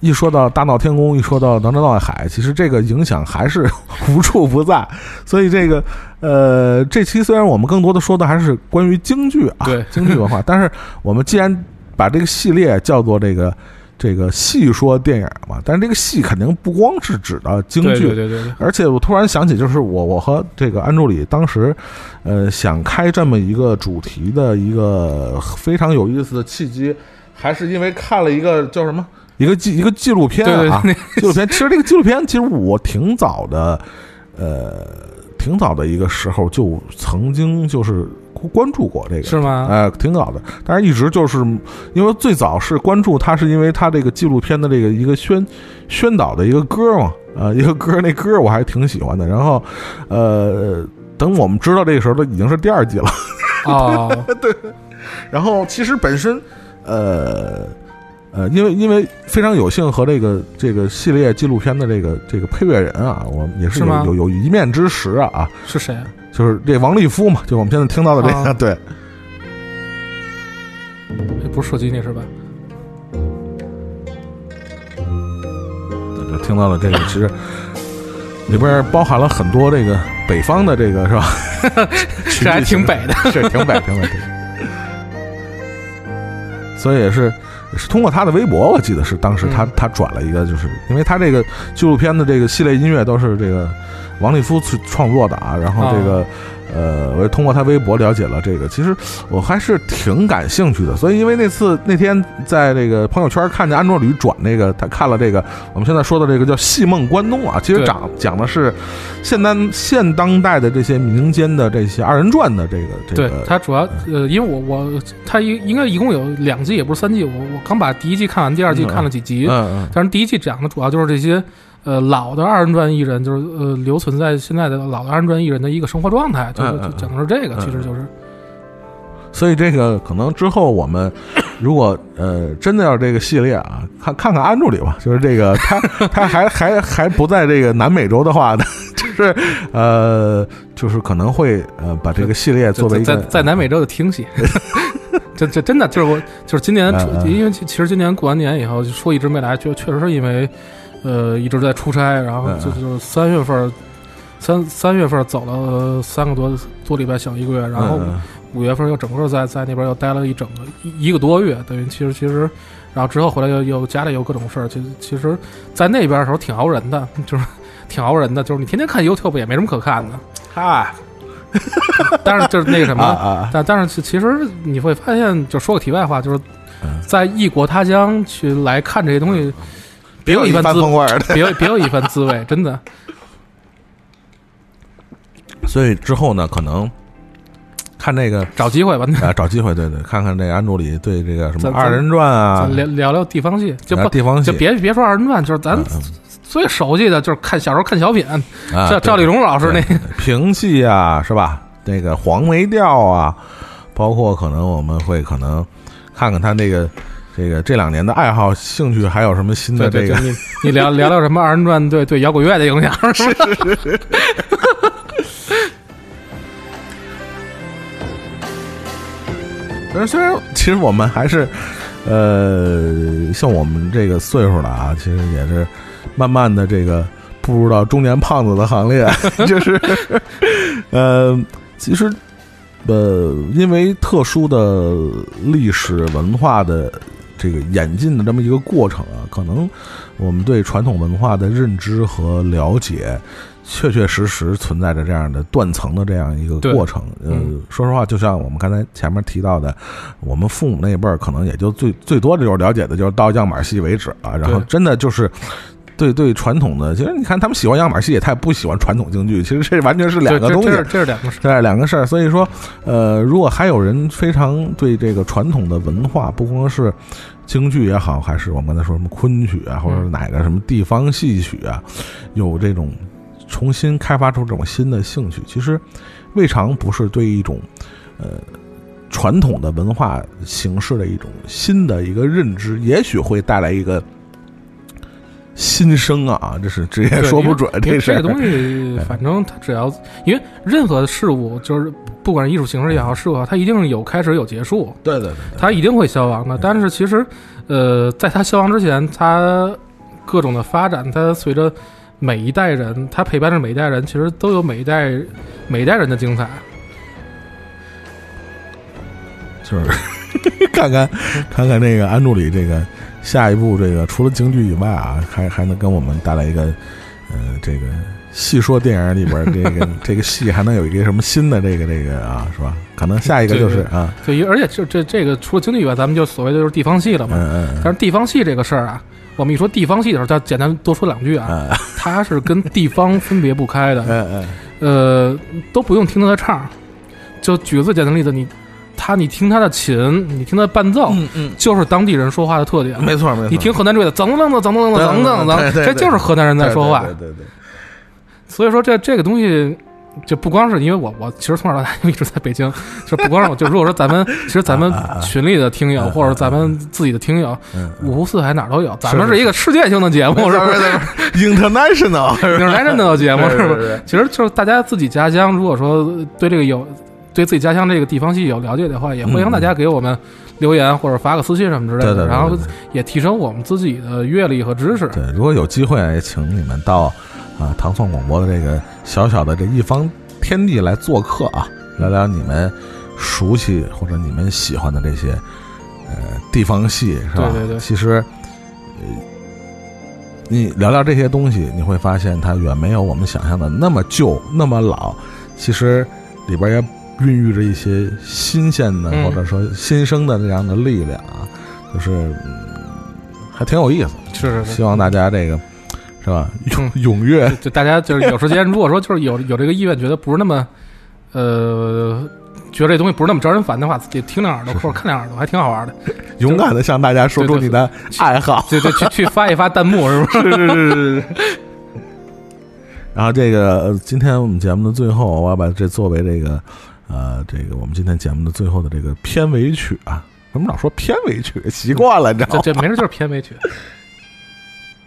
A: 一说到大闹天宫，一说到哪吒闹海，其实这个影响还是 无处不在。所以这个，呃，这期虽然我们更多的说的还是关于京剧啊，
B: 对
A: 京剧文化，但是我们既然把这个系列叫做这个这个戏说电影嘛，但是这个戏肯定不光是指的京
B: 对
A: 剧，
B: 对对对对，
A: 而且我突然想起，就是我我和这个安助理当时，呃，想开这么一个主题的一个非常有意思的契机，还是因为看了一个叫什么一个纪一个纪录片啊，
B: 对对
A: 纪录片。其实这个纪录片，其实我挺早的，呃，挺早的一个时候就曾经就是关注过这个，
B: 是吗？
A: 哎，挺好的，但是一直就是因为最早是关注他，是因为他这个纪录片的这个一个宣宣导的一个歌嘛，呃，一个歌，那歌我还挺喜欢的。然后，呃，等我们知道这个时候，都已经是第二季了。 啊
B: 哦，
A: 然后，其实本身，呃。呃，因为因为非常有幸和这个这个系列纪录片的这个这个配乐人啊，我们也是
B: 是
A: 有
B: 吗
A: 有有一面之识啊啊，
B: 是谁啊？
A: 就是这王立夫嘛，就我们现在听到的这个，
B: 啊
A: 对，
B: 哎不是手机那是吧？
A: 就听到了这个，其实里边包含了很多这个北方的这个是吧？
B: 这还挺北的。
A: 是挺北挺北。挺北所以也是也是通过他的微博，我记得是当时他、
B: 嗯
A: 他转了一个，就是因为他这个纪录片的这个系列音乐都是这个王立夫去创作的啊，然后这个、
B: 哦
A: 呃，我也通过他微博了解了这个，其实我还是挺感兴趣的。所以因为那次那天在这个朋友圈看见安卓驴转那个，他看了这个我们现在说的这个叫《戏梦关东》啊，其实
B: 对
A: 讲讲的是现当现当代的这些民间的这些二人转的这个这
B: 对
A: 个，
B: 他主要呃，因为我我他应应该一共有两季，也不是三季。我我刚把第一季看完，第二季
A: 嗯
B: 看了几集。
A: 嗯
B: 但是第一季讲的主要就是这些呃老的二人转艺人，就是呃留存在现在的老的二人转艺人的一个生活状态，就是
A: 嗯嗯
B: 就
A: 嗯
B: 讲的是这个，
A: 嗯
B: 其实就是
A: 嗯，所以这个可能之后我们如果呃真的要这个系列啊，看看看安助理吧，就是这个 他他还还还不在这个南美洲的话呢， 就是呃就是可能会呃把这个系列
B: 就
A: 作为一
B: 在
A: 个
B: 在在南美洲的听戏，这这真的就是我就是今年
A: 嗯
B: 出，
A: 嗯
B: 因为其其实今年过完年以后，就说一直没来，就确实是因为呃一直在出差，然后
A: 嗯嗯
B: 就就是三月份儿三三月份儿走了三个多多礼拜，小一个月，然后
A: 嗯
B: 五月份又整个在在那边又待了一整个一一个多月，等于其实其实，然后之后回来又又家里有各种事儿，其实其实，在那边的时候挺熬人的，就是 挺熬人的，就是你天天看 YouTube 也没什么可看的，
A: 嗨
B: 但是就是那个什
A: 啊
B: 么，
A: 啊，
B: 但但是其其实你会发现，就说个题外话，就是
A: 嗯
B: 在异国他乡去来看这些东西， 别有一
A: 一
B: 番
A: 帆
B: 滋
A: 风味儿的。
B: 别有别有一番滋味，真的。
A: 所以之后呢，可能看这个
B: 找机会吧，
A: 啊，找机会，对对，看看这个安助理对这个什么
B: 咱咱
A: 二人转 啊
B: 咱，聊聊聊地方戏，就
A: 啊
B: 不
A: 地方戏
B: 就，别别说二人转，就是咱
A: 嗯嗯
B: 最熟悉的就是看小时候看小品，
A: 啊
B: 赵赵丽
A: 对
B: 蓉老师那
A: 对评戏啊，是吧？那个黄梅调啊，包括可能我们会可能看看他那个这个这两年的爱好、兴趣，还有什么新的
B: 对
A: 这
B: 对
A: 个
B: 对，你你聊聊聊什么二人转对对摇滚乐的影响？是吧
A: 但是虽然其实我们还是，呃，像我们这个岁数了啊，其实也是慢慢的这个步入到中年胖子的行列，就是，呃，其实，呃，因为特殊的历史文化的这个演进的这么一个过程啊，可能我们对传统文化的认知和了解。确确实实存在着这样的断层的这样一个
B: 对
A: 过程，呃
B: 嗯，
A: 说实话，就像我们刚才前面提到的，我们父母那一辈儿可能也就最最多的就是了解的就是到样板戏为止啊，然后
B: 对
A: 真的就是。对对，传统的其实你看他们喜欢样板戏，也太不喜欢传统京剧，其实这完全是两个
B: 这
A: 东西
B: 这，是这是两个事。
A: 对两个事儿。所以说，呃，如果还有人非常对这个传统的文化，不光是京剧也好，还是我们刚才说什么昆曲啊，或
B: 嗯
A: 者是哪个什么地方戏曲啊，有这种重新开发出这种新的兴趣，其实未尝不是对一种呃传统的文化形式的一种新的一个认知，也许会带来一个。新生啊，这是 这也
B: 对
A: 说
B: 因为
A: 不准，
B: 因为
A: 事
B: 这
A: 儿
B: 个东西，反正它只要因为任何事物，就是不管是艺术形式也好，事物也好，它一定是有开始有结束，
A: 对对对对，
B: 它一定会消亡的。但是其实，呃，在它消亡之前，它各种的发展，它随着每一代人，它陪伴着每一代人，其实都有每一代每一代人的精彩。
A: 就是 看看看看这个安助理这个下一步这个除了京剧以外啊，还还能跟我们带来一个呃这个细说电影里边儿这 个这个戏还能有一个什么新的这个这个啊是吧？可能下一个就是
B: 对
A: 啊
B: 对，因为而且这这这个除了京剧以外，咱们就所谓的就是地方戏了嘛。
A: 嗯嗯
B: 但是地方戏这个事儿啊，我们一说地方戏的时候，再简单多说两句啊，
A: 嗯
B: 它是跟地方分别不开的，
A: 嗯嗯
B: 呃，都不用听它的唱儿，就举个最简单的例子，你他你听他的琴，你听他的伴奏，
A: 嗯嗯，
B: 就是当地人说话的特点。
A: 没错没错，
B: 你听河南队的噔噔噔噔噔噔噔
A: 嗯对
B: 噔，
A: 对对
B: 这就是河南人在
A: 对
B: 说话
A: 对。对对对
B: 所以说这这个东西，就不光是因为我我其实从小到大一直在北京， 就不光是我，就如果说咱 们其实咱们
A: 啊啊啊
B: 群里的听友
A: 嗯
B: 或者咱们自己的听友，
A: 嗯嗯
B: 五湖四海哪儿都有，咱们
A: 是
B: 是一个世界性的节目，是不是？
A: ，international 是吧？
B: international 的节目
A: 是
B: 是不是？
A: 是
B: 其实就是大家自己家乡，如果说对这个有对自己家乡这个地方戏有了解的话，也欢迎大家给我们留言或者发个私信什么之类
A: 对对
B: 的，
A: 对
B: 然后
A: 对对
B: 也提升我们自己的阅历和知识。
A: 对，如果有机会，也请你们到啊唐宋广播的这个小小的这一方天地来做客啊，聊聊你们熟悉或者你们喜欢的这些呃地方戏，是吧？
B: 对对对
A: 其实，呃，你聊聊这些东西，你会发现它远没有我们想象的那么旧、那么老。其实里边也孕育着一些新鲜的，
B: 嗯
A: 或者说新生的那样的力量啊，就是、嗯、还挺有意思。
B: 是是是
A: 希。望大家这个是吧，踊
B: 嗯
A: 踊跃
B: 就大家就是有时间，如果说就是有有这个意愿，觉得不是那么，呃，觉得这东西不是那么招人烦的话，自己听两耳朵或者看两耳朵，还挺好玩的。
A: 勇敢的向大家说出你的爱好。
B: 就就去去发一发弹幕，是不是？
A: 是是是是。 然后这个呃今天我们节目的最后，我要把这作为这个呃这个我们今天节目的最后的这个片尾曲啊，我们老说片尾曲习惯了，你知道
B: 这
A: 吗？
B: 这没事就是片尾曲，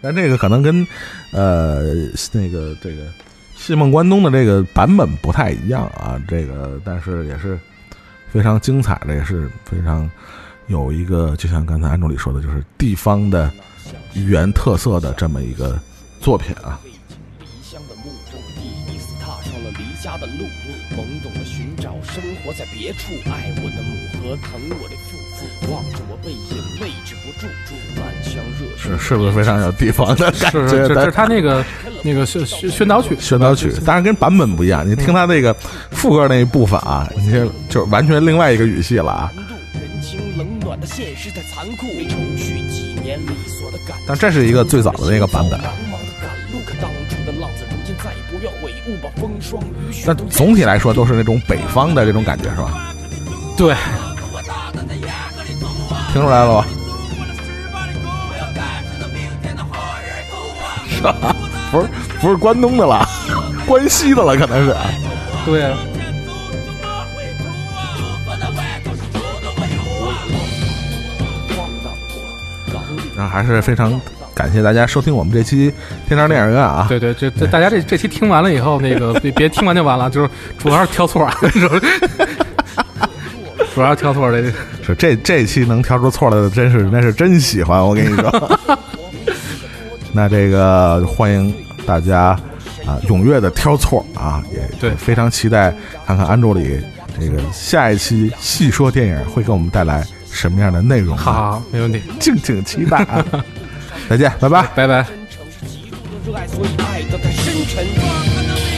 A: 但这个可能跟呃那个这个戏梦关东的这个版本不太一样啊，这个但是也是非常精彩的，也是非常有一个，就像刚才安助理说的，就是地方的语言特色的这么一个作品啊。
D: 背井离乡的目的地，第一次踏上了离家的路，懵懂的寻找生活在别处。爱我的母和疼我的父，望着我背影泪止不住，转向热
A: 是是不是非常有地方的感觉？
B: 是是，这是
A: 但
B: 他那个那个宣宣宣导曲，
A: 宣导曲，当然跟版本不一样。你听他那个副歌那一部分啊，你这就是完全另外一个语系了啊。
D: 难度，人情冷暖的现实太残酷，被冲去几年理所的感。
A: 但这是一个最早的那个版本
D: 茫茫的赶路，可当初的浪子如今再不愿悔悟，把风霜雨雪。
A: 但总体来说都是那种北方的这种感觉，是吧？
B: 对，
A: 听出来了吧？是吧？不是不是关东的了， 关西的了，可能是。
B: 对啊，
D: 放荡我，刚烈。
A: 然后还是非常感谢大家收听我们这期天堂电影院啊。
B: 对对，这这大家这这期听完了以后，那个别别听完就完了，就是主要是挑错啊，主要是挑错这
A: 是这这期能挑出错来的，真是那是真喜欢，我跟你说。 那这个欢迎大家啊、踊跃的挑错啊，也
B: 对
A: 非常期待看看安助理这个下一期细说电影会给我们带来什么样的内容、啊。
B: 好好，好，没问题，
A: 敬请期待 啊！再见，拜拜。
B: 拜拜。
D: 真诚是极度的热爱，所以爱得太深沉。我可能没